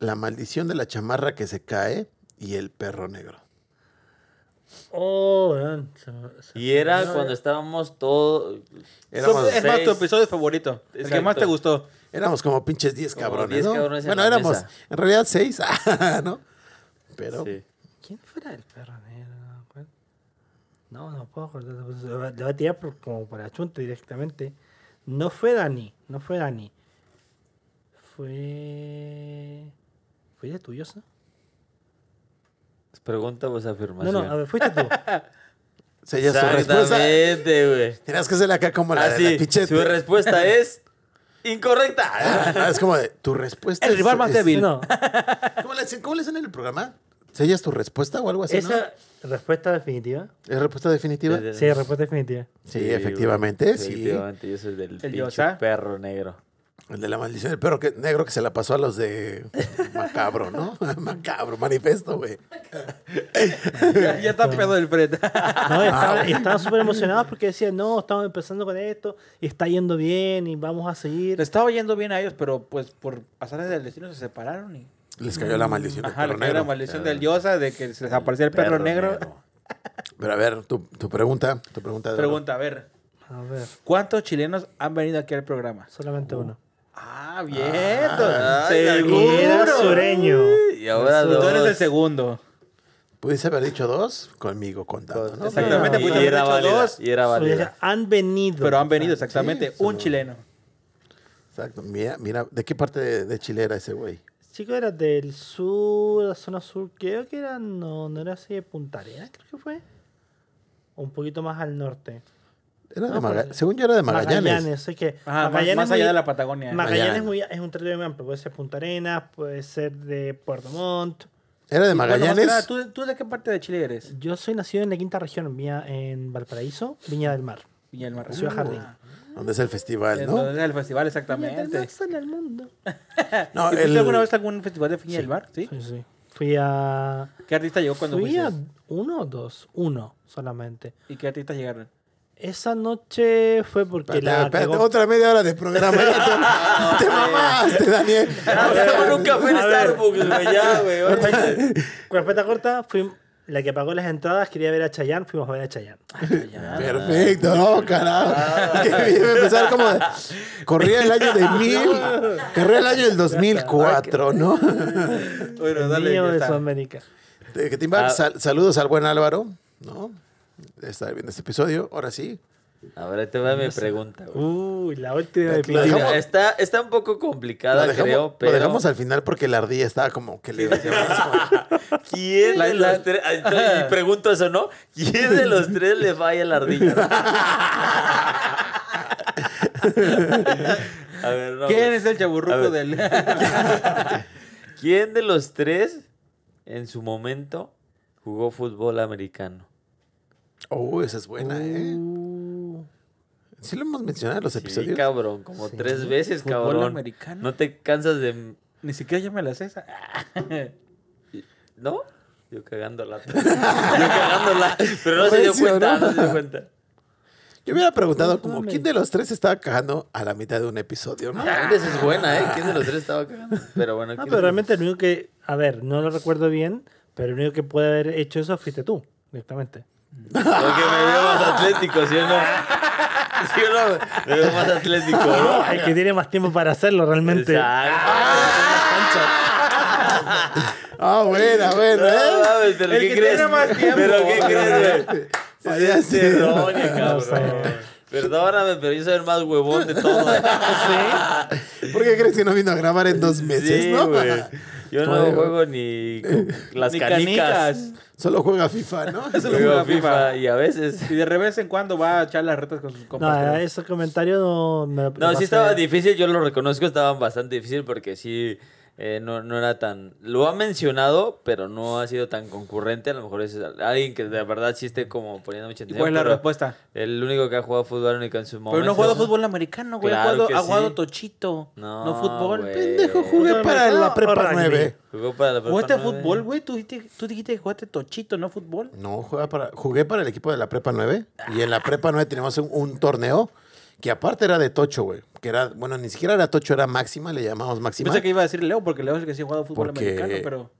[SPEAKER 2] La maldición de la chamarra que se cae y el perro negro.
[SPEAKER 4] Oh, weón. se me- se-
[SPEAKER 3] Y era
[SPEAKER 4] no,
[SPEAKER 3] cuando estábamos todos.
[SPEAKER 2] Éramos,
[SPEAKER 5] eh. es más, tu
[SPEAKER 3] seis.
[SPEAKER 5] episodio favorito. El que más
[SPEAKER 3] Exacto.
[SPEAKER 5] te gustó.
[SPEAKER 2] éramos como pinches 10
[SPEAKER 3] Como
[SPEAKER 2] cabrones,
[SPEAKER 3] 10
[SPEAKER 2] ¿no?
[SPEAKER 3] cabrones en
[SPEAKER 2] bueno,
[SPEAKER 3] la
[SPEAKER 2] éramos
[SPEAKER 3] mesa.
[SPEAKER 2] en realidad 6, ¿no? Pero
[SPEAKER 3] Sí.
[SPEAKER 4] ¿Quién fuera el perro negro? No, me acuerdo. no, no puedo acordar. Pues, Lo voy a tirar por- como para chunte directamente. No fue Dani. No fue Dani. Fue. ¿Fue de tuyosa?
[SPEAKER 3] Pregunta o es
[SPEAKER 4] No,
[SPEAKER 3] afirmación.
[SPEAKER 4] no, a ver, fuiste tú.
[SPEAKER 2] se ya su respuesta.
[SPEAKER 3] Exactamente, güey.
[SPEAKER 2] Tenías que hacerle acá como la de
[SPEAKER 3] Así,
[SPEAKER 2] la pinche-
[SPEAKER 3] su respuesta es
[SPEAKER 2] Ah,
[SPEAKER 3] incorrecta.
[SPEAKER 2] no, es como de, tu respuesta.
[SPEAKER 5] El
[SPEAKER 2] es-
[SPEAKER 5] rival más
[SPEAKER 2] es-
[SPEAKER 5] débil.
[SPEAKER 4] No,
[SPEAKER 2] ¿Cómo le, dicen- ¿Cómo le dicen en el programa? ¿Sellas tu respuesta o algo así? ¿no?
[SPEAKER 4] esa respuesta definitiva.
[SPEAKER 2] ¿Es respuesta definitiva?
[SPEAKER 3] Sí,
[SPEAKER 4] Sí, respuesta definitiva.
[SPEAKER 2] Sí,
[SPEAKER 3] güey.
[SPEAKER 2] efectivamente, sí.
[SPEAKER 3] Efectivamente, yo soy del pinche
[SPEAKER 5] Yosa?
[SPEAKER 3] perro negro.
[SPEAKER 2] El de la maldición del perro que, negro que se la pasó a los de Macabro, ¿no? Macabro, manifesto, güey.
[SPEAKER 5] ya, ya está pedo del Fred.
[SPEAKER 4] No, y estaban, y estaban súper emocionados porque decían, no, estamos empezando con esto, y está yendo bien, y vamos a
[SPEAKER 5] Le
[SPEAKER 4] seguir.
[SPEAKER 5] estaba yendo bien a ellos, pero pues por pasares del destino se separaron y.
[SPEAKER 2] Les cayó la maldición
[SPEAKER 5] Ajá,
[SPEAKER 2] del
[SPEAKER 5] le
[SPEAKER 2] perro
[SPEAKER 5] cayó
[SPEAKER 2] negro.
[SPEAKER 5] la maldición del Yosa de que se desaparecía el perro, negro.
[SPEAKER 2] Pero a ver, tu, tu pregunta, tu pregunta. de oro.
[SPEAKER 5] Pregunta, a ver,
[SPEAKER 4] A ver,
[SPEAKER 5] ¿cuántos chilenos han venido aquí al programa?
[SPEAKER 4] solamente uno.
[SPEAKER 5] Ah, bien.
[SPEAKER 2] Ah,
[SPEAKER 5] seguro.
[SPEAKER 4] Y era sureño.
[SPEAKER 3] Y ahora
[SPEAKER 5] Tú eres el
[SPEAKER 3] dos.
[SPEAKER 5] segundo.
[SPEAKER 2] Pudiste haber dicho dos conmigo contando, ¿no?
[SPEAKER 5] Exactamente,
[SPEAKER 3] Y
[SPEAKER 5] pudiste haber
[SPEAKER 3] era
[SPEAKER 5] hecho
[SPEAKER 3] válida,
[SPEAKER 5] dos.
[SPEAKER 3] Y era
[SPEAKER 4] Oye,
[SPEAKER 3] válida.
[SPEAKER 4] han venido.
[SPEAKER 5] Pero han venido exactamente
[SPEAKER 2] Sí,
[SPEAKER 5] un
[SPEAKER 2] seguro.
[SPEAKER 5] chileno.
[SPEAKER 2] Exacto. Mira, mira, ¿de qué parte de, de Chile era ese güey?
[SPEAKER 4] Chico era del sur, la zona sur, creo que era, no, no era así de Punta Arenas, creo que fue. O un poquito más al norte.
[SPEAKER 2] Era de
[SPEAKER 4] No,
[SPEAKER 2] Maga-
[SPEAKER 4] pues,
[SPEAKER 2] Según yo era de Ah, Magallanes.
[SPEAKER 4] es que
[SPEAKER 5] Ajá, Ah, más,
[SPEAKER 4] Magallanes
[SPEAKER 5] más
[SPEAKER 4] es
[SPEAKER 5] allá
[SPEAKER 4] muy-
[SPEAKER 5] de la Patagonia.
[SPEAKER 4] Magallanes es,
[SPEAKER 2] Magallanes.
[SPEAKER 4] muy- es un territorio muy amplio. Puede ser Punta Arenas, puede ser de Puerto Montt.
[SPEAKER 2] Era de Magallanes.
[SPEAKER 5] Bueno, ¿tú, ¿Tú de qué parte de Chile eres?
[SPEAKER 4] Yo soy nacido en la quinta región, en, Viña- en Valparaíso, Viña del Mar.
[SPEAKER 5] Viña del Mar.
[SPEAKER 4] Ciudad Jardín.
[SPEAKER 2] pues, donde es el festival, ¿no?
[SPEAKER 5] Entonces, el festival,
[SPEAKER 4] Viña del Mar
[SPEAKER 5] exactamente.
[SPEAKER 4] sale al mundo.
[SPEAKER 2] No,
[SPEAKER 5] ¿Y fuiste
[SPEAKER 2] el-
[SPEAKER 5] alguna vez a algún festival de Viña del Mar? ¿Sí?
[SPEAKER 4] Sí, sí. Fui a.
[SPEAKER 5] ¿Qué artista llegó cuando
[SPEAKER 4] Fui a
[SPEAKER 5] fuiste?
[SPEAKER 4] uno o dos, uno solamente.
[SPEAKER 5] ¿Y qué artistas llegaron?
[SPEAKER 4] Esa noche fue porque
[SPEAKER 2] Espérate,
[SPEAKER 4] la.
[SPEAKER 2] espérate,
[SPEAKER 4] cagó-
[SPEAKER 2] otra media hora de programa. Ya te, te mamaste, Daniel.
[SPEAKER 3] Ah, Estaba en un café en
[SPEAKER 4] A ver.
[SPEAKER 3] Starbucks, güey. Ya, güey. oye.
[SPEAKER 4] Con respuesta corta, fui la que pagó las entradas, quería ver a Chayanne, fuimos a ver a Chayanne.
[SPEAKER 2] Perfecto, no, carajo. Que iba a empezar como. de- corría el año de mil. Corría el año del 2004, ¿no?
[SPEAKER 5] Bueno,
[SPEAKER 4] El
[SPEAKER 5] dale.
[SPEAKER 4] niño
[SPEAKER 5] ya
[SPEAKER 4] de
[SPEAKER 5] está.
[SPEAKER 4] Sudamérica.
[SPEAKER 2] De Eh, que te iba-
[SPEAKER 3] Ah.
[SPEAKER 2] sal- saludos al buen Álvaro, ¿no? Está viendo este episodio, ahora sí.
[SPEAKER 3] A ver, ahí te va mi pregunta, güey.
[SPEAKER 4] Uy, la última de
[SPEAKER 2] Lo
[SPEAKER 3] Mira,
[SPEAKER 4] Pilar.
[SPEAKER 2] dejamos-
[SPEAKER 3] está, está un poco complicada,
[SPEAKER 2] lo, dejamos,
[SPEAKER 3] creo, pero.
[SPEAKER 2] lo dejamos al final porque la ardilla estaba como que le
[SPEAKER 3] ¿Quién
[SPEAKER 5] La-
[SPEAKER 3] de
[SPEAKER 5] la-
[SPEAKER 3] los tres? ah, entonces, y pregunto eso, ¿no? ¿Quién de los tres le falla la ardilla? a ver, no.
[SPEAKER 5] ¿Quién
[SPEAKER 3] güey.
[SPEAKER 5] es el
[SPEAKER 3] A
[SPEAKER 5] chaburruco
[SPEAKER 3] ver.
[SPEAKER 5] del.?
[SPEAKER 3] ¿Quién de los tres en su momento jugó fútbol americano?
[SPEAKER 2] Oh, esa es buena, ¿eh?
[SPEAKER 4] Uh. Ah,
[SPEAKER 2] Sí lo hemos mencionado en los
[SPEAKER 3] Uh. Sí,
[SPEAKER 2] episodios.
[SPEAKER 3] cabrón, como
[SPEAKER 4] Sí.
[SPEAKER 3] tres veces,
[SPEAKER 5] Fútbol
[SPEAKER 3] cabrón.
[SPEAKER 5] americano.
[SPEAKER 3] No te cansas de.
[SPEAKER 5] Ni siquiera yo me la sé esa.
[SPEAKER 3] ¿No? Yo cagándola. Yo cagándola. Pero no se dio
[SPEAKER 2] Recio,
[SPEAKER 3] cuenta,
[SPEAKER 2] ¿no?
[SPEAKER 3] no se dio cuenta.
[SPEAKER 2] Yo hubiera preguntado como, ¿quién de los tres estaba cagando a la mitad de un episodio? ¿no?
[SPEAKER 3] Ah, esa es buena, ¿eh? ¿Quién de los tres estaba cagando? Pero bueno, ¿quién
[SPEAKER 4] No, Ah,
[SPEAKER 3] de
[SPEAKER 4] pero
[SPEAKER 3] los-
[SPEAKER 4] realmente el único que. A ver, no lo recuerdo bien, pero el único que puede haber hecho eso fuiste tú, directamente.
[SPEAKER 3] Porque me veo más atlético, ¿sí o no? ¿Sí o no? Me veo más atlético, ¿no?
[SPEAKER 4] El que tiene más tiempo para hacerlo realmente.
[SPEAKER 3] Exacto.
[SPEAKER 2] Ah, buena, buena,
[SPEAKER 3] No,
[SPEAKER 2] ¿eh?
[SPEAKER 3] mames, pero
[SPEAKER 5] El
[SPEAKER 3] ¿qué
[SPEAKER 5] que
[SPEAKER 3] crees?
[SPEAKER 5] tiene más tiempo.
[SPEAKER 3] ¿Pero qué crees, güey? Pues
[SPEAKER 2] Ah, ya
[SPEAKER 3] Sí,
[SPEAKER 2] sé.
[SPEAKER 3] errónea,
[SPEAKER 4] No
[SPEAKER 3] cabrón.
[SPEAKER 4] sé.
[SPEAKER 3] Perdóname, pero yo soy el más huevón de todos.
[SPEAKER 2] ¿Por qué crees que no vino a grabar en dos meses,
[SPEAKER 3] Sí,
[SPEAKER 2] no?
[SPEAKER 3] güey. Yo no
[SPEAKER 2] Joder.
[SPEAKER 3] juego ni con las
[SPEAKER 5] Ni
[SPEAKER 3] canicas.
[SPEAKER 2] Solo juega FIFA, ¿no?
[SPEAKER 5] Eso lo
[SPEAKER 3] Juego
[SPEAKER 5] juega
[SPEAKER 3] FIFA
[SPEAKER 5] FIFA.
[SPEAKER 3] y a veces...
[SPEAKER 5] Y de revés en cuando va a echar las retas con sus
[SPEAKER 4] No,
[SPEAKER 5] compas. creo.
[SPEAKER 4] ese comentario no me lo
[SPEAKER 3] No,
[SPEAKER 4] pasé.
[SPEAKER 3] sí estaba difícil, yo lo reconozco, estaba bastante difícil porque sí eh, no, no era tan... Lo ha mencionado, pero no ha sido tan concurrente. A lo mejor es alguien que de verdad sí esté como poniendo mucha
[SPEAKER 5] ¿Y
[SPEAKER 3] atención.
[SPEAKER 5] cuál es la
[SPEAKER 3] pero
[SPEAKER 5] respuesta?
[SPEAKER 3] El único que ha jugado fútbol único en su momento.
[SPEAKER 5] Pero no ha jugado fútbol americano, güey. Ha
[SPEAKER 3] Claro
[SPEAKER 5] jugado-
[SPEAKER 3] que
[SPEAKER 5] ha jugado
[SPEAKER 3] sí.
[SPEAKER 5] tochito.
[SPEAKER 3] No,
[SPEAKER 5] No, fútbol.
[SPEAKER 3] güey.
[SPEAKER 2] Pendejo, jugué
[SPEAKER 4] No,
[SPEAKER 2] para
[SPEAKER 4] no,
[SPEAKER 2] la prepa
[SPEAKER 4] rugby.
[SPEAKER 2] 9.
[SPEAKER 3] Jugó para la prepa
[SPEAKER 5] ¿Jugaste
[SPEAKER 3] nueve.
[SPEAKER 5] fútbol, güey? ¿Tú, dijiste- tú dijiste que jugaste tochito, no fútbol.
[SPEAKER 2] No, jugaba para, jugué para el equipo de la Prepa 9. Y en la Prepa 9 teníamos un, un torneo que aparte era de tocho, güey. Que era, bueno, ni siquiera era tocho, era máxima, le llamamos máxima.
[SPEAKER 5] Pensé que iba a decir Leo, porque Leo es el que sí ha jugado fútbol
[SPEAKER 2] Porque-
[SPEAKER 5] americano, pero.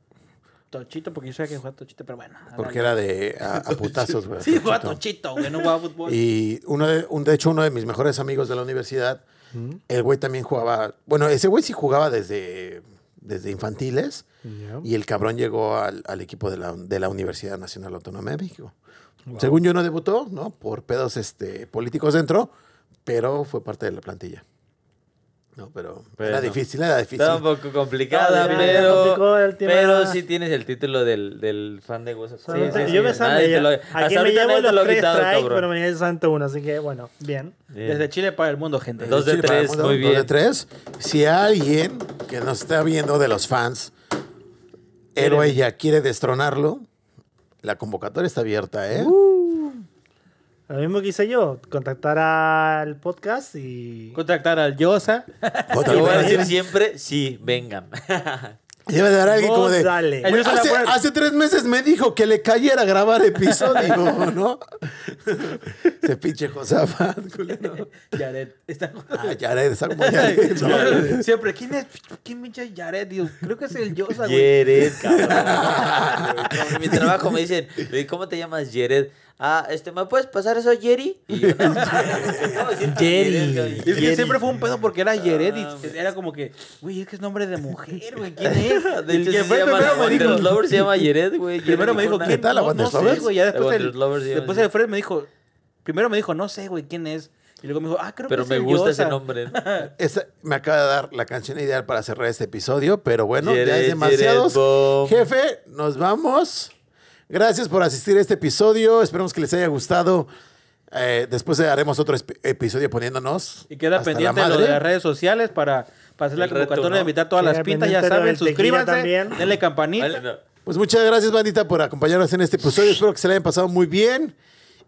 [SPEAKER 5] Tochito, porque yo sabía que jugaba tochito, pero bueno.
[SPEAKER 2] Porque
[SPEAKER 5] ahora-
[SPEAKER 2] era de a, a putazos, güey.
[SPEAKER 5] Sí, jugaba
[SPEAKER 2] tochito.
[SPEAKER 5] tochito, güey, no jugaba fútbol.
[SPEAKER 2] Y uno de, un, de hecho, uno de mis mejores amigos de la universidad, el güey también jugaba. Bueno, ese güey sí jugaba desde, desde infantiles.
[SPEAKER 4] Ya.
[SPEAKER 2] Y el cabrón llegó al, al equipo de la, de la Universidad Nacional Autónoma de México. Según yo no debutó, ¿no? Por pedos este, políticos dentro, pero fue parte de la plantilla. No, pero era
[SPEAKER 3] Bueno.
[SPEAKER 2] difícil, era difícil.
[SPEAKER 3] Está un poco complicada,
[SPEAKER 4] No, ya, ya complicó
[SPEAKER 3] pero,
[SPEAKER 4] el tema.
[SPEAKER 3] pero sí tienes el título del, del fan de Hueso. Sí,
[SPEAKER 4] Solamente-
[SPEAKER 3] sí, sí.
[SPEAKER 4] yo pensaba,
[SPEAKER 3] Nadie te
[SPEAKER 4] ya,
[SPEAKER 3] lo-
[SPEAKER 4] aquí
[SPEAKER 3] hasta
[SPEAKER 4] me
[SPEAKER 3] ahorita
[SPEAKER 4] llevo
[SPEAKER 3] nadie te
[SPEAKER 4] los
[SPEAKER 3] lo ha
[SPEAKER 4] tres
[SPEAKER 3] quitado,
[SPEAKER 4] strike,
[SPEAKER 3] cabrón.
[SPEAKER 4] pero me llevo santo uno, así que bueno, bien.
[SPEAKER 3] Bien.
[SPEAKER 5] Desde Chile para el mundo, gente.
[SPEAKER 3] Dos de
[SPEAKER 2] Eh, Sí, para el
[SPEAKER 3] tres,
[SPEAKER 2] mundo,
[SPEAKER 3] muy
[SPEAKER 2] Dos de
[SPEAKER 3] bien.
[SPEAKER 2] tres. Si alguien que nos está viendo de los fans, él o ella quiere destronarlo, la convocatoria está abierta, ¿eh?
[SPEAKER 3] Uh,
[SPEAKER 4] Lo mismo que hice yo, contactar al podcast y...
[SPEAKER 5] Contactar al Yosa.
[SPEAKER 2] Otra
[SPEAKER 3] Yo voy a
[SPEAKER 2] vez.
[SPEAKER 3] decir siempre, sí, vengan.
[SPEAKER 2] Debe de haber alguien como de.
[SPEAKER 4] Vos dale.
[SPEAKER 2] "Güey, Hace, hace tres meses me dijo que le cayera a grabar episodio, ¿no? Se pinche Josafat, culero.
[SPEAKER 5] Yaret. Está...
[SPEAKER 2] Ah, Jared, está como Jared, ¿no?
[SPEAKER 5] Siempre, ¿quién es? ¿Quién pinche es Yaret? Digo, creo que es el Yosa, güey.
[SPEAKER 3] Jared, cabrón. Como en mi trabajo me dicen, "Eh, ¿cómo te llamas Jared? Ah, este, ¿me puedes pasar eso, Jerry? Y yo, no, ¿cómo decir
[SPEAKER 4] Jerry.
[SPEAKER 3] Jared,
[SPEAKER 5] Es que
[SPEAKER 3] Jerry?
[SPEAKER 5] siempre fue un pedo porque era Yaret
[SPEAKER 3] Ah,
[SPEAKER 5] y
[SPEAKER 3] güey.
[SPEAKER 5] era como que, güey, es que es nombre de mujer, güey, ¿quién es?
[SPEAKER 3] De hecho,
[SPEAKER 5] Y
[SPEAKER 3] sí
[SPEAKER 5] el
[SPEAKER 3] se llama,
[SPEAKER 5] primero me dijo,
[SPEAKER 3] Wanderers Lover se llama Jared, güey.
[SPEAKER 5] primero
[SPEAKER 3] Jared
[SPEAKER 5] me dijo,
[SPEAKER 3] Icona.
[SPEAKER 5] ¿quién?
[SPEAKER 2] tal, la
[SPEAKER 5] No, no
[SPEAKER 2] Wanderers
[SPEAKER 5] sé, güey, ya
[SPEAKER 3] Lovers?
[SPEAKER 5] después
[SPEAKER 3] La
[SPEAKER 5] el,
[SPEAKER 3] Wanderers Lovers, sí,
[SPEAKER 5] después
[SPEAKER 3] sí.
[SPEAKER 5] el Fred me dijo, primero me dijo, no sé, güey, ¿quién es? Y luego me dijo, ah, creo
[SPEAKER 3] Pero
[SPEAKER 5] que es
[SPEAKER 3] me
[SPEAKER 5] el
[SPEAKER 3] gusta ese
[SPEAKER 5] Yosa.
[SPEAKER 3] nombre. ¿no?
[SPEAKER 2] Esa- me acaba de dar la canción ideal para cerrar este episodio, pero bueno, ya
[SPEAKER 3] Jared,
[SPEAKER 2] es demasiados.
[SPEAKER 3] Jared Bomb.
[SPEAKER 2] Jefe, nos vamos. Gracias por asistir a este episodio. Esperemos que les haya gustado. Eh, después haremos otro esp- episodio poniéndonos.
[SPEAKER 5] Y queda
[SPEAKER 2] hasta la
[SPEAKER 5] pendiente lo
[SPEAKER 2] madre.
[SPEAKER 5] de las redes sociales para, para hacer la
[SPEAKER 3] El reto,
[SPEAKER 5] convocatoria
[SPEAKER 3] ¿no?
[SPEAKER 5] de invitar todas las
[SPEAKER 4] Queda
[SPEAKER 5] pintas, ya
[SPEAKER 4] pendiente lo
[SPEAKER 5] saben,
[SPEAKER 4] del tequila
[SPEAKER 5] suscríbanse,
[SPEAKER 4] también.
[SPEAKER 5] denle campanita.
[SPEAKER 3] Vale, no.
[SPEAKER 2] Pues muchas gracias, bandita, por acompañarnos en este episodio. Espero que se la hayan pasado muy bien.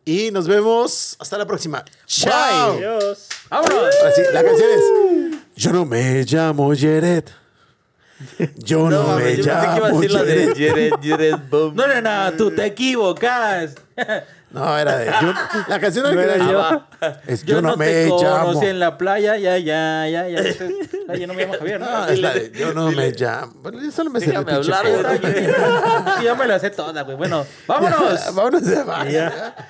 [SPEAKER 2] Y nos vemos. Hasta la próxima. ¡Chao!
[SPEAKER 4] Adiós.
[SPEAKER 5] ¡Vámonos!
[SPEAKER 2] Ahora sí, la canción es. Yo no me llamo Jared. Yo no,
[SPEAKER 3] No,
[SPEAKER 2] me
[SPEAKER 3] mames, yo pensé que iba a
[SPEAKER 2] llamo
[SPEAKER 3] decir lo
[SPEAKER 2] Jared.
[SPEAKER 3] de Jared, Jared Bomb.
[SPEAKER 5] No, no, no, tú te equivocas.
[SPEAKER 2] No, era de. yo- la canción
[SPEAKER 4] No
[SPEAKER 2] original
[SPEAKER 4] era
[SPEAKER 2] es-
[SPEAKER 4] yo.
[SPEAKER 2] Ah, va. es Yo, no, me
[SPEAKER 5] te
[SPEAKER 2] llamo.
[SPEAKER 5] conocí en la playa, ya, ya, ya, ya. Entonces, ah, yo no me llamo Javier,
[SPEAKER 2] No,
[SPEAKER 5] ¿no?
[SPEAKER 2] es la de. Yo no me llamo. Bueno, yo solo me sé la
[SPEAKER 3] Déjame
[SPEAKER 2] pinche
[SPEAKER 3] hablar,
[SPEAKER 2] joda.
[SPEAKER 5] Sí, yo me la sé toda, güey. Bueno, vámonos.
[SPEAKER 2] Vámonos de baja.
[SPEAKER 4] Ya.